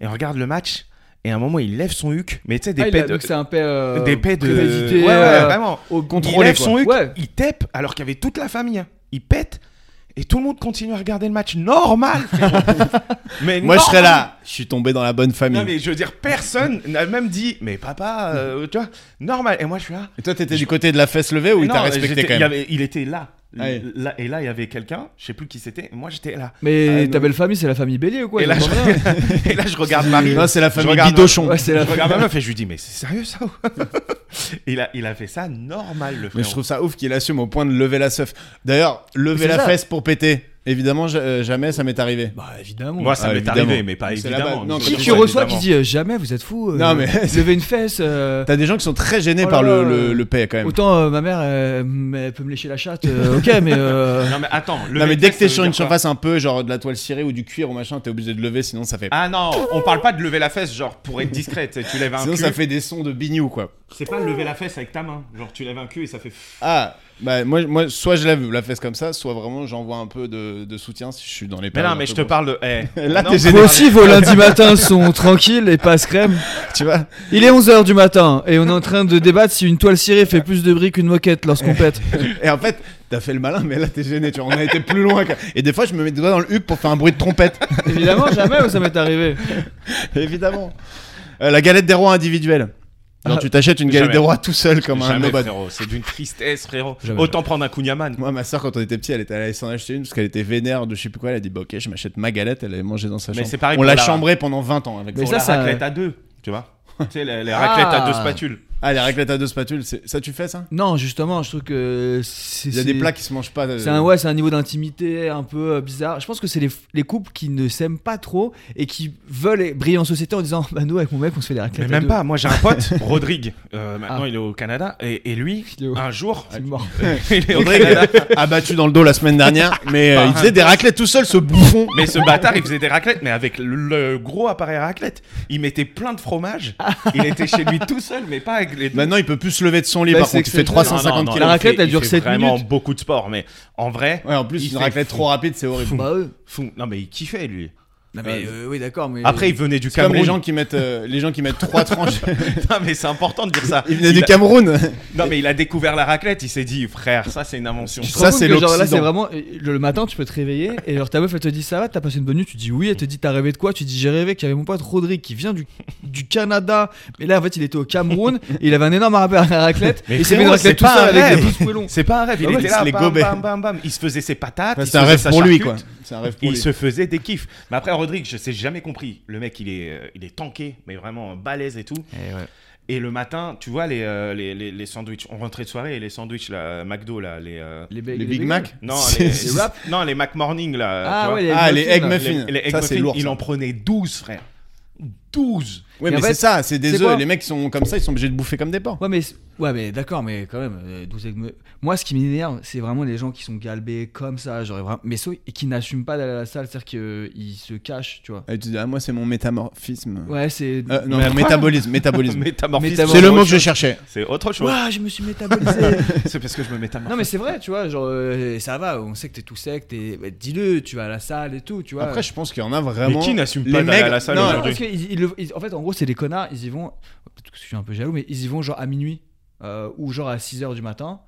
S2: Et on regarde le match. Et à un moment, il lève son huc. Mais tu sais, des
S1: Ah, il
S2: pets
S1: a-
S2: de.
S1: donc c'est un paix. euh,
S2: des pets de.
S1: prémédité,
S2: ouais, ouais,
S1: euh,
S2: vraiment.
S1: au
S2: Il
S1: contrôlé,
S2: lève
S1: quoi.
S2: son huc.
S1: Ouais.
S2: Il tape alors qu'il y avait toute la famille. hein. Il pète. Et tout le monde continue à regarder le match normal. frérot. mais
S3: Moi, je serais
S2: normal.
S3: là. Je suis tombé dans la bonne famille.
S2: Non, mais je veux dire, personne n'a même dit, mais papa, euh, tu vois, normal. Et moi, je suis là.
S3: Et toi, t'étais du côté de la fesse levée ou
S2: Non,
S3: t'as respecté
S2: j'étais-
S3: quand
S2: il, y
S3: même
S2: avait- il était là.
S3: Ah oui.
S2: Là- et là, il y avait quelqu'un, je sais plus qui c'était, moi j'étais là.
S1: Mais
S3: Ah,
S1: ta
S3: non.
S1: belle famille, c'est la famille Bélier ou quoi
S2: et, là
S1: Ils
S2: je...
S1: entendent rien.
S2: et là, je regarde Marie.
S3: Non, c'est la
S2: Je
S3: famille
S2: regarde-
S3: Bidochon.
S1: Ouais, c'est
S2: Je
S1: la.
S2: regarde ma meuf et je lui dis, mais c'est sérieux ça il, a, il a fait ça normal, le frère.
S3: Mais je trouve ça ouf qu'il assume au point de lever la seuf. D'ailleurs, lever
S1: C'est
S3: la
S1: ça.
S3: fesse pour péter. Évidemment, ja- euh, jamais ça m'est arrivé.
S1: Bah évidemment.
S2: Moi, ça
S3: Ah,
S2: m'est
S3: évidemment.
S2: arrivé, mais pas
S3: C'est la
S2: évidemment.
S3: base. Non,
S1: qui
S3: quand
S1: tu
S3: Ouais,
S1: reçois qui
S2: évidemment.
S1: dit euh, jamais vous êtes fou euh,
S3: Non, mais-
S1: levez une fesse euh,
S3: T'as des gens qui sont très gênés
S1: Oh là
S3: par le,
S1: là.
S3: le, le paix quand même.
S1: autant euh, ma mère euh, m- elle peut me lécher la chatte euh, ok mais euh,
S2: Non, mais attends. le
S3: Non, mais
S2: lever
S3: dès que
S2: de
S3: t'es
S2: fesse, ça
S3: sur
S2: veut
S3: une
S2: dire quoi
S3: surface un peu genre de la toile cirée ou du cuir ou machin, t'es obligé de lever, sinon ça fait.
S2: Ah non, on parle pas de lever la fesse, genre pour être discrète. tu sais, Tu lèves un
S3: sinon
S2: cul.
S3: ça fait des sons de bignou quoi.
S2: C'est pas lever la fesse avec ta main. Genre tu lèves un cul et ça fait.
S3: Ah, bah moi, moi soit je lève la fesse comme ça, soit vraiment j'envoie un peu de, de soutien si je suis dans les
S2: Mais
S3: périodes
S2: non,
S3: un
S2: mais
S3: peu
S2: je te
S3: grosses.
S2: parle de. eh.
S3: Là,
S2: Non,
S3: t'es
S2: je
S1: vous
S3: généreux.
S2: parle-
S1: aussi vos lundis matins sont tranquilles et passe crème
S3: Tu vois
S1: il est 11h du matin et on est en train de débattre si une toile cirée fait plus de bruit qu'une moquette lorsqu'on pète
S3: Et en fait, t'as fait le malin, mais là t'es gêné, tu vois. On a été plus loin. quoi. Et des fois, je me mets des doigts dans le huc pour faire un bruit de trompette.
S1: évidemment jamais ça m'est arrivé
S3: Évidemment. Euh, la galette des rois individuelle. Genre, tu t'achètes une galette
S2: Ah, Jamais.
S3: des rois tout seul comme un
S2: Jamais,
S3: nobody.
S2: frérot. C'est d'une tristesse, frérot.
S1: Jamais.
S2: Autant prendre un kunyaman.
S3: Moi, ma soeur, quand on était petit, elle était allée s'en acheter une parce qu'elle était vénère de je sais plus quoi. Elle a dit, bah, ok, je m'achète ma galette. Elle avait mangé dans sa
S2: Mais
S3: chambre.
S2: c'est pareil
S3: on
S2: pour
S3: l'a
S2: la-
S3: chambrée pendant 20 ans avec
S1: Mais ça,
S3: ça.
S2: la
S1: ça-
S2: raclette à deux, tu vois. tu sais, les, les raclettes à
S1: Ah.
S2: deux spatules.
S3: Ah, les raclettes à deux spatules, c'est- ça tu fais ça
S1: Non, justement, je trouve que c'est.
S3: Il y a des
S1: c'est-
S3: plats qui se mangent pas. euh,
S1: C'est un, ouais, c'est un niveau d'intimité un peu euh, bizarre. Je pense que c'est les, les couples qui ne s'aiment pas trop et qui veulent briller en société en disant Bah, nous, avec mon mec, on se fait des
S2: Mais
S1: raclettes. à
S2: même
S1: deux.
S2: pas. Moi, j'ai un pote, Rodrigue. euh, maintenant,
S1: Ah.
S2: il est au Canada. Et, et lui,
S1: Il est où
S2: un jour,
S1: C'est mort.
S2: il est au
S3: Rodrigue.
S2: Canada.
S3: abattu dans le dos la semaine dernière, mais euh,
S2: Par
S3: il
S2: un
S3: faisait des raclettes tout seul, ce bouffon.
S2: Mais ce bâtard, il faisait des raclettes, mais avec le, le gros appareil à raclette. Il mettait plein de fromage.
S1: Ah.
S2: Il était chez lui tout seul, mais pas avec les deux.
S3: Maintenant, il peut plus se lever de son lit.
S1: Bah,
S3: par
S1: c'est
S3: contre, il fait
S1: exceptionnel.
S3: 350
S1: La
S3: kilos.
S1: raclette, elle dure
S2: sept
S1: sept
S2: vraiment
S1: minutes.
S2: beaucoup de sport, mais en vrai,
S3: Ouais, en plus,
S2: il
S3: une
S2: fait
S3: raclette
S2: fou.
S3: trop rapide, c'est horrible.
S1: Bah, eux.
S2: fou. Non, mais il kiffait, lui.
S1: Non, mais euh, oui, d'accord. Mais...
S2: Après, il venait du
S3: C'est Comme
S2: Cameroun.
S3: les gens qui mettent, euh, les gens qui mettent trois tranches.
S2: Non, mais c'est important de dire ça.
S3: Il venait
S2: Il
S3: du
S2: a-
S3: Cameroun.
S2: Non, mais il a découvert la raclette. Il s'est dit, frère, ça, c'est une invention.
S1: Tu te
S3: Ça,
S1: rends compte
S3: c'est
S1: que, genre, là,
S3: l'Occident.
S1: c'est vraiment euh, le matin, tu peux te réveiller et genre ta meuf elle te dit ça va, t'as passé une bonne nuit, tu dis oui, elle te dit t'as rêvé de quoi, tu dis j'ai rêvé qu'il y avait mon pote Rodrigue qui vient du, du Canada, mais là en fait il était au Cameroun et il avait un énorme rappel à la raclette
S2: Mais
S1: et il s'est
S2: frérot,
S1: mis une
S2: c'est
S1: raclette tout
S2: pas un
S1: seul avec
S2: rêve.
S1: des pouces poêlons.
S2: C'est pas un rêve, il
S3: Ah ouais,
S2: était
S3: il
S2: là,
S3: se les
S2: bam,
S3: gobait.
S2: bam, bam, bam. il se faisait ses patates,
S3: Enfin,
S2: il
S3: c'est
S2: se
S3: un
S2: faisait
S3: rêve
S2: sa
S3: pour lui, quoi.
S2: charcute,
S3: C'est un rêve pour
S2: Il
S3: lui.
S2: se faisait des kiffs. Mais après, Rodrigue, je sais jamais compris. Le mec, il est, euh, il est tanké, mais vraiment balèze et tout. Et le matin, tu vois, les, euh, les, les, les sandwichs, on rentrait de soirée et les sandwichs, là, McDo, là, les. euh,
S1: Les,
S3: Les Big Mac
S2: Non,
S3: C'est-
S2: les,
S3: c'est-
S1: les wraps
S2: non, les Mac Morning, là. tu
S1: Ah
S2: vois.
S1: ouais, les
S3: Ah, les egg
S1: muffins.
S3: muffins.
S2: les, les Egg
S3: Ça, c'est
S2: Muffins,
S3: lourd,
S2: il
S3: ça.
S2: en prenait 12, frère. 12.
S3: Ouais,
S1: Et
S3: mais
S1: en fait,
S3: c'est ça, c'est
S1: c'est
S3: des
S1: quoi
S3: œufs. Les mecs qui sont comme ça, ils sont obligés de bouffer comme des porcs.
S1: Ouais mais ouais mais d'accord mais quand même euh, douze aigues me- moi ce qui m'énerve c'est vraiment les gens qui sont galbés comme ça genre vraiment mais ceux qui n'assument pas d'aller à la salle c'est-à-dire qu'ils se cachent tu vois
S3: Et tu dis, ah, moi, c'est mon métamorphisme.
S1: ouais c'est
S3: Euh, non,
S2: Mais pourquoi
S3: métabolisme, métabolisme.
S2: Métamorphisme.
S1: Métamorphisme.
S3: c'est le mot
S2: autre
S3: que je
S2: chose.
S3: cherchais.
S2: C'est autre chose.
S1: Ouah, je me suis métabolisé
S2: C'est parce que je me métamorphose.
S1: Non mais c'est vrai, tu vois, genre euh, ça va, on sait que t'es tout sec, t'es bah, dis-le, tu vas à la salle et tout, tu vois.
S3: Après, je pense qu'il y en a vraiment.
S2: Mais qui n'assume
S3: Les
S2: pas d'aller à
S3: mecs-
S2: la salle
S3: non,
S1: Non,
S2: aujourd'hui
S1: parce que ils- ils le- ils- en fait, en gros, c'est des connards, ils y vont. Peut-être que je suis un peu jaloux, mais ils y vont genre à minuit. euh, ou genre à 6h du matin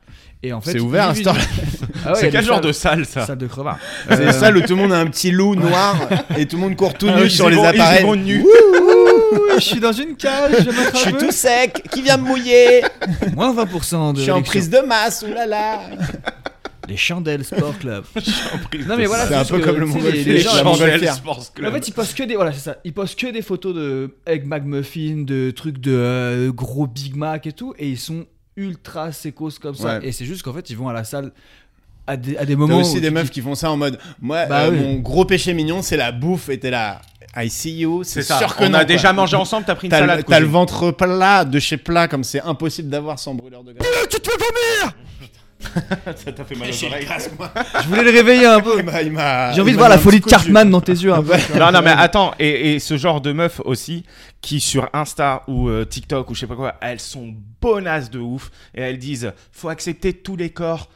S1: et en fait
S3: C'est ouvert à
S1: minuit-
S3: cette heure-là.
S1: Ah ouais, il y
S2: C'est
S1: a
S2: quel
S1: des
S2: genre
S1: salles-
S2: de salle, ça
S1: salle de crevard
S3: C'est ça où tout le monde a un petit loup noir et tout le monde court tout
S2: Ah,
S3: nu
S2: ils
S3: sur
S2: y
S3: les
S2: vont- ils y
S3: appareils.
S2: vont nus.
S1: je suis dans une cage je,
S3: Je suis tout
S1: m'attrape.
S3: sec, qui vient me mouiller
S1: moins 20% de
S3: Je suis en
S1: réduction.
S3: prise de masse, oulala
S1: les chandelles sport club
S2: Prise
S1: non
S2: de
S1: mais voilà
S2: salle.
S3: C'est un
S1: juste
S3: peu
S1: que,
S3: comme le
S1: tu sais,
S3: Montgolfier,
S1: les- les
S3: les
S1: gens,
S3: gens-
S1: ils-
S3: Chandelle
S2: Chandelle Sports
S1: En
S2: Club.
S1: fait, ils postent que des voilà, c'est ça. Ils postent que des photos de egg McMuffin, de trucs de euh, gros Big Mac et tout, et ils sont ultra sécos comme ça.
S3: Ouais.
S1: Et c'est juste qu'en fait, ils vont à la salle à des, à des
S3: T'as
S1: moments où
S3: aussi des
S1: tu
S3: meufs
S1: dis-
S3: qui font ça en mode Moi,
S1: Bah
S3: euh,
S1: oui.
S3: mon gros péché mignon, c'est la bouffe, et t'es là. I see you,
S2: C'est
S3: c'est
S2: ça.
S3: sûr que
S2: On
S3: non,
S2: a
S3: quoi.
S2: déjà mangé ensemble, t'as pris une
S3: T'as le-
S2: salade.
S3: T'as le
S2: cousine.
S3: ventre plat de chez plat, comme c'est impossible d'avoir sans brûleur de graisse.
S1: Ah, Tu te fais vomir
S2: Ça t'a fait mal aux oreilles.
S1: Je voulais le réveiller un peu.
S3: Il m'a- Bah, il m'a-
S1: J'ai envie
S3: il
S1: de
S3: m'a
S1: voir la
S3: mis un
S1: folie de
S3: petit coup
S1: Cartman dans tes yeux un peu.
S2: Non, non, mais attends, et, et ce genre de meufs aussi, qui sur Insta ou euh, TikTok ou je sais pas quoi, elles sont bonasses de ouf, et elles disent faut accepter tous les corps.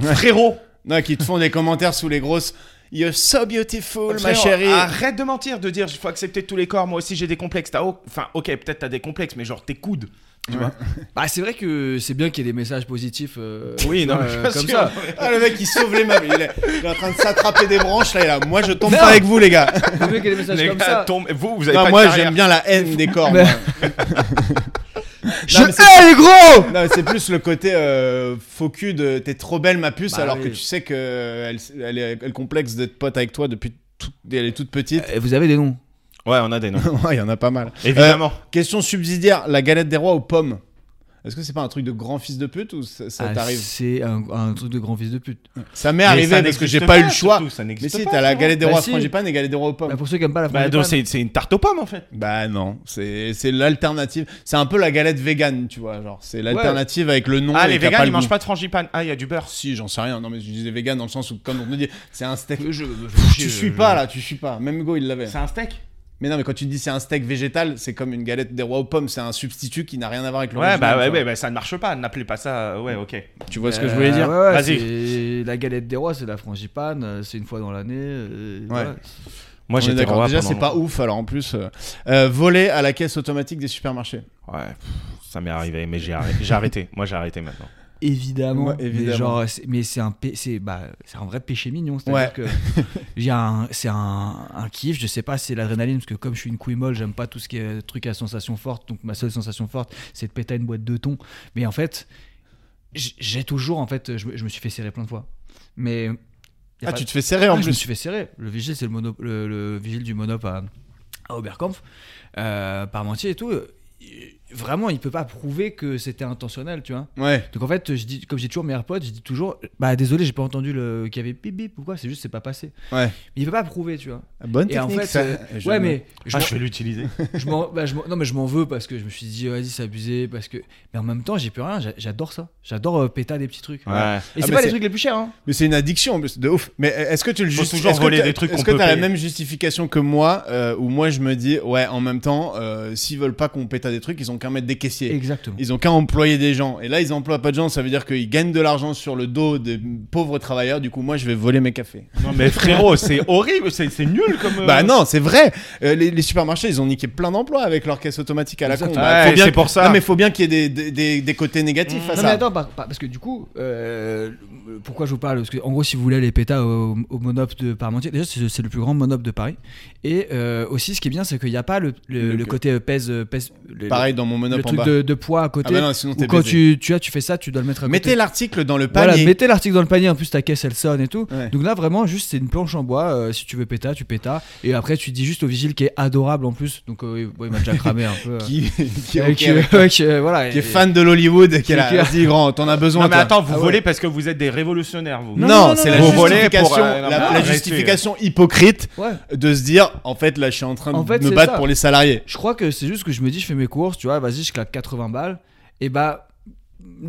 S2: Frérot,
S3: Non, qui te font des commentaires sous les grosses You're so beautiful, ma
S2: frérot,
S3: chérie.
S2: arrête de mentir, de dire faut accepter tous les corps, moi aussi j'ai des complexes. T'as au- Enfin, ok, peut-être t'as des complexes, mais genre tes coudes.
S1: Bah, c'est vrai que c'est bien qu'il y ait des messages positifs. euh,
S2: Oui,
S1: tu
S2: non,
S1: vois,
S2: mais
S1: euh,
S2: bien
S1: comme
S2: sûr.
S1: ça.
S3: Ah, le mec, il sauve les meubles. Il est, il est en train de s'attraper des branches, là, et là. Moi, je tombe
S1: Non.
S3: pas avec vous, les gars.
S1: C'est mieux qu'il y ait des messages
S2: Les
S1: comme
S2: gars,
S1: ça.
S2: tombent- vous, vous avez
S3: Non,
S2: pas de
S3: moi,
S2: carrière.
S3: j'aime bien la haine des corps.
S1: Mais-
S3: moi.
S1: Je
S3: mais c'est-
S1: hais les gros
S3: Non, mais c'est plus le côté euh, faux cul de t'es trop belle ma puce
S1: Bah
S3: alors
S1: oui.
S3: que tu sais que elle, elle est elle complexe d'être pote avec toi depuis tout- elle est toute petite.
S1: Et Eh, Vous avez des noms
S2: Ouais, on a des noms.
S3: Ouais, Il y en a pas mal. Euh,
S2: Évidemment.
S3: Question subsidiaire, la galette des rois aux pommes. Est-ce que c'est pas un truc de grand fils de pute ou ça, ça
S1: Ah,
S3: t'arrive
S1: C'est un, un truc de grand fils de pute.
S3: Ça m'est
S2: Mais
S3: arrivé
S2: ça
S3: parce que
S2: n'existe
S3: j'ai pas eu le choix.
S2: surtout, ça
S3: Mais
S2: n'existe
S3: si,
S2: pas,
S3: t'as la
S2: frérot.
S3: galette des
S1: Bah
S3: rois
S1: si.
S3: frangipane et galette des rois aux pommes.
S1: Bah, pour ceux qui aiment pas la
S2: Bah,
S1: frangipane.
S2: donc, c'est c'est une tarte aux pommes en fait.
S3: Bah non, c'est c'est l'alternative. C'est un peu la galette vegan, tu vois. Genre, c'est l'alternative avec le nom.
S2: Ah,
S3: et
S2: les
S3: t'as
S2: végans,
S3: le
S2: ils mangent
S3: goût.
S2: pas de frangipane. Ah, il y a du beurre.
S3: Si, j'en sais rien. Non, mais je disais vegan dans le sens où, comme on nous dit, c'est un steak.
S1: Je- je- je-
S3: Tu suis pas là, tu suis pas. Même Hugo, il l'avait.
S2: C'est un steak
S3: Mais non, mais quand tu dis c'est un steak végétal, c'est comme une galette des rois aux pommes. C'est un substitut qui n'a rien à voir avec le
S2: Ouais, bah ouais, ouais, bah, ça ne marche pas. N'appelez pas ça. euh, Ouais, ok.
S3: Tu vois ce
S1: Euh,
S3: que je voulais dire
S1: ouais, ouais,
S2: Vas-y.
S1: c'est La galette des rois, c'est la frangipane, euh, c'est une fois dans l'année. euh, voilà.
S3: On
S2: Moi,
S3: est
S2: j'étais
S3: d'accord.
S2: roi
S3: Déjà,
S2: pendant
S3: c'est pas ouf. Alors en plus, euh, euh, voler à la caisse automatique des supermarchés.
S2: longtemps. Ouais, pff, ça m'est arrivé, mais j'ai arrêté. j'ai arrêté. Moi, j'ai arrêté maintenant.
S1: évidemment.
S3: Ouais, évidemment.
S1: Mais genre, c'est- mais c'est un, pé- c'est bah, c'est un vrai péché mignon.
S3: Ouais.
S1: C'est-à-dire que j'ai un, c'est un, un kiff. Je sais pas, c'est l'adrénaline parce que comme je suis une couille molle, j'aime pas tout ce qui est truc à sensation forte. Donc ma seule sensation forte, c'est de péter à une boîte de thon. Mais en fait, j- j'ai toujours en fait, je, me- je me suis fait serrer plein de fois. Mais y a
S3: Ah,
S1: pas-
S3: tu te fais serrer en
S1: ah, je me
S3: plus.
S1: suis fait serrer. Le vigile, c'est le, mono- le, le vigile du monop à, à Oberkampf, euh, Parmentier et tout. Euh, Vraiment, il peut pas prouver que c'était intentionnel, tu vois.
S3: Ouais.
S1: Donc en fait, je dis, comme j'ai toujours mes AirPods, je dis toujours, bah désolé, j'ai pas entendu le qu'il y avait bip bip ou quoi, c'est juste c'est pas passé.
S3: Ouais.
S1: Mais il peut pas prouver, tu vois.
S3: Bonne
S1: Et en
S3: technique,
S1: fait,
S3: ça.
S1: euh,
S3: Je-
S1: ouais, mais je
S2: Ah,
S1: m'en-
S2: je vais l'utiliser.
S1: je m'en- bah, je m'en- non mais je m'en veux parce que je me suis dit vas-y c'est abusé parce que mais en même temps j'ai plus rien, j'a- j'adore ça, j'adore euh, péter à des petits trucs.
S2: Ouais.
S1: Et
S3: Ah,
S1: c'est
S3: mais
S1: pas les
S3: c'est-
S1: trucs les plus chers. Hein.
S3: Mais c'est une addiction en plus, de ouf. Mais euh, est-ce que tu le
S2: Faut
S3: justifies
S2: toujours voler des trucs qu'on
S3: Est-ce que
S2: peut
S3: t'as la
S2: payer.
S3: même justification que moi, euh, où moi je me dis, ouais, en même temps, euh, s'ils veulent pas qu'on pète à des trucs, ils ont qu'à mettre des caissiers.
S1: Exactement.
S3: Ils ont qu'à employer des gens. Et là, ils emploient pas de gens, ça veut dire qu'ils gagnent de l'argent sur le dos des pauvres travailleurs. Du coup, moi, je vais voler mes cafés.
S2: Non, mais frérot, c'est horrible, c'est c'est nul comme. euh,
S3: Bah non, c'est vrai. Euh, les, les supermarchés, ils ont niqué plein d'emplois avec leur caisse automatique à la con.
S1: Exactement.
S3: Bah, faut
S2: Ouais,
S3: bien-
S2: c'est pour ça.
S3: Non, mais faut bien qu'il y ait des, des, des- des côtés négatifs à
S1: Non
S3: ça.
S1: mais attends, par- par- parce que du coup, euh, le- pourquoi je vous parle Parce que en gros, si vous voulez aller péta au, au Monop de Parmentier, déjà c'est c'est le plus grand Monop de Paris. Et euh, aussi, ce qui est bien, c'est qu'il n'y a pas le, le-
S3: Le-
S1: le côté euh, pèse, euh, pèse le,
S3: Pareil dans mon
S1: le
S3: monop en
S1: truc
S3: bas.
S1: de, de poids à
S3: Ah
S1: côté.
S3: bah non, sinon
S1: Ou
S3: t'es
S1: quand
S3: baisé.
S1: tu, tu as, tu fais ça, tu dois le mettre à côté.
S3: Mettez l'article dans le
S1: Voilà,
S3: panier.
S1: mettez l'article dans le panier. En plus, ta caisse elle sonne et tout.
S3: Ouais.
S1: Donc là, vraiment, juste c'est une planche en bois. euh, si tu veux péta, tu péta. Et après, tu dis juste au vigile qui est adorable en plus. Donc, euh, ouais, il m'a déjà cramé un peu. euh.
S3: Qui, qui est
S1: Euh,
S3: ok
S1: qui-
S3: avec
S1: ouais, qui, euh, voilà,
S3: qui est
S1: et-
S3: fan de l'Hollywood et qui est là,
S1: Qui-
S3: vas-y grand, t'en as besoin.
S2: Non, mais
S3: toi.
S2: attends, vous
S1: Ah ouais.
S2: volez parce que vous êtes des révolutionnaires, vous.
S1: Non,
S3: Non, c'est la
S2: non, non,
S3: justification,
S2: non, non, non,
S3: la,
S2: non,
S3: la
S2: arrêtez.
S3: justification hypocrite
S1: Ouais.
S3: de se dire, en fait, là, je suis en train
S1: En
S3: de
S1: fait,
S3: me
S1: c'est
S3: battre
S1: ça.
S3: pour les salariés.
S1: Je crois que c'est juste que je me dis, je fais mes courses, tu vois, vas-y, je claque 80 balles. Et bah,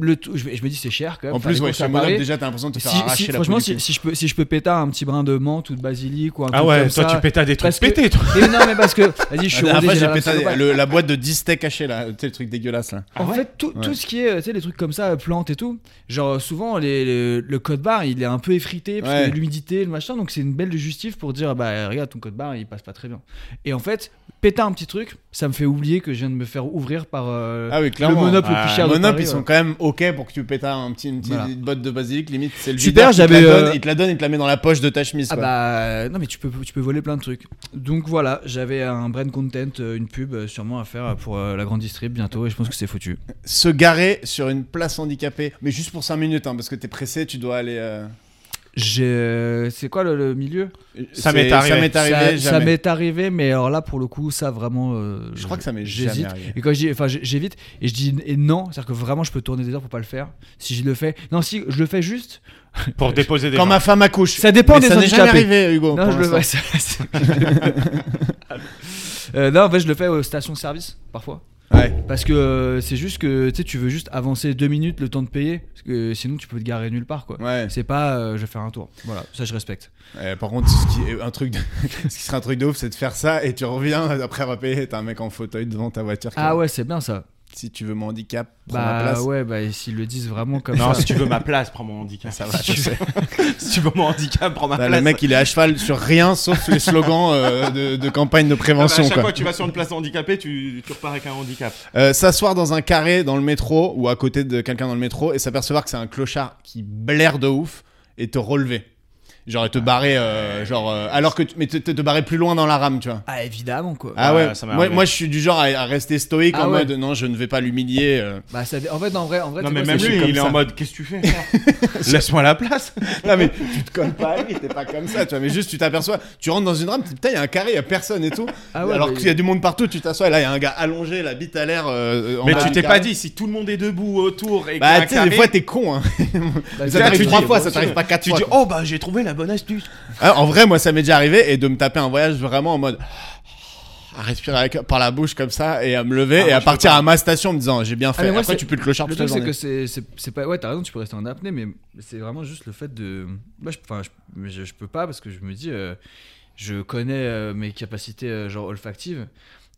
S1: le tout, je, me- je me dis, c'est cher quand même.
S3: En
S1: faire
S3: plus,
S1: les
S3: ouais,
S1: courses
S3: chez
S1: à
S3: Monop,
S1: Paris.
S3: déjà, t'as l'impression de te
S1: Si-
S3: faire
S1: si-
S3: arracher la peau
S1: franchement,
S3: du
S1: si,
S3: cul.
S1: si je peux, si je peux péter un petit brin de menthe ou de basilic ou un
S2: Ah
S1: truc
S2: ouais,
S1: comme
S2: toi
S1: ça.
S2: tu pétas des trucs
S1: Parce que-
S2: pétés, toi.
S1: Mais non, mais parce que, vas-y, je suis
S3: La dernière
S1: rodé, j'ai
S3: fois, Ah, j'ai
S1: la
S3: pété
S1: lapsopathe.
S3: le- la boîte de 10 steaks hachés, là, tu sais, le truc dégueulasse, là.
S1: En fait, tout, tout
S3: Ouais.
S1: ce qui est, tu sais, les trucs comme ça, plantes et tout, genre souvent, les, le- le code barre, il est un peu effrité, parce
S3: Ouais.
S1: qu'il y a de l'humidité, le machin, donc c'est une belle justif pour dire, bah regarde, ton code barre, il passe pas très bien. Et en fait, péter un petit truc, ça me fait oublier que je viens de me faire ouvrir par euh,
S3: Ah oui,
S1: le
S3: clairement.
S1: monop le
S2: Ah,
S1: plus
S3: Les
S1: cher de
S3: Monop,
S1: Paris,
S3: ils sont
S1: ouais.
S3: quand même ok pour que tu pétas un petit, une petite
S1: Voilà.
S3: botte de basilic, limite, c'est le
S1: Super,
S3: videur qui te la
S1: j'avais,
S3: donne,
S1: euh,
S3: Il te la donne, il te la met dans la poche de ta chemise,
S1: Ah
S3: quoi.
S1: bah euh, non mais tu peux tu peux voler plein de trucs. Donc voilà, j'avais un brand content, euh, une pub euh, sûrement à faire euh, pour euh, la grande distrib bientôt et je pense que c'est foutu.
S3: Se garer sur une place handicapée, mais juste pour 5 minutes, hein, parce que t'es pressé, tu dois aller. euh,
S1: J'ai euh, c'est quoi le, le milieu
S2: Ça
S3: c'est-
S2: m'est arrivé.
S3: Ça m'est
S1: Ça,
S3: arrivé,
S1: ça
S3: jamais.
S1: m'est arrivé mais alors là pour le coup ça vraiment euh,
S3: Je crois que ça m'est jamais
S1: j'hésite.
S3: arrivé.
S1: Et quand je dis enfin j'- j'évite et je dis et non, c'est-à-dire que vraiment je peux tourner des heures pour pas le faire. Si je le fais Non, si je le fais juste
S2: Pour déposer des.
S3: Quand
S2: gens.
S3: ma femme accouche.
S1: Ça dépend
S3: Mais
S1: des
S3: ça n'est jamais
S1: handicapés.
S3: arrivé, Hugo.
S1: Non,
S3: pour
S1: je le
S3: l'instant.
S1: fais. Euh, non, en fait, je le fais aux stations-service parfois.
S3: Ouais.
S1: Parce que euh, c'est juste que tu sais, tu veux juste avancer deux minutes le temps de payer. Parce que sinon, tu peux te garer nulle part. quoi.
S3: Ouais.
S1: C'est pas euh, je vais faire un tour. Voilà, ça je respecte.
S3: Euh, par contre, ce qui, est un truc de- ce qui serait un truc de ouf, c'est de faire ça et tu reviens après avoir payé. T'as un mec en fauteuil devant ta voiture. qui-
S1: Ah ouais, c'est bien ça.
S3: Si tu veux mon handicap, prends ma
S1: Bah
S3: place.
S1: ouais, bah et s'ils le disent vraiment comme
S2: Non,
S1: ça.
S2: si tu veux ma place, prends mon handicap.
S3: Ça va,
S2: si,
S3: je
S2: tu... si tu veux mon handicap, prends ma
S3: Là,
S2: place.
S3: le mec, il est à cheval sur rien sauf les slogans euh, de, de campagne de
S2: Ah bah, à
S3: prévention.
S2: chaque
S3: quoi.
S2: fois que tu vas sur une place handicapée, tu, tu repars avec un handicap.
S3: Euh, S'asseoir dans un carré dans le métro ou à côté de quelqu'un dans le métro et s'apercevoir que c'est un clochard qui blaire de ouf et te relever. Genre, et te barrer, euh, genre, euh, alors que tu, mais te, te te barrer plus loin dans la rame, tu vois.
S1: Ah évidemment quoi.
S3: Ah
S2: Ouais,
S3: ouais,
S2: ça m'est
S3: moi,
S2: arrivé.
S3: moi, je suis du genre à, à rester stoïque
S1: Ah
S3: en
S1: ouais.
S3: mode non, je ne vais pas l'humilier. euh.
S1: Bah, ça, dé- en fait, en vrai, en vrai
S2: Non,
S1: tu
S2: mais
S1: vois,
S2: même
S1: c'est-
S2: lui,
S1: je suis
S2: il est
S1: comme
S2: en
S1: ça.
S2: mode Qu'est-ce que tu fais frère Laisse-moi la place.
S3: Non mais tu te colles pas à lui, t'es pas comme ça, tu vois. Mais juste tu t'aperçois, tu rentres dans une rame, tu dis, putain, il y a un carré, il y a personne et tout.
S1: Ah ouais,
S3: Alors
S1: bah,
S3: qu'il y a du monde partout, tu t'assois et là, il y a un gars allongé, la bite à l'air. euh, euh, en
S2: Mais
S3: bas
S2: tu
S3: du
S2: t'es
S3: carré.
S2: pas dit, si tout le monde est debout autour et
S3: Bah
S2: que
S3: tu
S2: t'as
S3: sais,
S2: un
S3: des
S2: carré,
S3: fois t'es con. Hein.
S1: bah,
S3: ça t'arrive
S1: tu
S3: trois
S1: dis,
S3: fois,
S1: bon,
S3: ça t'arrive pas quatre
S2: tu
S3: fois.
S2: dis
S3: quoi.
S2: Oh bah j'ai trouvé la bonne astuce.
S3: Ah, en vrai, moi, ça m'est déjà arrivé et de me taper un voyage vraiment en mode à respirer avec- par la bouche comme ça et à me lever et
S2: Ah, moi,
S3: à
S2: je peux
S3: partir
S2: pas.
S3: à ma station en me disant j'ai bien fait.
S1: Ah, mais moi,
S3: Après
S1: c'est-
S3: tu peux le clochard
S1: Le
S3: toute la
S1: truc, c'est
S3: journée.
S1: que c'est- c'est c'est pas. Ouais, t'as raison, tu peux rester en apnée, mais c'est vraiment juste le fait de. Moi, je, enfin, je, mais je, je peux pas parce que je me dis, euh, je connais euh, mes capacités euh, genre olfactives.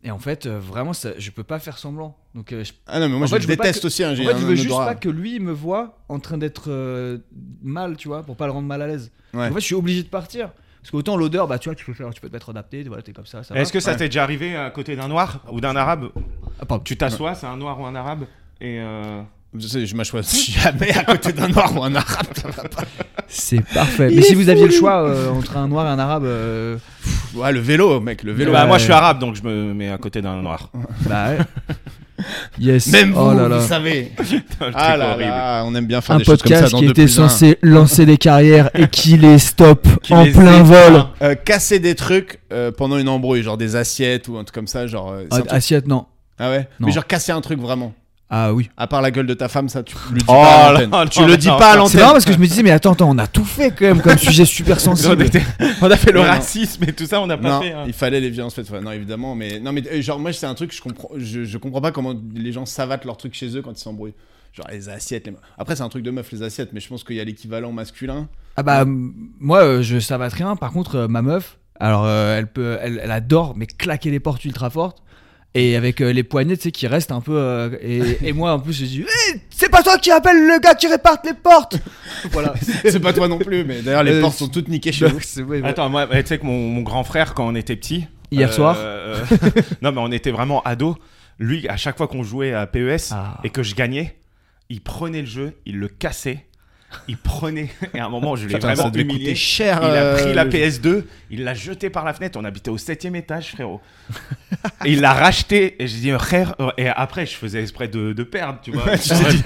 S1: Et en fait, euh, vraiment, ça, je peux pas faire semblant. Donc, euh, je,
S3: Ah non mais moi
S1: En
S3: je
S1: fait, je veux pas
S3: déteste
S1: que-
S3: aussi. hein,
S1: en
S3: j'ai
S1: fait,
S3: un
S1: je veux juste
S3: odorat.
S1: pas que lui me voit en train d'être euh, mal, tu vois, pour pas le rendre mal à l'aise.
S3: Ouais.
S1: En fait, je suis obligé de partir. Parce qu'autant l'odeur, bah, tu vois, tu peux, faire, tu peux te mettre en apnée, voilà, t'es comme ça. ça va.
S2: Est-ce que ça t'est déjà arrivé à côté d'un noir ou d'un arabe
S1: Ah, pardon.
S2: Tu t'assois, c'est un noir ou un arabe et euh,
S3: Je sais, je m'assois jamais à côté d'un noir ou un arabe. ça va pas.
S1: C'est parfait. Mais si vous aviez le choix euh, entre un noir et un arabe, euh,
S3: Ouais, le vélo, mec, le vélo.
S1: Ouais.
S2: Bah, moi, je suis arabe, donc je me mets à côté d'un noir.
S1: bah ouais. Yes.
S3: Même vous,
S1: oh là là.
S3: vous savez.
S2: Le truc
S3: Ah là
S2: horrible.
S3: là, on aime bien faire
S1: Un
S3: des choses comme ça
S1: podcast
S3: dans
S1: qui
S3: deux
S1: était
S3: plus un.
S1: censé lancer des carrières et qui les stoppe
S2: Qui
S1: en
S2: les
S1: plein
S2: éteint.
S1: vol.
S3: Euh, casser des trucs euh, pendant une embrouille, genre des assiettes ou un truc comme ça, genre. euh, c'est
S1: Ah,
S3: un truc-
S1: assiette, non.
S3: Ah ouais.
S1: non.
S3: Mais genre casser un truc vraiment.
S1: Ah oui.
S3: À part la gueule de ta femme, ça tu le dis
S2: Oh
S3: pas à
S2: là
S3: l'antenne.
S2: là
S3: Tu le dis
S2: là
S3: pas à
S2: là.
S1: C'est
S3: l'antenne.
S1: marrant parce que je me disais, mais attends, attends, on a tout fait quand même comme sujet super
S2: On
S1: sensible.
S2: était- On a fait le
S3: Non, non.
S2: racisme et tout ça, on n'a pas
S3: Non,
S2: fait. hein.
S3: il fallait les violences faites. ouais, non, évidemment, mais non, mais euh, genre moi c'est un truc je comprends, je, je comprends pas comment les gens savatent leurs trucs chez eux quand ils s'embrouillent. Genre les assiettes. les- Après c'est un truc de meuf les assiettes, mais je pense qu'il y a l'équivalent masculin.
S1: Ah bah, m- moi, euh, je savate rien. Par contre, euh, ma meuf, alors, euh, elle, peut, elle, elle adore, mais claquer les portes ultra fortes. Et avec euh, les poignées, tu sais, qui restent un peu. euh, et, et moi, en plus, je dis Eh, C'est pas toi qui appelle le gars qui réparte les portes
S3: Voilà. c'est pas toi non plus, mais d'ailleurs les
S1: Ah. Euh,
S3: portes sont toutes niquées chez vous.
S1: Donc, c'est- ouais, ouais.
S2: Attends, moi, tu sais que mon, mon grand frère, quand on était petit.
S1: Hier soir
S2: Euh, non, mais on était vraiment ados. Lui, à chaque fois qu'on jouait à PES
S1: Ah.
S2: et que je gagnais, il prenait le jeu, il le cassait, il prenait. Et à un moment, je l'ai
S3: Putain, ça
S2: vraiment
S3: devait
S2: humilié.
S3: coûter cher.
S2: Il a pris
S3: euh,
S2: la
S3: le-
S2: PS2, il l'a jetée par la fenêtre. On habitait au septième étage, frérot. et il l'a racheté. Et j'ai dit, frère. euh, Et après, je faisais exprès de, de perdre, tu vois.
S3: Tu t'es dit,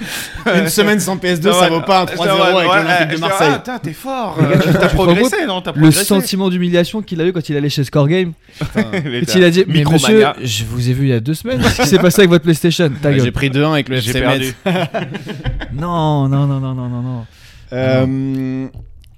S3: une semaine sans PS2,
S2: Ouais,
S3: ça vaut pas un
S2: ouais,
S3: 3-0 avec
S2: ouais,
S3: l'Olympique de
S2: j'étais là,
S3: Marseille.
S2: Ah, putain, t'es fort.
S1: Les gars,
S2: euh,
S1: tu-
S2: T'as
S1: tu te rends
S2: progressé, non T'as
S1: Le
S2: progressé.
S1: sentiment d'humiliation qu'il a eu quand il allait chez Score Game.
S2: Mais
S1: Et
S2: t'as-
S1: il a dit Mais monsieur,
S2: Micromania.
S1: je vous ai vu il y a deux semaines. Qu'est-ce qui s'est passé avec votre PlayStation Ta
S3: Ouais, J'ai
S1: gueule.
S3: pris 2-1 avec le
S2: J'ai
S3: FC
S2: perdu.
S3: Metz.
S1: Non, non, non, non, non, non, non.
S3: Euh,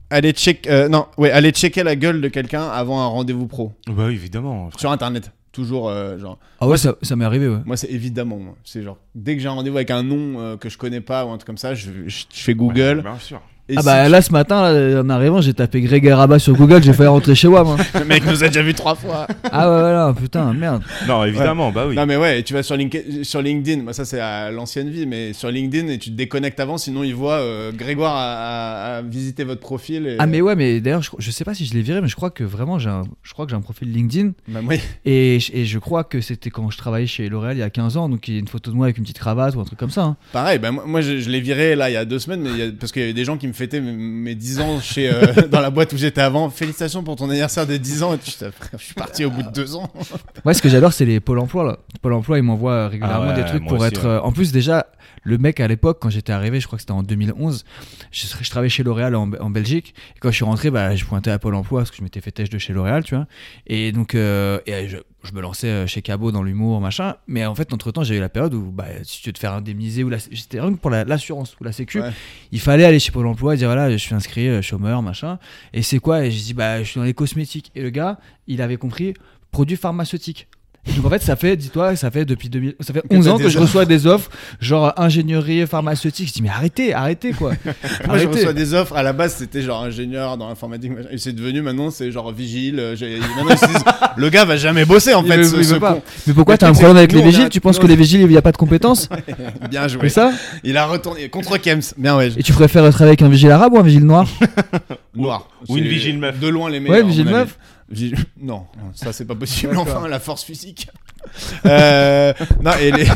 S3: allez, check, euh, non, ouais, allez checker la gueule de quelqu'un avant un rendez-vous pro.
S2: Bah évidemment.
S3: Sur internet. Toujours, euh, genre.
S1: Ah ouais, ça, ça m'est arrivé, ouais.
S3: Moi, c'est évidemment. moi. C'est genre, dès que j'ai un rendez-vous avec un nom euh, que je connais pas ou un truc comme ça, je, je- je fais Google.
S2: Bien sûr.
S3: Et
S1: Ah
S3: si-
S1: bah là ce matin là, en arrivant j'ai tapé Greg Rabat sur Google j'ai failli rentrer chez WAM. hein.
S3: le mec nous a déjà vu trois fois.
S1: Ah ouais voilà putain merde.
S2: Non, évidemment, bah oui.
S3: Non, mais ouais, et tu vas sur, Linke- sur LinkedIn. Moi, ça, c'est à l'ancienne vie, mais sur LinkedIn et tu te déconnectes avant, sinon, ils voient euh, Grégoire a, a- a visité votre profil. Et...
S1: Ah mais ouais mais d'ailleurs je, je sais pas si je l'ai viré mais je crois que vraiment j'ai un, je crois que j'ai un profil LinkedIn
S3: Bah, moi,
S1: et, je- et je crois que c'était quand je travaillais chez L'Oréal il y a 15 ans donc il y a une photo de moi avec une petite cravate ou un truc comme ça. hein.
S3: Pareil, bah, moi, moi, je, je l'ai viré là il y a deux semaines mais il y a- parce qu'il y avait des gens qui me fêtaient mes, mes 10 ans chez, euh, dans la boîte où j'étais avant. Félicitations pour ton anniversaire de 10 ans. Et tu- je suis parti au bout de deux ans.
S1: Moi ce que j'adore c'est les Pôle Emploi là. Pôle Emploi ils m'envoient euh, régulièrement
S2: Ah ouais,
S1: des trucs
S2: moi
S1: pour
S2: aussi,
S1: être...
S2: ouais.
S1: euh, en plus déjà le mec à l'époque quand j'étais arrivé je crois que c'était en 2011 je, je travaillais chez L'Oréal en, en Belgique et quand je suis rentré bah, je pointais à Pôle Emploi parce que je m'étais fait têche de chez L'Oréal tu vois et donc euh, et je, je me lançais euh, chez Cabot dans l'humour machin mais en fait entre temps j'ai eu la période où bah, si tu veux te faire indemniser ou la- j'étais rien que pour la- l'assurance ou la sécu
S3: Ouais.
S1: il fallait aller chez Pôle Emploi et dire voilà je suis inscrit euh, chômeur machin et c'est quoi et je dis bah je suis dans les cosmétiques et le gars il avait compris produits pharmaceutiques donc en fait, ça fait, dis-toi, ça fait depuis 2000, ça fait 11
S3: t'as
S1: ans que
S3: des
S1: je reçois des offres, genre euh, ingénierie pharmaceutique. Je dis, mais arrêtez, arrêtez quoi.
S3: Moi, je
S1: Arrêtez.
S3: reçois des offres. À la base, c'était genre ingénieur dans l'informatique. machin. Et c'est devenu maintenant, c'est genre vigile. euh, j'ai- maintenant, ils se disent, le gars va jamais bosser en
S1: Il
S3: fait.
S1: veut-
S3: ce-
S1: il veut
S3: ce
S1: pas.
S3: con.
S1: Mais pourquoi
S3: Le
S1: t'as un
S3: truc,
S1: problème
S3: c'est
S1: avec
S3: que
S1: les
S3: nous, on
S1: vigiles
S3: a-
S1: Tu penses
S3: nous,
S1: que
S3: on-
S1: les vigiles, il n'y a pas de compétences
S3: Bien
S1: Mais
S3: joué.
S1: ça
S3: Il a retourné contre Kems. Bien ouais.
S1: Et tu préfères travailler avec un vigile arabe ou un vigile noir
S3: Noir.
S2: ou une
S3: C'est
S2: vigile meuf.
S3: De loin les meilleurs.
S1: Ouais,
S3: à mon
S1: vigile
S3: avis.
S1: meuf.
S3: Vigile- Non, non, ça c'est pas possible. Enfin, la force physique. Euh, non et les.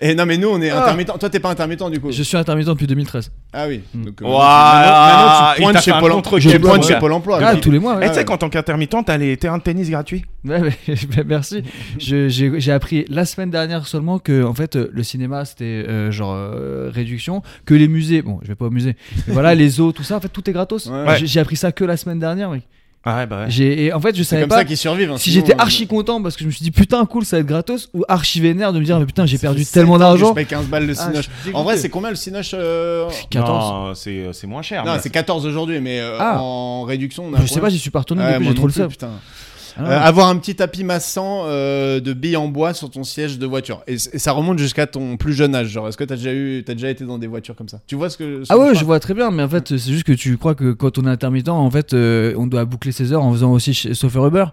S3: Et non mais nous on est intermittent. Toi t'es pas intermittent du coup.
S1: Ah. Je suis intermittent depuis 2013.
S3: Ah oui. Donc, euh,
S2: Ouah,
S3: maintenant, tu- maintenant,
S2: ah,
S3: tu
S2: il t'a
S3: pointes chez
S2: fait un
S3: Pôle Emploi.
S2: contre-pied,
S3: Tu pointes
S1: voilà.
S3: chez Pôle Emploi.
S1: Ah,
S3: donc.
S1: tous les mois,
S2: Eh,
S1: ouais.
S2: tu sais qu'en tant qu'intermittent, t'as les terrains de tennis gratuits.
S1: Ouais, mais- mais merci. Je- J'ai j'ai appris la semaine dernière seulement que en fait euh, le cinéma c'était euh, genre euh, réduction, que les musées, bon je vais pas au musée, mais voilà les zoos, tout ça, en fait tout est gratos.
S3: Ouais.
S1: J'ai- J'ai appris ça que la semaine dernière, mec.
S2: Ah ouais, bah ouais.
S1: J'ai et en fait je
S3: C'est
S1: savais
S3: comme
S1: pas
S3: ça qu'ils survivent. hein,
S1: si
S3: sinon,
S1: j'étais
S3: euh,
S1: archi content parce que je me suis dit putain cool ça va être gratos ou archi vénère de me dire mais putain j'ai
S3: ça fait
S1: perdu
S3: sept
S1: tellement
S3: ans que
S1: d'argent.
S3: Je paye 15 balles le
S1: Ah,
S3: Cinoche.
S1: je suis dégoûté.
S3: en vrai, c'est combien le Cinoche euh,
S1: 14.
S2: Non, c'est euh, c'est moins cher.
S3: Non,
S2: mais-
S3: c'est 14 aujourd'hui, mais euh,
S1: Ah.
S3: en réduction, on a.
S1: Je sais pas, j'y suis pas retourné
S3: Ouais,
S1: depuis
S3: moi
S1: j'ai trop
S3: non
S1: le
S3: plus,
S1: seum.
S3: putain.
S1: Ah,
S3: Euh, avoir un petit tapis massant euh, de billes en bois sur ton siège de voiture. Et, c- et ça remonte jusqu'à ton plus jeune âge. Genre, est-ce que t'as déjà eu, t'as déjà été dans des voitures comme ça Tu vois ce que ce
S1: Ah
S3: que
S1: ouais,
S3: je
S1: je vois très bien, mais en fait, c'est juste que tu crois que quand on est intermittent, en fait, euh, on doit boucler ses heures en faisant aussi ch- chauffeur Uber.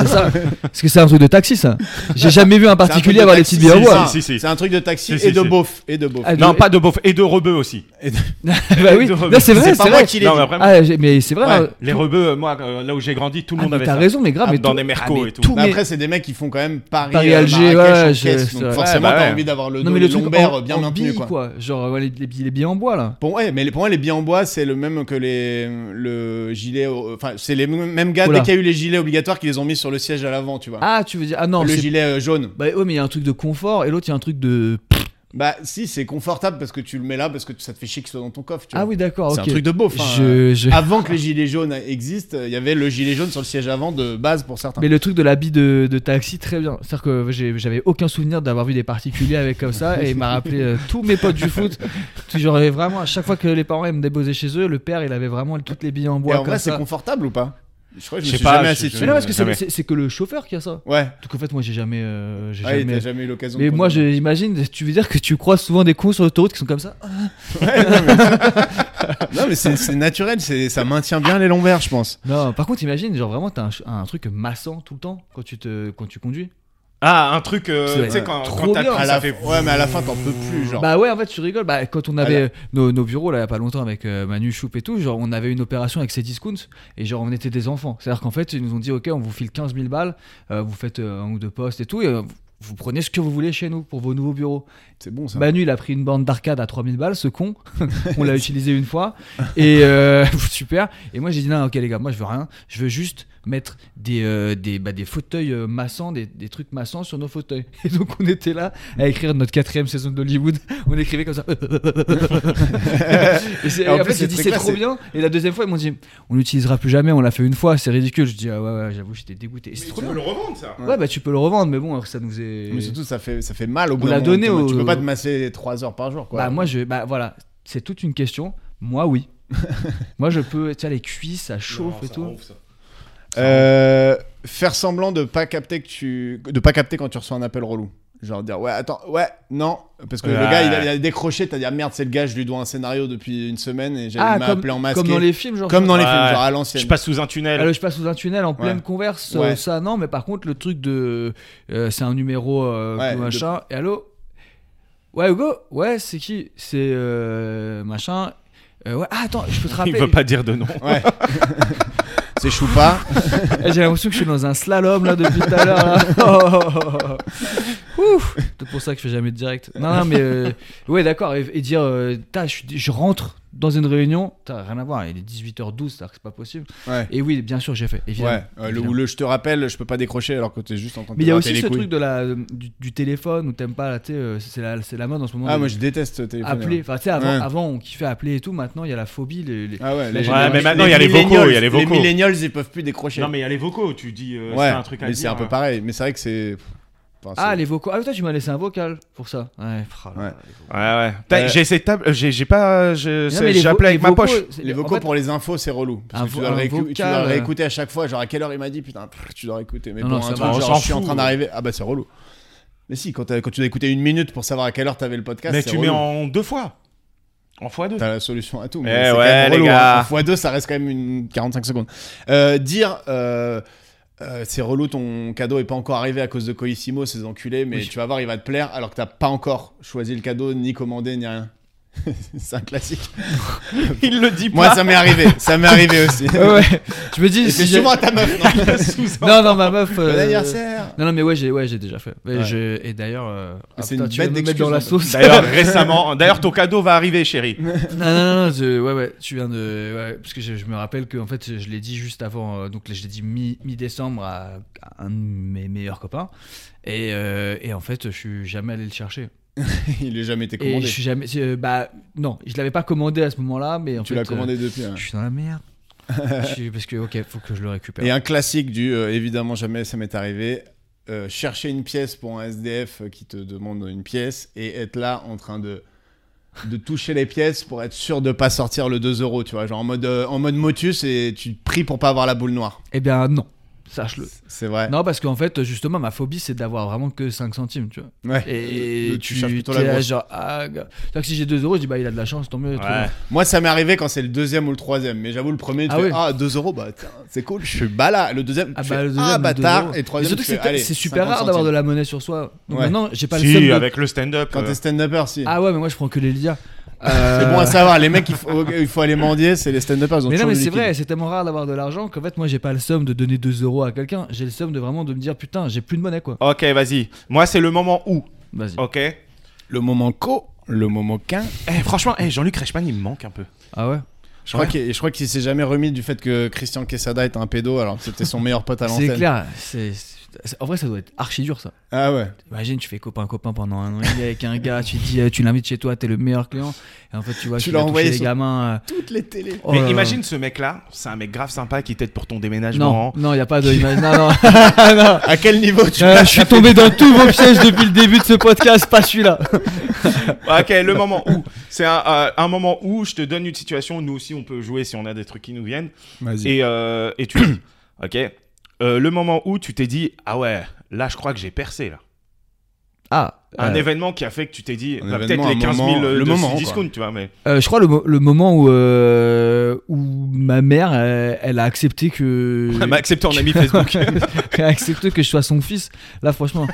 S1: C'est ça Parce que c'est un truc de taxi, ça. J'ai jamais vu un
S3: parle C'est un truc
S1: particulier
S3: de
S1: avoir les
S3: taxi,
S1: petites billes en
S3: c'est
S1: bois.
S3: ça.
S2: Si, si, si.
S3: C'est un truc de taxi
S2: Si,
S3: et
S2: si,
S3: de
S2: si.
S3: beauf et de beauf.
S1: Ah,
S2: Non, pas de beauf et de rebeux aussi.
S1: bah oui. Non, c'est vrai,
S3: C'est
S1: c'est
S3: pas moi
S1: vrai.
S3: qui l'ai
S2: Non, mais
S3: dit.
S2: vraiment.
S1: Ah, j'ai- mais c'est vrai.
S3: Ouais.
S1: hein.
S2: Les rebeux, euh, moi, euh, là où j'ai grandi, tout le
S1: Ah,
S2: monde
S1: mais
S2: avait
S1: t'as
S2: ça.
S1: raison, mais grave,
S3: Ah
S1: mais mais
S2: dans
S1: tout-
S2: des mercos
S1: ah, mais
S2: et tout.
S1: tous
S3: Mais
S1: mes-
S3: après, c'est des mecs qui font quand même Paris,
S1: Paris,
S3: euh,
S1: Alger,
S3: Marrakech en
S1: ouais, je-
S3: caisse,
S1: c'est
S3: donc
S1: vrai.
S3: forcément,
S2: Ouais, bah
S3: t'as
S2: ouais.
S3: envie d'avoir le,
S1: non
S3: dos-
S1: mais
S3: le
S1: le truc
S3: lombaire
S1: en,
S3: bien
S1: en
S3: maintenu.
S1: billes,
S3: quoi.
S1: genre ouais, les, les billets, les billets en bois là
S3: Bon, ouais, mais les- pour moi, les billets en bois, c'est le même que les le gilet. au- Enfin, c'est les m- mêmes gars,
S1: Oula.
S3: dès qu'il y a eu les gilets obligatoires, qui les ont mis sur le siège à l'avant, tu vois.
S1: ah tu veux dire ah non
S3: le
S1: c'est-
S3: gilet euh, jaune.
S1: bah ouais mais il y a un truc de confort et l'autre il y a un truc de
S3: Bah, si, c'est confortable parce que tu le mets là, parce que ça te fait chier qu'il soit dans ton coffre, tu
S1: ah
S3: vois.
S1: oui d'accord
S3: C'est
S1: ok
S3: un truc de hein. beau,
S2: hein.
S3: enfin.
S1: je, je-
S3: Avant que les gilets jaunes existent, il y avait le gilet jaune sur le siège avant de base pour certains.
S1: mais le truc de l'habit de, de taxi très bien c'est à dire que j'ai- j'avais aucun souvenir d'avoir vu des particuliers avec comme ça et il m'a rappelé euh, tous mes potes du foot toujours vraiment à chaque fois que les parents ils me déposaient chez eux le père il avait vraiment toutes les billes en
S3: Et
S1: bois
S3: en
S1: comme
S3: vrai, c'est
S1: ça
S3: confortable ou pas Je crois que je
S2: Je
S3: me
S2: sais
S3: suis
S2: pas,
S3: jamais
S2: je-
S3: assis
S2: je-
S3: dessus.
S1: mais non parce que
S2: Jamais.
S1: c'est- c'est c'est que le chauffeur qui a ça
S3: Ouais,
S1: donc en fait moi j'ai jamais euh, j'ai
S3: ouais,
S1: jamais
S3: Ah t'as jamais eu l'occasion.
S1: Mais
S3: de
S1: moi,
S3: prendre-
S1: je- j'imagine, tu veux dire que tu croises souvent des cons sur l'autoroute qui sont comme ça
S3: Non, mais c'est c'est naturel, c'est- ça maintient bien les lombaires, je pense.
S1: Non, par contre, imagine, genre vraiment, t'as un ch- un, truc massant tout le temps quand tu, te, quand tu conduis.
S2: Ah, un truc, euh,
S1: C'est-
S2: tu sais, quand,
S1: Trop
S2: quand t'as
S1: bien. Ah,
S2: pris,
S3: À
S2: ça
S3: la
S2: fait.
S3: fin- Ouais, mais à la fin, t'en peux plus, genre.
S1: Bah ouais, en fait, tu rigoles. Bah, quand on avait euh, nos, nos bureaux, là, il y a pas longtemps, avec euh, Manu Choup et tout, genre, on avait une opération avec ces discounts et genre, on était des enfants. C'est-à-dire qu'en fait, ils nous ont dit, ok, on vous file 15 000 balles, euh, vous faites euh, un ou deux postes et tout, et euh, vous- vous prenez ce que vous voulez chez nous pour vos nouveaux bureaux.
S3: c'est bon, ça.
S1: Manu, il a pris une bande d'arcade à 3000 balles, ce con. On l'a utilisé une fois. Et euh, super. Et moi, j'ai dit, non, ok, les gars, moi, je veux rien. Je veux juste mettre des, euh, des, bah, des fauteuils euh, massants, des, des trucs massants sur nos fauteuils. Et donc, on était là à écrire notre quatrième saison d'Hollywood. On écrivait comme ça. et c'est-
S3: Et en
S1: et
S3: plus,
S1: après,
S3: c'est
S1: j'ai dit,
S3: très
S1: c'est
S3: classe,
S1: trop
S3: c'est-
S1: bien. Et la deuxième fois, ils m'ont dit, on l'utilisera plus jamais, on l'a fait une fois, c'est ridicule. Je dis, ah ouais, ouais, j'avoue, j'étais dégoûté. Et c'est trop bien.
S2: le revendre, ça.
S1: Ouais, bah, tu peux le revendre, mais bon, alors, ça nous est.
S3: Mais surtout, ça fait, ça fait mal au
S1: On
S3: bout
S1: l'a
S3: d'un moment.
S1: donné au-
S3: Tu peux pas te masser 3 heures par jour, quoi.
S1: Bah moi je bah voilà, c'est toute une question. Moi oui. moi je peux tu vois les cuisses ça chauffe et tout.
S3: Euh, faire semblant de pas capter que tu de pas capter quand tu reçois un appel relou. Genre dire ouais attends ouais non parce que le
S2: Ouais.
S3: gars il a, il a décroché t'as dit ah, merde c'est le gars je lui dois un scénario depuis une semaine et j'ai
S1: Ah,
S3: il m'a
S1: comme-
S3: appelé en masqué
S1: Comme dans les films genre
S3: Comme dans les
S2: Ouais.
S3: films genre à
S2: Je
S3: l'ancienne
S2: passe sous un tunnel.
S1: Alors, je passe sous un tunnel en pleine converse, euh,
S3: Ouais.
S1: ça non, mais par contre le truc de euh, c'est un numéro euh,
S3: Ouais,
S1: ou
S3: de-
S1: machin et allô Ouais Hugo, ouais c'est qui C'est euh, machin Euh, ouais, ah, attends, je peux te
S2: Il
S1: rappeler.
S2: veut pas dire de nom.
S3: ouais c'est choupa
S1: Eh, J'ai l'impression que je suis dans un slalom là depuis tout à l'heure. là. Oh. Ouf, c'est pour ça que je fais jamais de direct. Non, non, mais euh, ouais, d'accord. Et, et dire, euh, Tain, je, suis- je rentre dans une réunion, t'as rien à voir. Il est 18h12, c'est-à-dire que c'est pas possible.
S3: ouais
S1: Et oui, bien sûr, j'ai fait. Évidemment.
S3: ouais euh, le,
S1: Évidemment.
S3: ou le je te rappelle je peux pas décrocher alors que t'es juste en train de
S1: Mais
S3: te
S1: il y a
S3: gratter
S1: aussi
S3: les
S1: ce
S3: couilles.
S1: truc de la, euh, du, du téléphone où t'aimes pas, là, tu sais, euh, c'est la, c'est la mode en ce moment.
S3: ah
S1: de
S3: moi je déteste téléphoner
S1: appeler. Enfin, tu sais, avant,
S3: Ouais.
S1: avant, on kiffait appeler et tout. Maintenant, il y a la phobie. Les, les-
S3: ah ouais,
S1: Ouais,
S3: générations-
S1: mais
S2: maintenant, il y a les vocaux,
S3: millennials-
S2: il y a les vocaux.
S3: les millennials ils peuvent plus décrocher
S2: Non, mais il y a les vocaux, tu dis. euh,
S3: ouais
S2: c'est un truc à
S3: mais
S2: dire,
S3: c'est un peu
S2: hein.
S3: pareil mais c'est vrai que c'est enfin,
S1: Ah,
S3: c'est-
S1: les vocaux. Ah, toi, tu m'as laissé un vocal pour ça. Ouais, pff, là là,
S3: Ouais.
S1: les vocaux.
S2: Ouais, ouais. Putain,
S3: Euh,
S2: J'ai essayé de table. J'ai j'ai pas. euh, je-
S1: Non,
S2: c'est-
S1: mais les
S2: J'ai
S1: vo-
S2: appelé avec
S1: les
S2: ma
S1: vocaux,
S2: poche.
S1: c'est-
S3: Les
S1: en
S3: vocaux
S1: fait,
S3: pour les infos, c'est relou. Parce
S1: un
S3: que tu
S1: vo-
S3: dois,
S1: un
S3: le réécou- tu dois
S1: vocal, euh,
S3: le réécouter à chaque fois. Genre, à quelle heure il m'a dit Putain, pff, tu dois réécouter. Mais
S1: Non,
S3: pour
S1: non,
S3: un
S1: ça
S3: truc,
S1: va, on
S3: genre,
S2: s'en
S3: je suis en
S2: fout.
S3: train d'arriver. Ah bah, c'est relou. Mais si, quand, t'as- quand tu dois écouter une minute pour savoir à quelle heure t'avais le podcast,
S2: Mais
S3: c'est
S2: tu mets
S3: relou.
S2: en deux fois. En fois deux.
S3: T'as la solution à tout.
S2: Eh
S3: Mais c'est
S2: ouais,
S3: quand même
S2: les
S3: relou.
S2: gars.
S3: x2, ça reste quand même une 45 secondes. Euh, dire. euh, euh, c'est relou, ton cadeau est pas encore arrivé à cause de Colissimo, ces enculés, mais
S1: Oui.
S3: tu vas voir, il va te plaire alors que t'as pas encore choisi le cadeau, ni commandé, ni rien. c'est un classique.
S2: Il le dit
S3: Moi, ça m'est arrivé, ça m'est arrivé aussi.
S1: Ouais, ouais. Je me dis,
S3: Et C'est
S1: si j'ai-
S3: souvent à ta meuf, non
S1: Non, non, ma meuf. euh,
S3: Bon anniversaire
S1: Non, non, mais ouais, j'ai ouais, j'ai déjà fait. Et,
S3: Ouais.
S1: je- et d'ailleurs, euh, ah,
S3: c'est
S1: putain,
S3: une
S1: tu vas
S3: bête
S1: me mettre
S3: d'excuse,
S1: dans la
S3: en Bah,
S1: sauce.
S2: D'ailleurs, récemment. D'ailleurs, ton cadeau va arriver, chérie.
S1: non, non, non, non, je- ouais, ouais, tu viens de. ouais, parce que je, je me rappelle que, en fait, je l'ai dit juste avant. euh, donc, je l'ai dit mi- mi-décembre à, à un de mes meilleurs copains. Et, euh, et en fait, je suis jamais allé le chercher.
S3: Il est jamais été
S1: Et
S3: commandé.
S1: je suis jamais. c'est, euh, bah, non, je l'avais pas commandé à ce moment-là, mais en
S3: Tu
S1: fait,
S3: l'as commandé depuis. hein.
S1: euh, je suis dans la merde. Je suis- parce que, ok, faut que je le récupère.
S3: Et un classique du euh, évidemment jamais ça m'est arrivé. euh, chercher une pièce pour un SDF euh, qui te demande une pièce et être là en train de de toucher les pièces pour être sûr de pas sortir le 2 euros tu vois genre en mode euh, en mode motus et tu te pries pour pas avoir la boule noire
S1: Eh bien, non, sache-le.
S3: c'est vrai
S1: Non, parce qu'en fait, justement, ma phobie, c'est d'avoir vraiment que 5 centimes, tu vois.
S3: Ouais.
S1: Et
S3: Euh,
S1: tu,
S3: tu cherches plutôt la
S1: t'es là,
S3: grosse.
S1: genre, ah, gars. C'est-à-dire que si j'ai 2 euros, je dis, bah, il a de la chance, tant mieux. Ah, trop bien.
S3: moi ça m'est arrivé quand c'est le deuxième ou le troisième mais j'avoue le premier tu
S1: Ah
S3: fais,
S1: oui.
S3: ah 2 euros bah tiens, c'est cool je suis bala le deuxième
S1: Ah,
S3: tu
S1: bah,
S3: fais,
S1: le deuxième,
S3: ah
S1: deux
S3: bâtard
S1: euros.
S3: et le
S1: Mais
S3: troisième
S1: surtout
S3: tu
S1: que c'est
S3: fais, allez,
S1: c'est super
S3: 50
S1: rare d'avoir de
S3: centimes.
S1: la monnaie sur soi. Donc
S3: Ouais.
S1: maintenant, j'ai pas le seum
S2: Si,
S1: de-
S2: avec le stand-up.
S3: quand
S2: euh,
S3: t'es stand-upper si
S1: Ah ouais, mais moi, je prends que les lias. Ah Euh,
S3: C'est bon à savoir, les mecs, il faut, il faut aller mendier, c'est les stand-uppers. ils ont
S1: Mais non,
S3: toujours
S1: mais
S3: du
S1: c'est
S3: liquide.
S1: vrai, c'est tellement rare d'avoir de l'argent qu'en fait, moi, j'ai pas le somme de donner 2 euros à quelqu'un. J'ai le somme de vraiment de me dire putain, j'ai plus de monnaie quoi.
S2: Ok, vas-y. Moi, c'est le moment où.
S1: Vas-y.
S3: Oh.
S2: Ok. Eh,
S3: Le moment co, le moment quin.
S2: franchement, eh, Jean-Luc Reichmann, il me manque un peu.
S1: Ah ouais
S3: Je crois
S2: Ouais.
S3: qu'il- je crois qu'il s'est jamais remis du fait que Christian Quesada est un pédo alors que c'était son meilleur pote à l'antenne.
S1: C'est clair. c'est- c'est- En vrai, ça doit être archi dur ça.
S3: Ah ouais.
S1: Imagine, tu fais copain-copain pendant un an et demi avec un gars, tu te dis, euh, tu l'invites chez toi, t'es le meilleur client. Et en fait, tu vois,
S3: Tu
S1: qu'il
S3: l'as
S1: a touché
S3: envoyé
S1: les
S3: sur-
S1: gamins. euh,
S3: Toutes les télés.
S1: oh là
S2: Mais
S1: là.
S2: imagine ce mec-là, c'est un mec grave sympa qui t'aide pour ton déménagement.
S1: Non, non, y a pas de. ima- Non, non. non.
S3: À quel niveau tu
S1: Euh, je suis tombé dans tous vos pièges depuis le début de ce podcast, pas celui-là.
S2: Ok, le moment où. C'est un, euh, un moment où je te donne une situation. Nous aussi, on peut jouer si on a des trucs qui nous viennent.
S3: Vas-y.
S2: Et, euh, et tu. ok. Euh, le moment où tu t'es dit Ah ouais, là, je crois que j'ai percé. Là.
S1: Ah,
S2: Un
S1: euh,
S2: événement qui a fait que tu t'es dit
S3: Un
S2: bah,
S3: événement,
S2: peut-être les
S3: un
S2: 15 000
S3: moment,
S2: euh,
S3: le
S2: de
S3: moment,
S2: six discount, tu vois. Mais...
S1: euh, je crois le, mo- le moment où, euh, où ma mère, elle, elle a accepté que.
S2: Elle m'a accepté en ami Facebook.
S1: Elle a accepté que je sois son fils. Là, franchement.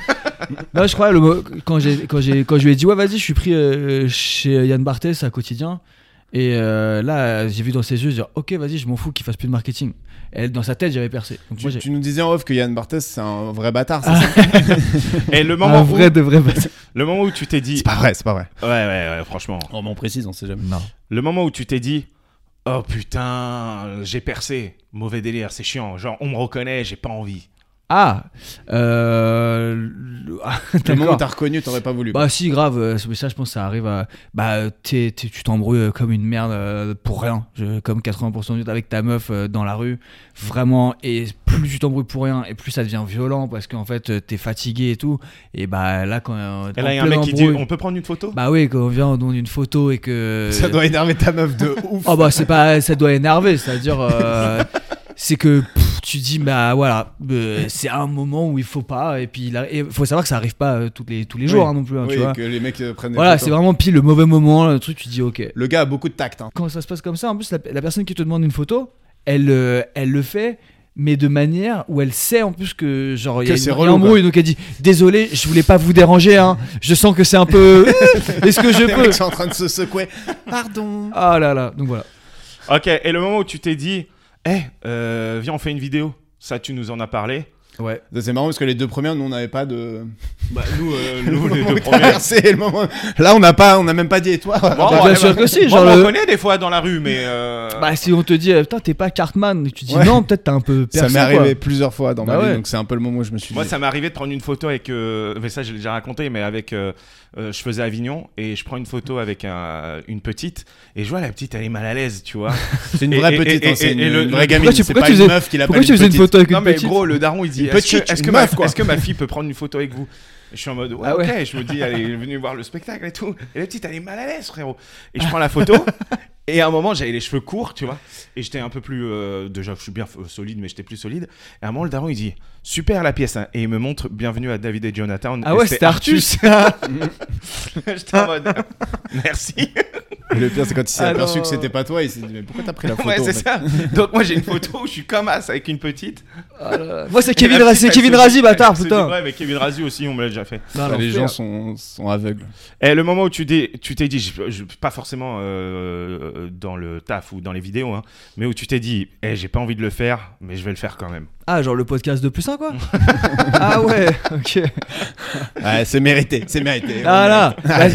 S1: Là, je crois, le, mo- quand, j'ai, quand, j'ai, quand je lui ai dit, ouais, vas-y, je suis pris euh, chez Yann Barthès à quotidien. Et euh, là, j'ai vu dans ses yeux, dire, ok, vas-y, je m'en fous qu'il fasse plus de marketing. Elle, dans sa tête, j'avais percé. Donc, moi,
S3: Tu,
S1: j'ai. Ah.
S3: tu nous disais en off que Yann Barthès c'est un vrai bâtard. c'est ça
S2: et le moment,
S1: Un
S2: où,
S1: vrai de vrai bâtard.
S2: le moment où tu t'es dit
S3: C'est
S1: Ah
S3: pas vrai, c'est pas vrai.
S2: Ouais, ouais, ouais, franchement.
S3: Oh, mais on précise, on sait jamais.
S1: Non.
S2: Le moment où tu t'es dit Oh putain, j'ai percé. Mauvais délire, c'est chiant. Genre, on me reconnaît, j'ai pas envie.
S1: Ah euh... le- ah,
S3: Le moment où
S1: D'accord.
S3: t'as reconnu, t'aurais pas voulu.
S1: Bah si grave, euh, mais ça je pense que ça arrive à... Bah t'es- t'es- tu t'embrouilles euh, comme une merde euh, pour rien, Je- comme 80% du temps avec ta meuf euh, dans la rue, vraiment, et plus tu t'embrouilles pour rien, et plus ça devient violent, parce qu'en fait euh, t'es fatigué et tout, et bah là quand... euh,
S2: Et
S1: en
S2: là, il y a un
S1: pleine
S2: mec qui dit
S1: embrouille-
S2: On peut prendre une photo
S1: Bah oui, quand on vient, on donne une photo et que...
S3: Ça doit énerver ta meuf de ouf.
S1: Oh bah c'est pas ça doit énerver, c'est-à-dire euh, c'est que pff, tu dis bah voilà, euh, c'est un moment où il faut pas et puis il faut savoir que ça arrive pas euh, toutes les tous les jours
S3: Oui.
S1: hein, non plus hein,
S3: Oui,
S1: tu vois.
S3: que les mecs euh, prennent des
S1: Voilà,
S3: photos.
S1: c'est vraiment pile le mauvais moment, le truc tu dis OK.
S3: Le gars a beaucoup de tact. hein.
S1: Quand ça se passe comme ça, en plus la, la personne qui te demande une photo, elle euh, elle le fait mais de manière où elle sait en plus que genre il y
S3: Que
S1: a
S3: c'est
S1: une- il y a
S3: relou,
S1: un embrouille donc elle dit désolé je voulais pas vous déranger hein je sens que c'est un peu euh, est-ce que je
S3: Les mecs
S1: peux
S3: sont en train de se secouer. Pardon.
S1: ah là là donc voilà
S2: Ok, et le moment où tu t'es dit Eh, euh, viens, on fait une vidéo. Ça, tu nous en as parlé.
S1: ouais
S3: C'est marrant parce que les deux premières, nous on n'avait pas de.
S2: Bah, nous, euh,
S3: Le
S2: nous, les
S3: moment
S2: deux
S3: où t'as
S2: premiers.
S3: versé, le moment- Là, on n'a pas, on n'a même pas dit. Et toi
S2: Bon,
S1: Bah,
S2: on-
S1: bien
S2: eh,
S1: sûr
S2: bah,
S1: que si,
S2: moi,
S1: genre
S2: on me
S1: le-
S2: reconnaît des fois dans la rue, mais. euh,
S1: Bah si on te dit euh, putain t'es pas Cartman, tu dis
S3: Ouais.
S1: non peut-être t'as un peu
S3: Ça
S1: percé
S3: m'est arrivé plusieurs fois dans ma
S1: Bah
S3: vie,
S1: ouais.
S3: donc c'est un peu le moment où je me suis
S2: Moi,
S3: dit.
S2: ça m'est arrivé de prendre une photo avec. euh, mais ça, je l'ai déjà raconté, mais avec. euh, euh, je faisais Avignon et je prends une photo avec un- une petite et je vois la petite, elle est mal à l'aise, tu vois.
S3: C'est une
S2: Et-
S3: vraie
S2: et-
S3: petite,
S2: et-
S3: hein, c'est
S2: et-
S3: une,
S2: et le-
S3: une
S2: le-
S3: vraie gamine.
S1: Pourquoi tu-
S3: C'est
S1: pourquoi
S3: pas
S1: tu
S3: une
S1: faisais-
S3: meuf qui l'appelle
S1: Pourquoi
S3: une
S1: tu faisais une
S3: petite.
S1: photo avec
S2: Non,
S1: une
S2: mais
S1: petite
S2: gros, le daron, il dit
S3: Une
S2: Est-ce que,
S3: petite,
S2: est-ce
S3: une
S2: que ma,
S3: meuf, quoi.
S2: est-ce que ma fille peut prendre une photo avec vous Je suis en mode Ouais,
S1: Ah ouais.
S2: ok, je me dis, elle est venue voir le spectacle et tout. Et la petite, elle est mal à l'aise, frérot. Et je prends la photo. Et à un moment, j'avais les cheveux courts, tu vois. Et j'étais un peu plus. euh, déjà, je suis bien euh, solide, mais j'étais plus solide. Et à un moment, le daron, il dit Super la pièce. hein. Et il me montre Bienvenue à David et Jonathan.
S1: Ah
S2: Et
S1: ouais c'était Artus Ah
S2: j'étais en mode Merci.
S3: Et Le pire, c'est quand il s'est
S1: Alors-
S3: aperçu que c'était pas toi, il s'est dit Mais pourquoi t'as pris la photo
S2: ouais,
S3: en
S2: c'est
S3: fait
S2: ça. Donc, moi, j'ai une photo où je suis comme as avec une petite.
S1: Ah là là. Moi c'est
S2: Et la
S1: Kevin Razi,
S2: petite,
S1: c'est
S2: elle
S1: Kevin
S2: se dit-
S1: Razi bâtard
S2: elle se dit,
S1: putain. Ah,
S2: Ouais, mais Kevin Razi aussi, on me l'a déjà fait.
S1: Non,
S3: Les
S1: l'enfer.
S3: gens sont, sont aveugles.
S2: Et le moment où tu t'es, tu t'es dit, je- je- pas forcément euh, dans le taf ou dans les vidéos, hein, mais où tu t'es dit, eh, j'ai pas envie de le faire, mais je vais le faire quand même.
S1: Ah genre le podcast de plus un quoi Ah ouais ok.
S3: Ouais, c'est mérité, c'est mérité.
S1: Ah là là.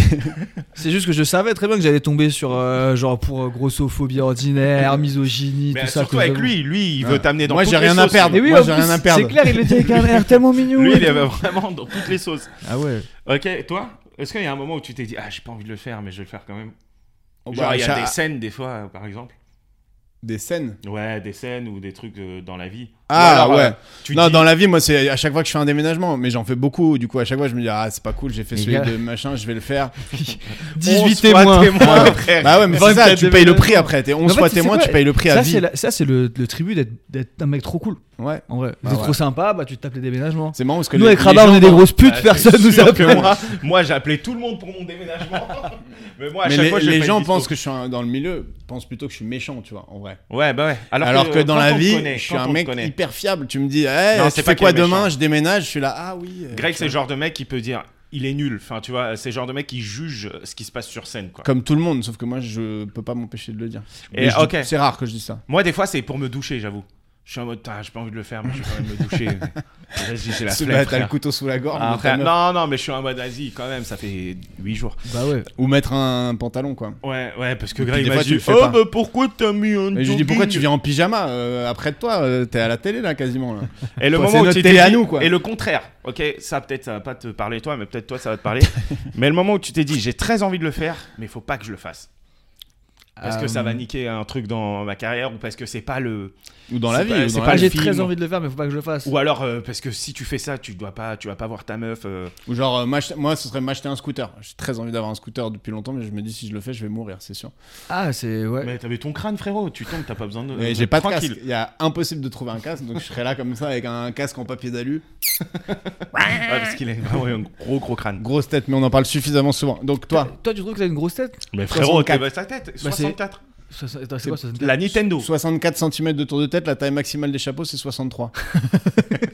S1: C'est juste que je savais très bien que j'allais tomber sur euh, genre pour euh, grossophobie ordinaire, misogynie,
S2: Mais
S1: tout ça.
S2: surtout
S1: que
S2: avec
S1: j'avoue.
S2: lui, lui, il
S3: Ouais.
S2: veut t'amener dans
S3: Ah. Moi,
S2: toutes
S3: j'ai
S2: les
S3: rien à
S2: sauces,
S3: perdre.
S2: lui.
S1: Mais oui,
S3: Moi,
S1: en
S3: j'ai
S1: plus,
S3: rien à perdre.
S1: C'est clair, il le dit avec un air tellement mignon.
S2: Lui,
S1: et
S2: il
S1: tout.
S2: avait vraiment dans toutes les sauces.
S1: Ah ouais.
S2: Ok, et toi Est-ce qu'il y a un moment où tu t'es dit, ah, j'ai pas envie de le faire, mais je vais le faire quand même
S3: Oh,
S2: Genre,
S3: bah,
S2: il y a
S3: ça-
S2: des scènes, des fois, euh, par exemple.
S3: des scènes.
S2: Ouais, des scènes ou des trucs euh, dans la vie.
S3: Ah,
S2: Ou alors,
S3: ouais.
S2: euh, tu
S3: non,
S2: dis-
S3: dans la vie, moi, c'est à chaque fois que je fais un déménagement, mais j'en fais beaucoup. Du coup, à chaque fois, je me dis, ah, c'est pas cool, j'ai fait
S1: Les
S3: celui
S1: gars.
S3: de machin, je vais le faire.
S1: 18
S2: On soit
S1: témoins.
S2: témoin, frère.
S3: Bah ouais, mais c'est
S1: 24
S3: ça, tu payes le
S1: déménagements.
S3: prix après. T'es 11
S1: En fait,
S3: fois
S1: tu sais
S3: témoin,
S1: quoi
S3: tu payes le prix à
S1: Ça
S3: vie.
S1: c'est la- ça, c'est le, le tribut d'être- d'être un mec trop cool.
S3: Ouais.
S1: En vrai,
S3: Bah
S1: vous êtes
S3: ouais.
S1: trop sympa, bah tu te tapes les déménagements.
S3: C'est marrant parce que
S1: Nous
S3: les-
S1: avec
S3: les
S1: Rabat
S3: gens-
S1: on est des grosses putes,
S2: Ah,
S1: personne
S2: c'est
S1: nous
S2: sûr que
S1: appelle.
S2: moi, moi j'ai appelé tout le monde pour mon déménagement. Mais moi, à
S3: Mais
S2: chaque
S3: les,
S2: fois, je
S3: les
S2: fais
S3: gens
S2: une dispo.
S3: pensent que je suis un- dans le milieu, pensent plutôt que je suis méchant, tu vois, en vrai.
S2: Ouais, bah ouais.
S3: Alors, que, dans la vie, je suis un mec hyper fiable. Tu me dis, hey,
S2: Non,
S3: tu
S2: c'est
S3: fais
S2: pas
S3: quoi
S2: qu'il est
S3: demain
S2: méchant.
S3: Je déménage, je suis là, ah oui. euh,
S2: Greg,
S3: tu
S2: c'est le genre de mec qui peut dire il est nul. Enfin, tu vois, c'est le genre de mec qui juge ce qui se passe sur scène, quoi.
S3: Comme tout le monde, sauf que moi, je peux pas m'empêcher de le dire.
S2: Et,
S3: Mais je dis-
S2: ok.
S3: C'est rare que je dise ça.
S2: Moi, des fois, c'est pour me doucher, j'avoue. Je suis en mode, Tain, j'ai pas envie de le faire, mais je vais quand même me doucher. Vas-y, j'ai la
S3: Parce que,
S2: flemme.
S3: bah, T'as le
S2: frère.
S3: couteau sous la gorge.
S2: Ah,
S3: de ta
S2: frère,
S3: meuf.
S2: non, non, mais je suis en mode, vas-y, quand même, ça fait 8 jours.
S1: Bah ouais.
S3: Ou mettre un pantalon, quoi.
S2: Ouais, ouais, parce que
S3: Puis
S2: Greg
S3: des
S2: m'a
S3: fois, tu
S2: dit,
S3: le fais
S2: oh,
S3: pas.
S2: bah pourquoi t'as mis
S3: Mais je
S2: un
S3: lui dis
S2: jogging
S3: pourquoi tu viens en pyjama euh, après de toi euh, T'es à la télé là quasiment là.
S2: Et le
S3: Enfin,
S2: moment
S3: c'est
S2: où
S3: notre
S2: tu
S3: télé
S2: t'es
S3: à
S2: dit-
S3: nous, quoi.
S2: Et le contraire, ok, ça peut-être ça va pas te parler toi, mais peut-être toi ça va te parler. mais le moment où tu t'es dit j'ai très envie de le faire, mais faut pas que je le fasse. Parce que
S1: Euh,
S3: Euh.
S2: ça va niquer un truc dans ma carrière ou parce que c'est pas le.
S3: Ou dans la
S2: C'est
S3: vie.
S2: pas-
S3: ou
S2: c'est
S3: dans
S2: pas
S1: Ah,
S3: la
S2: le
S1: j'ai
S3: vie.
S2: film.
S1: très envie de le faire, mais faut pas que je le fasse.
S2: Ou alors euh, parce que si tu fais ça, tu dois pas, tu vas pas voir ta meuf. euh.
S3: Ou genre euh, m'acheter- moi ce serait m'acheter un scooter. J'ai très envie d'avoir un scooter depuis longtemps mais je me dis si je le fais je vais mourir c'est sûr.
S1: Ah, c'est. Ouais.
S2: Mais t'avais ton crâne frérot, tu tombes, t'as pas besoin de.
S3: Mais j'ai pas de casque.
S2: Euh, tranquille.
S3: Il y a impossible de trouver un casque donc je serais là comme ça avec un casque en papier d'alu.
S2: Ouais, parce qu'il a vraiment un gros gros crâne.
S3: Grosse tête mais on en parle suffisamment souvent. Donc toi
S1: Toi, tu trouves que t'as une grosse tête
S2: Mais frérot, t'es
S3: 64.
S2: bah, sa tête,
S1: Bah, c'est-
S2: 64.
S1: Ça, ça- attends, C'est quoi ça ça-
S2: La Nintendo.
S3: 64 cm de tour de tête la taille maximale des chapeaux c'est 63.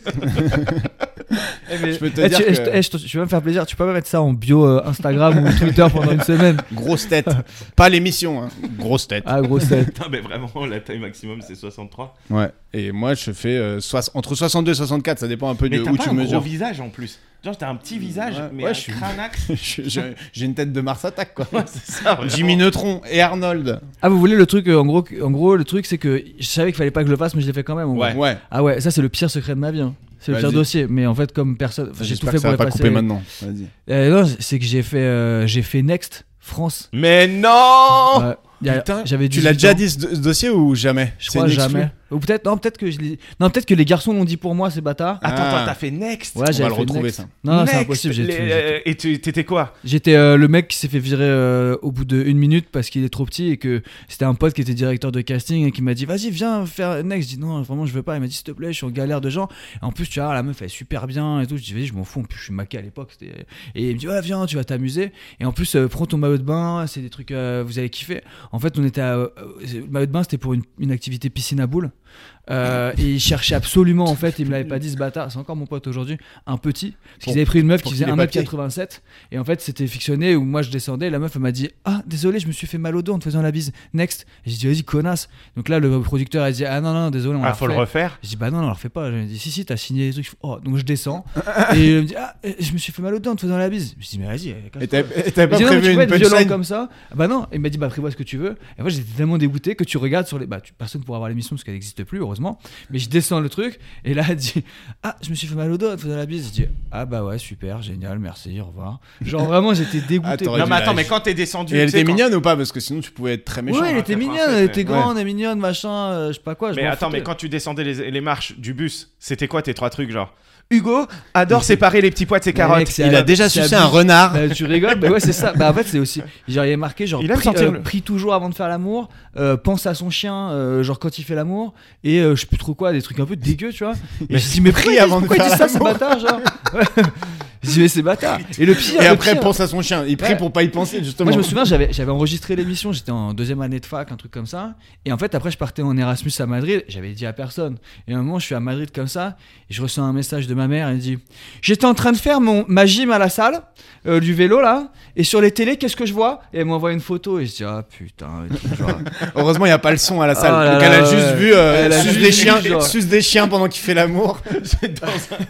S2: Euh,
S3: Je peux te
S1: Eh,
S3: dire
S1: tu, eh, je,
S3: que-
S1: eh, je te- je vais me faire plaisir, tu peux pas mettre ça en bio euh, Instagram ou Twitter pendant une semaine.
S3: Grosse tête. Pas l'émission hein. Grosse tête.
S1: Ah, grosse tête.
S2: Putain, mais vraiment, la taille maximum c'est 63.
S3: Ouais. Et moi je fais euh, soix- entre 62 et 64 ça dépend un peu
S2: Mais
S3: de
S2: t'as
S3: où
S2: pas
S3: tu
S2: un gros
S3: mesures.
S2: visage en plus. Genre t'as un petit visage,
S3: Ouais,
S2: mais
S3: ouais,
S2: un
S3: je suis-
S2: crâne axe.
S3: Je- je- J'ai une tête de Mars Attack quoi. Oh.
S2: c'est ça, vraiment.
S3: Jimmy Neutron et Arnold.
S1: Ah, vous voulez le truc, euh, en gros, que- en gros le truc, c'est que je savais qu'il fallait pas que je le fasse, mais je l'ai fait quand même. en gros.
S2: Ouais.
S3: Ouais.
S1: Ah ouais, ça c'est le pire secret de ma vie. hein. C'est le pire
S3: Vas-y.
S1: dossier. Mais en fait, comme personne, enfin, j'ai tout
S3: J'espère
S1: fait pour
S3: que ça va
S1: les
S3: pas
S1: passer.
S3: couper maintenant. Vas-y.
S1: Euh, non, c'est que j'ai fait, euh, j'ai fait Next France.
S2: Mais non
S1: Ouais. Il y a-
S3: Oh, putain,
S1: j'avais
S3: Tu l'as
S1: 18 ans.
S3: déjà dit ce, ce dossier ou jamais
S1: Je
S3: C'est
S1: crois
S3: une exclu.
S1: jamais. Ou peut-être non, peut-être que je l'ai- non, peut-être que les garçons l'ont dit pour moi ces bâtards.
S3: Ah.
S2: Attends, attends, t'as fait Next
S1: Ouais, Ah, j'avais
S3: le
S1: fait
S3: retrouver,
S1: Next.
S3: ça.
S1: Non, non, c'est
S2: Next,
S1: impossible. j'ai
S2: les- euh,
S1: tout-
S3: euh,
S1: j'ai tout-
S2: Et tu- t'étais quoi
S1: J'étais euh, le mec qui s'est fait virer euh, au bout de une minute parce qu'il est trop petit et que c'était un pote qui était directeur de casting et qui m'a dit vas-y viens faire next. Je dis non vraiment je veux pas. Il m'a dit s'il te plaît je suis en galère de gens. Et en plus tu vois la meuf elle est super bien et tout. Je dis vas-y je m'en fous. En plus je suis maqué à l'époque. c'était- Et il me dit ouais viens tu vas t'amuser. Et en plus euh, prends ton maillot de bain c'est des trucs euh, vous allez kiffer. En fait on était à, euh, c'est- le maillot de bain c'était pour une, une activité piscine à boules. Euh, et il cherchait absolument en fait il me l'avait pas dit ce bâtard c'est encore mon pote aujourd'hui un petit parce qu'ils
S3: Pour-
S1: avaient pris une meuf qui
S3: pour
S1: faisait
S3: qu'il ait papier.
S1: 1m87 et en fait, c'était fictionné où moi je descendais, et la meuf elle m'a dit Ah, désolé, je me suis fait mal au dos en te faisant la bise. Next. J'ai dit Vas-y, connasse. Donc là, le producteur a dit Ah non, non, désolé, on
S2: Ah,
S1: l'a
S2: faut le
S1: refait.
S2: refaire.
S1: Je dis bah non, on le refait pas. J'ai dit si si, t'as signé des trucs. Oh, donc je descends et il me dit ah, euh, je me suis fait mal au dos en te faisant la bise. Je dis mais vas-y. euh, casse-toi.
S3: Et t'as- et t'avais
S1: Il me
S3: pas
S1: dit, non, mais tu
S3: prévu
S1: peux
S3: une
S1: être violent
S3: punchline
S1: comme ça Bah non. Il m'a dit bah prévois ce que tu veux. Et moi j'étais tellement dégoûté que tu regardes sur les bah tu... personne pourra voir l'émission parce qu'elle n'existe plus heureusement. Mais je descends le truc et là elle dit ah je me suis fait mal au dos en te faisant la bise. Je dis ah bah ouais super génial merci au revoir. Genre vraiment j'étais
S3: Ah,
S1: dégoûté.
S3: t'aurais
S2: Non,
S3: dû
S2: mais attends,
S3: la-
S2: mais quand t'es descendu.
S3: Et elle
S2: tu sais,
S3: était
S2: quand-
S3: mignonne ou pas Parce que sinon tu pouvais être très méchant.
S1: ouais, elle
S2: hein,
S1: était
S2: 87,
S1: mignonne, elle était
S2: ouais.
S1: grande, elle est mignonne, machin, euh, je sais pas quoi. je
S2: Mais
S1: m'en
S2: attends,
S1: foutais.
S2: mais quand tu descendais les, les marches du bus, c'était quoi tes trois trucs genre Hugo adore séparer les petits pois de ses
S1: Mais
S2: carottes.
S1: mec, c'est
S3: Il a
S1: abusé,
S3: déjà
S1: c'est
S3: sucé un
S1: abusé.
S3: renard.
S1: Bah, tu rigoles, mais ouais, c'est ça. Bah, en fait, c'est aussi. Genre, il est marqué, genre,
S2: Il aime
S1: prie,
S2: sentir
S1: euh,
S2: le-
S1: prie toujours avant de faire l'amour, euh, pense à son chien, euh, genre quand il fait l'amour, et euh, je sais plus trop quoi, des trucs un peu dégueux, tu vois. Et je dis, mais prie
S3: avant de
S1: pourquoi il
S3: faire
S1: dit ça, c'est bâtard, genre Ouais. Je dis, mais c'est bâtard. Et le pire,
S3: Et
S1: le
S3: après
S1: pire-
S3: pense à son chien. Il prie
S1: Ouais.
S3: pour pas y penser justement.
S1: Moi, je me souviens, j'avais, j'avais enregistré l'émission, j'étais en deuxième année de fac, un truc comme ça. Et en fait, après, je partais en Erasmus à Madrid, j'avais dit à personne. Et à un moment, je suis à Madrid comme ça, et je reçois un message de ma mère, elle me dit J'étais en train de faire mon, ma gym à la salle, euh, du vélo là, et sur les télés, qu'est-ce que je vois Et elle m'envoie une photo, et je dis Ah putain, et tout, genre.
S3: Heureusement il y a pas le son à la
S1: Ah
S3: salle.
S1: là
S3: Donc
S1: là,
S3: elle a
S1: ouais.
S3: juste vu euh,
S1: Elle a
S3: suce
S1: juste
S3: des
S1: vu,
S3: chiens,
S1: genre.
S3: suce des chiens pendant qu'il fait l'amour.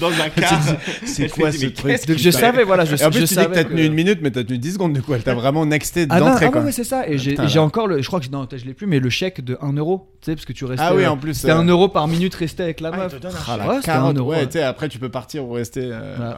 S2: Dans un car.
S3: C'est quoi
S2: Mais
S3: ce
S2: qu'est-ce
S3: truc
S1: Donc, je savais, voilà, je,
S3: Et en plus,
S1: je
S3: tu dis que
S1: savais
S3: t'as
S1: que-
S3: tenu une minute, mais t'as tenu 10 secondes, du coup, elle t'a vraiment nexté
S1: Ah, non,
S3: d'entrée,
S1: ah
S3: quoi.
S1: ouais, ouais, c'est ça. Et j'ai,
S3: putain,
S1: et j'ai
S3: là.
S1: encore le. Je crois que non, peut-être je l'ai plus, mais le chèque de 1 euro. Tu sais, parce que tu restais.
S3: Ah oui,
S1: euh,
S3: en plus.
S1: C'était
S3: euh,
S1: 1 euro par minute resté avec la meuf.
S3: ah, la
S1: Ouais, c'était
S3: carotte,
S1: 1 euro,
S3: ouais,
S1: ouais.
S3: tu sais, après, tu peux partir ou rester. euh,
S1: Ouais.
S3: ouais.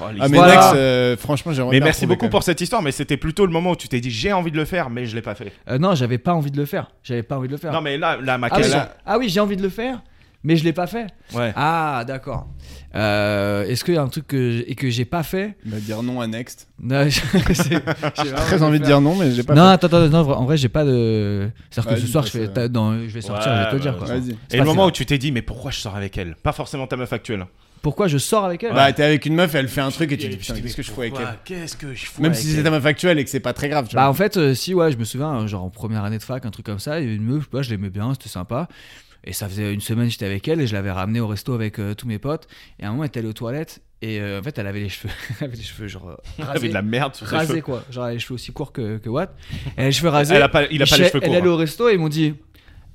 S2: Oh, les
S3: Ah, mais
S1: Voilà.
S3: Nex, euh, franchement, j'ai
S2: Mais merci beaucoup pour cette histoire, mais c'était plutôt le moment où tu t'es dit j'ai envie de le faire, mais je l'ai pas fait.
S1: Euh, non, j'avais pas envie de le faire. J'avais pas envie de le faire.
S2: Non, mais là, là ma
S1: Ah oui,
S2: question.
S3: là-
S1: ah oui, j'ai envie de le faire, mais je l'ai pas fait.
S2: Ouais.
S1: Ah, d'accord. Euh, Est-ce qu'il y a un truc que j'- et que j'ai pas fait
S3: Me dire non à Next.
S1: Non, j'ai- j'ai vraiment
S3: Très envie de
S1: faire.
S3: dire non, mais j'ai pas.
S1: Non, attends, attends, non, en vrai- en vrai, j'ai pas de. C'est-à-dire que
S3: Vas-y,
S1: ce soir,
S3: passe,
S1: je, fais-
S3: euh.
S1: t'as- non, je vais sortir,
S2: Ouais,
S1: je vais te
S2: bah,
S1: dire.
S3: fait.
S1: Quoi.
S3: Vas-y.
S1: C'est
S2: Et
S1: pas
S2: le moment
S1: grave.
S2: où tu t'es dit mais pourquoi je sors avec elle Pas forcément ta meuf actuelle.
S1: Pourquoi je sors avec elle
S3: Bah, t'es avec une meuf, elle fait un truc et tu dis
S2: mais
S3: putain, qu'est-ce que je fous avec
S2: pourquoi
S3: elle
S2: Qu'est-ce que je fous
S3: Même
S2: avec
S3: si c'est
S2: elle
S3: ta meuf actuelle et que c'est pas très grave, tu vois.
S1: hein, Bah en fait, euh, si ouais, je me souviens, euh, genre en première année de fac, un truc comme ça, il y avait une meuf, je sais pas, je l'aimais bien, c'était sympa. Et ça faisait une semaine que j'étais avec elle et je l'avais ramenée au resto avec euh, tous mes potes. Et à un moment, elle était allée aux toilettes et euh, en fait, elle avait les cheveux, elle avait les cheveux genre euh,
S2: Elle avait
S1: rasés,
S2: de la merde sur ses
S1: rasés,
S2: cheveux.
S1: quoi. Genre elle avait les cheveux aussi courts que, que Watt. Elle a les cheveux rasés.
S2: Elle a pas, il a pas
S1: Je-
S2: les cheveux courts.
S1: Elle allait
S2: hein.
S1: au resto et ils m'ont dit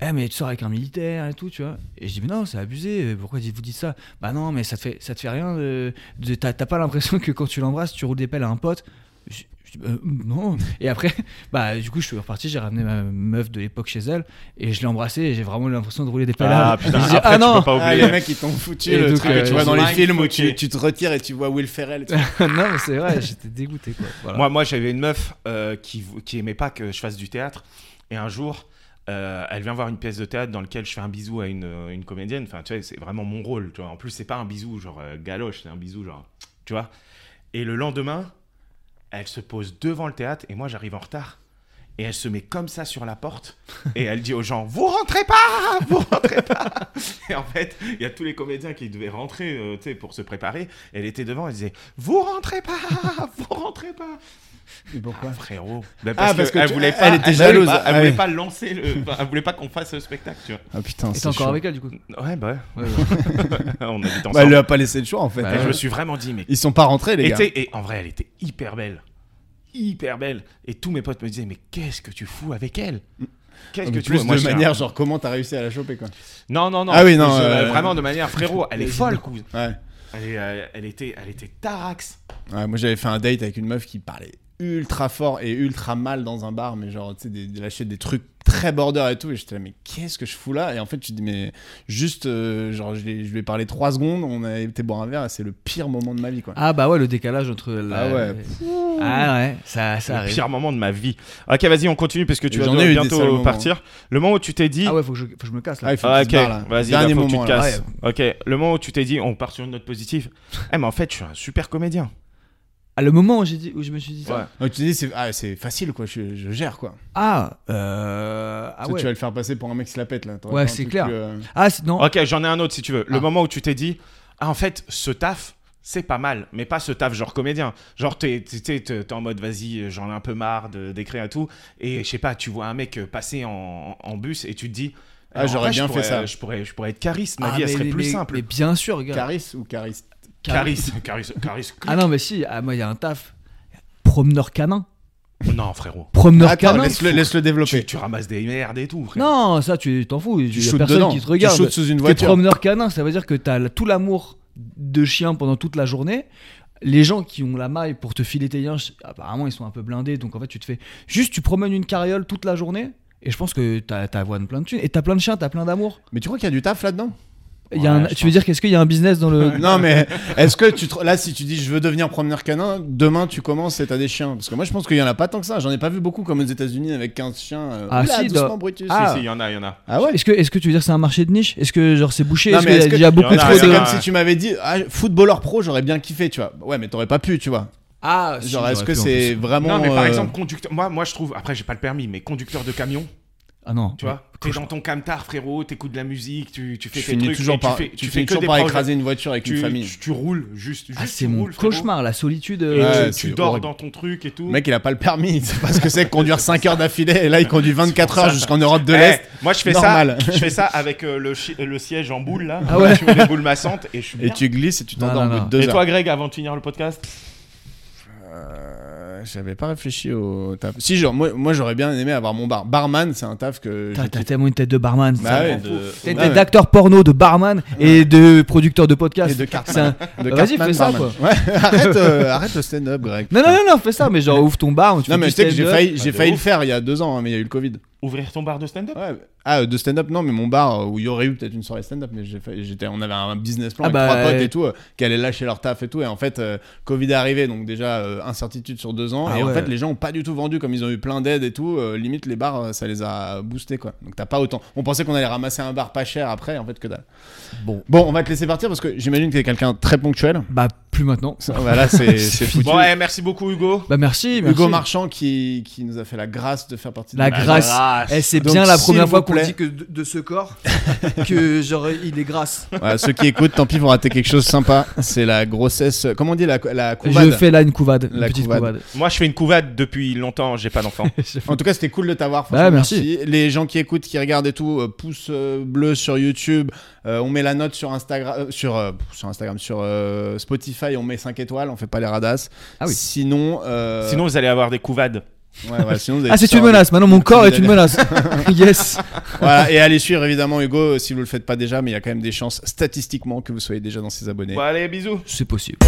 S1: Eh, mais tu sors avec un militaire et tout, tu vois. Et je dis Mais non, c'est abusé, euh, pourquoi dites- vous dites ça Bah non, mais ça te fait, ça te fait rien. De, de- T'as t'as pas l'impression que quand tu l'embrasses, tu roules des pelles à un pote Je- je dis, Bah, non. Et après, bah du coup, je suis reparti, j'ai ramené ma meuf de l'époque chez elle et je l'ai embrassée et j'ai vraiment eu l'impression de rouler des pelles à
S2: Ah
S1: un-
S2: putain,
S1: Je dis,
S2: après,
S1: Ah
S2: tu
S1: non
S2: peux pas
S3: Ah,
S2: oublier.
S3: les mecs, ils t'ont foutu
S1: Et
S3: le
S1: donc,
S3: truc
S1: euh,
S3: que tu vois dans
S1: ils
S3: les
S1: ont
S3: films où
S2: mindfucké.
S3: tu, tu te retires et tu vois Will Ferrell. tu-
S1: Non, mais c'est vrai, j'étais dégoûté quoi. Voilà.
S2: Ah. Moi, moi j'avais une meuf euh, qui, vou- qui aimait pas que je fasse du théâtre. Et un jour, euh, elle vient voir une pièce de théâtre dans laquelle je fais un bisou à une, euh, une comédienne. Enfin, tu vois, c'est vraiment mon rôle. Tu vois. En plus, c'est pas un bisou genre euh, galoche, c'est un bisou genre. Tu vois Et le lendemain, elle se pose devant le théâtre et moi, j'arrive en retard. Et elle se met comme ça sur la porte et elle dit aux gens Vous rentrez pas Vous rentrez pas Et en fait, il y a tous les comédiens qui devaient rentrer euh, tu sais, pour se préparer. Elle était devant, elle disait Vous rentrez pas Vous rentrez pas
S3: Mais pourquoi
S2: ah, frérot. Ben,
S3: Ah, parce que
S2: elle
S3: tu-
S2: voulait
S3: elle
S2: pas.
S3: était
S2: voulait
S3: jalouse.
S2: pas- Elle
S3: Ah
S2: voulait
S3: oui.
S2: pas lancer le. enfin, Elle voulait pas qu'on fasse le spectacle, tu vois.
S3: Ah putain,
S1: Et t'es
S3: c'est
S1: encore
S3: chaud.
S1: avec elle du coup
S2: Ouais, bah.
S1: Ouais, ouais.
S2: On habite
S3: Bah,
S2: ensemble.
S3: elle lui a pas laissé le choix en fait.
S1: Bah,
S2: Et je me
S1: ouais.
S2: suis vraiment dit, mais.
S3: Ils sont pas rentrés les
S2: Et, tu
S3: gars.
S2: sais, et en vrai, elle était hyper belle. Hyper belle. Et tous mes potes me disaient, mais qu'est-ce que tu fous avec elle Qu'est-ce
S3: Donc,
S2: que tu
S3: plus
S2: fous Moi,
S3: de
S2: j'étais un-
S3: manière genre comment t'as réussi à la choper quoi.
S2: Non, non, non.
S3: Ah oui, non,
S2: Je-
S3: euh,
S2: Vraiment de manière, frérot, elle est folle, cousin.
S3: Ouais.
S2: Elle, est, euh, elle était, elle était tarax.
S3: Ouais, moi j'avais fait un date avec une meuf qui parlait ultra fort et ultra mal dans un bar, mais genre, tu sais, des- des- elle achetait des trucs très border et tout, et j'étais là, mais qu'est-ce que je fous là Et en fait, tu te dis, mais juste, euh, genre, je, l'ai- je lui ai parlé trois secondes, on a été boire un verre, et c'est le pire moment de ma vie, quoi.
S1: Ah bah ouais, le décalage entre. la-
S3: Ah ouais.
S1: Ah ouais, ça, ça
S2: C'est le
S1: arrive.
S2: pire moment de ma vie. Ok, vas-y, on continue parce que tu
S3: Et
S2: vas
S3: j'en ai
S2: devoir
S3: eu des sales
S2: bientôt
S3: moments.
S2: partir. Le moment où tu t'es dit,
S1: Ah ouais, faut que je, faut que je me casse là.
S3: Ah, il faut
S2: Ah,
S3: qu'il
S2: ok,
S3: se barre, là.
S2: vas-y,
S3: Dernier
S2: là, faut que tu
S3: moment,
S2: te
S3: là.
S2: casses. Ok, le moment où tu t'es dit, on part sur une note positive. Eh, mais en fait, je suis un super comédien.
S1: À Ah, le moment où, j'ai dit, où je me suis dit ça.
S2: Ouais.
S3: Donc, tu te dis, c'est ah, c'est facile, quoi, je, je gère, quoi.
S1: Ah, euh, ah
S3: Parce que
S1: ouais.
S3: Tu vas le faire passer pour un mec qui se la pète, là. T'aurais
S1: Ouais,
S3: pas un
S1: c'est
S3: truc
S1: clair.
S3: plus, euh,
S1: Ah, c'est- non.
S2: Ok, j'en ai un autre si tu veux. Le
S1: Ah.
S2: moment où tu t'es dit, ah, en fait, ce taf, c'est pas mal, mais pas ce taf genre comédien. Genre, t'es t'es- t'es- t'es- t'es en mode, vas-y, euh, j'en ai un peu marre de- d'écrire et tout. Et je sais pas, tu vois un mec euh, passer en, en bus et tu te dis, eh,
S3: Ah,
S2: en
S3: j'aurais
S2: vrai, je
S3: bien fait
S2: pourrais-
S3: ça.
S2: Je pourrais, je pourrais être chariste, ma
S1: Ah,
S2: vie, elle
S1: mais-
S2: serait
S1: mais-
S2: plus
S1: mais-
S2: simple.
S1: Mais bien sûr, gars.
S3: Caris ou Caris
S2: Chariste, chariste, chariste.
S1: Ah non, mais si, ah, moi, il y a un taf. Promeneur canin.
S2: Non, frérot.
S1: Promeneur
S3: Attends,
S1: canin.
S3: laisse-le laisse -le
S2: Tu,
S3: développer.
S2: tu ramasses des merdes et tout, frérot.
S1: Non, ça, tu t'en fous. Il
S3: Tu
S1: y a
S3: shootes
S1: personne
S3: dedans.
S1: qui te regarde.
S3: Tu shootes sous une
S1: T'es
S3: voiture.
S1: promeneur canin, ça veut dire que t'as la- tout l'amour de chien pendant toute la journée. Les gens qui ont la maille pour te filer tes liens, je- apparemment ils sont un peu blindés, donc en fait tu te fais. Juste tu promènes une carriole toute la journée, et je pense que t'as t'avoines plein de thunes. Et t'as plein de chiens, t'as plein d'amour.
S3: Mais tu crois qu'il y a du taf là-dedans
S1: Il y a
S2: Ouais,
S1: un-
S2: je
S1: tu veux dire qu'est-ce qu'il y a un business dans le.
S3: Non mais est-ce que tu te- là si tu dis je veux devenir promeneur canin demain tu commences et t'as des chiens parce que moi je pense qu'il y en a pas tant que ça j'en ai pas vu beaucoup comme aux États-Unis avec 15 chiens euh,
S1: Ah,
S3: oula,
S1: si,
S3: doucement,
S1: dans-
S3: Brutus.
S1: Ah.
S2: Si, si, il y en a, il y en a.
S3: Ah ouais
S1: Est-ce que, est-ce que tu veux dire que c'est un marché de niche Est-ce que genre c'est bouché
S3: Non,
S1: Est-ce
S3: mais
S1: qu'il y a
S3: est-ce que-
S1: déjà beaucoup
S2: Il y en
S1: de
S2: a,
S3: Est-ce que
S2: il y
S3: c'est
S2: en a.
S3: comme si tu m'avais dit ah, footballeur pro j'aurais bien kiffé tu vois ouais mais t'aurais pas pu tu vois
S1: Ah,
S3: genre est-ce que c'est vraiment
S2: Non, mais par
S3: euh,
S2: exemple, conducteur. Moi, moi, je trouve. Après, j'ai pas le permis, mais conducteur de camion,
S1: Ah non.
S2: tu vois. T'es dans ton camtar, frérot, t'écoutes de la musique, tu, tu fais
S3: tu
S2: tes
S3: finis
S2: trucs. et
S3: toujours
S2: tu
S3: par
S2: fais,
S3: tu,
S2: tu fais
S3: finis
S2: que
S3: toujours
S2: des
S3: par
S2: projets.
S3: écraser une voiture avec
S2: tu,
S3: une famille
S2: Tu, tu roules, juste.
S1: Ah,
S2: juste
S1: c'est
S2: tu
S1: mon
S2: roules, frérot.
S1: cauchemar, la solitude.
S2: Et
S1: euh,
S3: Ouais,
S2: tu, tu
S3: c'est
S2: dors
S3: horrible.
S2: dans ton truc et tout.
S3: le mec il a pas le permis c'est parce que c'est que conduire 5 heures d'affilée et là il conduit 24 heures jusqu'en Europe de
S2: Eh,
S3: l'Est
S2: moi, je fais
S3: normal.
S2: ça. Je fais ça avec euh, le, chi- le siège en boule là.
S1: Ah ouais.
S2: Tu mets des boules massantes et je suis.
S3: et
S2: bien.
S3: tu glisses et tu
S1: Non, non,
S3: t'endors au bout
S1: non.
S3: de deux
S2: Et
S3: heures
S2: toi, Greg, avant de finir le podcast,
S3: Euh, J'avais pas réfléchi au taf. Si, genre, moi, moi j'aurais bien aimé avoir mon bar. Barman, c'est un taf que.
S1: Putain,
S3: je
S1: T'as
S3: kiffe.
S1: tellement une tête de barman.
S3: Bah
S1: ça
S3: ouais,
S1: m'en
S3: de-
S1: fout. T'es
S3: ouais.
S1: d'acteur porno, de barman et de producteur de podcast.
S3: Et de
S1: C'est un-
S3: Cartman. De
S1: Vas-y,
S3: Cartman
S1: fais ça,
S3: Barman.
S1: quoi.
S3: Ouais, arrête, euh, arrête le stand-up, Greg.
S1: Non, non, non, non, fais ça, mais genre ouvre ton bar. Tu
S3: Non,
S1: fais
S3: mais
S1: du
S3: tu sais que j'ai
S1: stand-up. Ah,
S3: failli, j'ai
S2: de
S3: failli le
S2: ouf.
S3: faire il y a deux ans, hein, mais il y a eu le Covid.
S2: ouvrir ton bar de stand-up.
S3: Ouais. Ah, euh, de stand-up, non, mais mon bar euh, où il y aurait eu peut-être une soirée stand-up, mais j'ai failli- j'étais, on avait un business plan
S1: Ah
S3: avec
S1: bah,
S3: trois potes
S1: euh,
S3: et tout, euh, qui allaient lâcher leur taf et tout. Et en fait, euh, Covid est arrivé, donc déjà euh, incertitude sur deux ans.
S1: Ah
S3: et en
S1: ouais.
S3: fait, les gens ont pas du tout vendu, comme ils ont eu plein d'aides et tout. euh, limite, les bars, euh, ça les a boostés, quoi. Donc t'as pas autant. On pensait qu'on allait ramasser un bar pas cher après, en fait, que dalle.
S1: Bon.
S3: Bon, on va te laisser partir parce que j'imagine que t'es quelqu'un de très ponctuel.
S1: Bah, plus maintenant.
S3: Ça, Voilà, c'est c'est foutu.
S2: Bon, eh, merci beaucoup, Hugo.
S1: Bah, merci. merci.
S3: Hugo Marchand qui, qui nous a fait la grâce de faire partie de
S1: La
S3: notre-
S1: grâce. Eh, c'est bien la
S3: s'il
S1: première
S3: vous
S1: fois qu'on
S3: plaît.
S9: dit que de, de ce corps que genre il est grasse.
S3: Voilà, ceux qui écoutent, tant pis, vont rater quelque chose de sympa. C'est la grossesse. Comment on dit la, la couvade
S1: Je fais là une couvade, une
S3: La
S1: petite
S3: couvade.
S1: couvade.
S2: Moi, je fais une couvade depuis longtemps, j'ai pas d'enfant.
S3: En tout cas, c'était cool de t'avoir.
S1: Bah,
S3: franchement,
S1: merci.
S3: Les gens qui écoutent, qui regardent et tout, euh, pouce euh, bleu sur YouTube. euh, on met la note sur Instagram, euh, sur, euh, pff, sur Instagram, sur euh, Spotify. On met 5 étoiles. On fait pas les radasses.
S1: Ah oui.
S3: Sinon, euh,
S2: Sinon, vous allez avoir des couvades.
S3: ouais, ouais, sinon vous allez
S1: Ah, c'est
S3: faire-
S1: une menace. Maintenant, mon corps est
S3: Vous
S1: une
S3: avez-
S1: menace. yes.
S3: Voilà, et allez suivre évidemment Hugo euh, si vous le faites pas déjà, mais il y a quand même des chances statistiquement que vous soyez déjà dans ses abonnés.
S2: Bon, allez, bisous.
S1: C'est possible.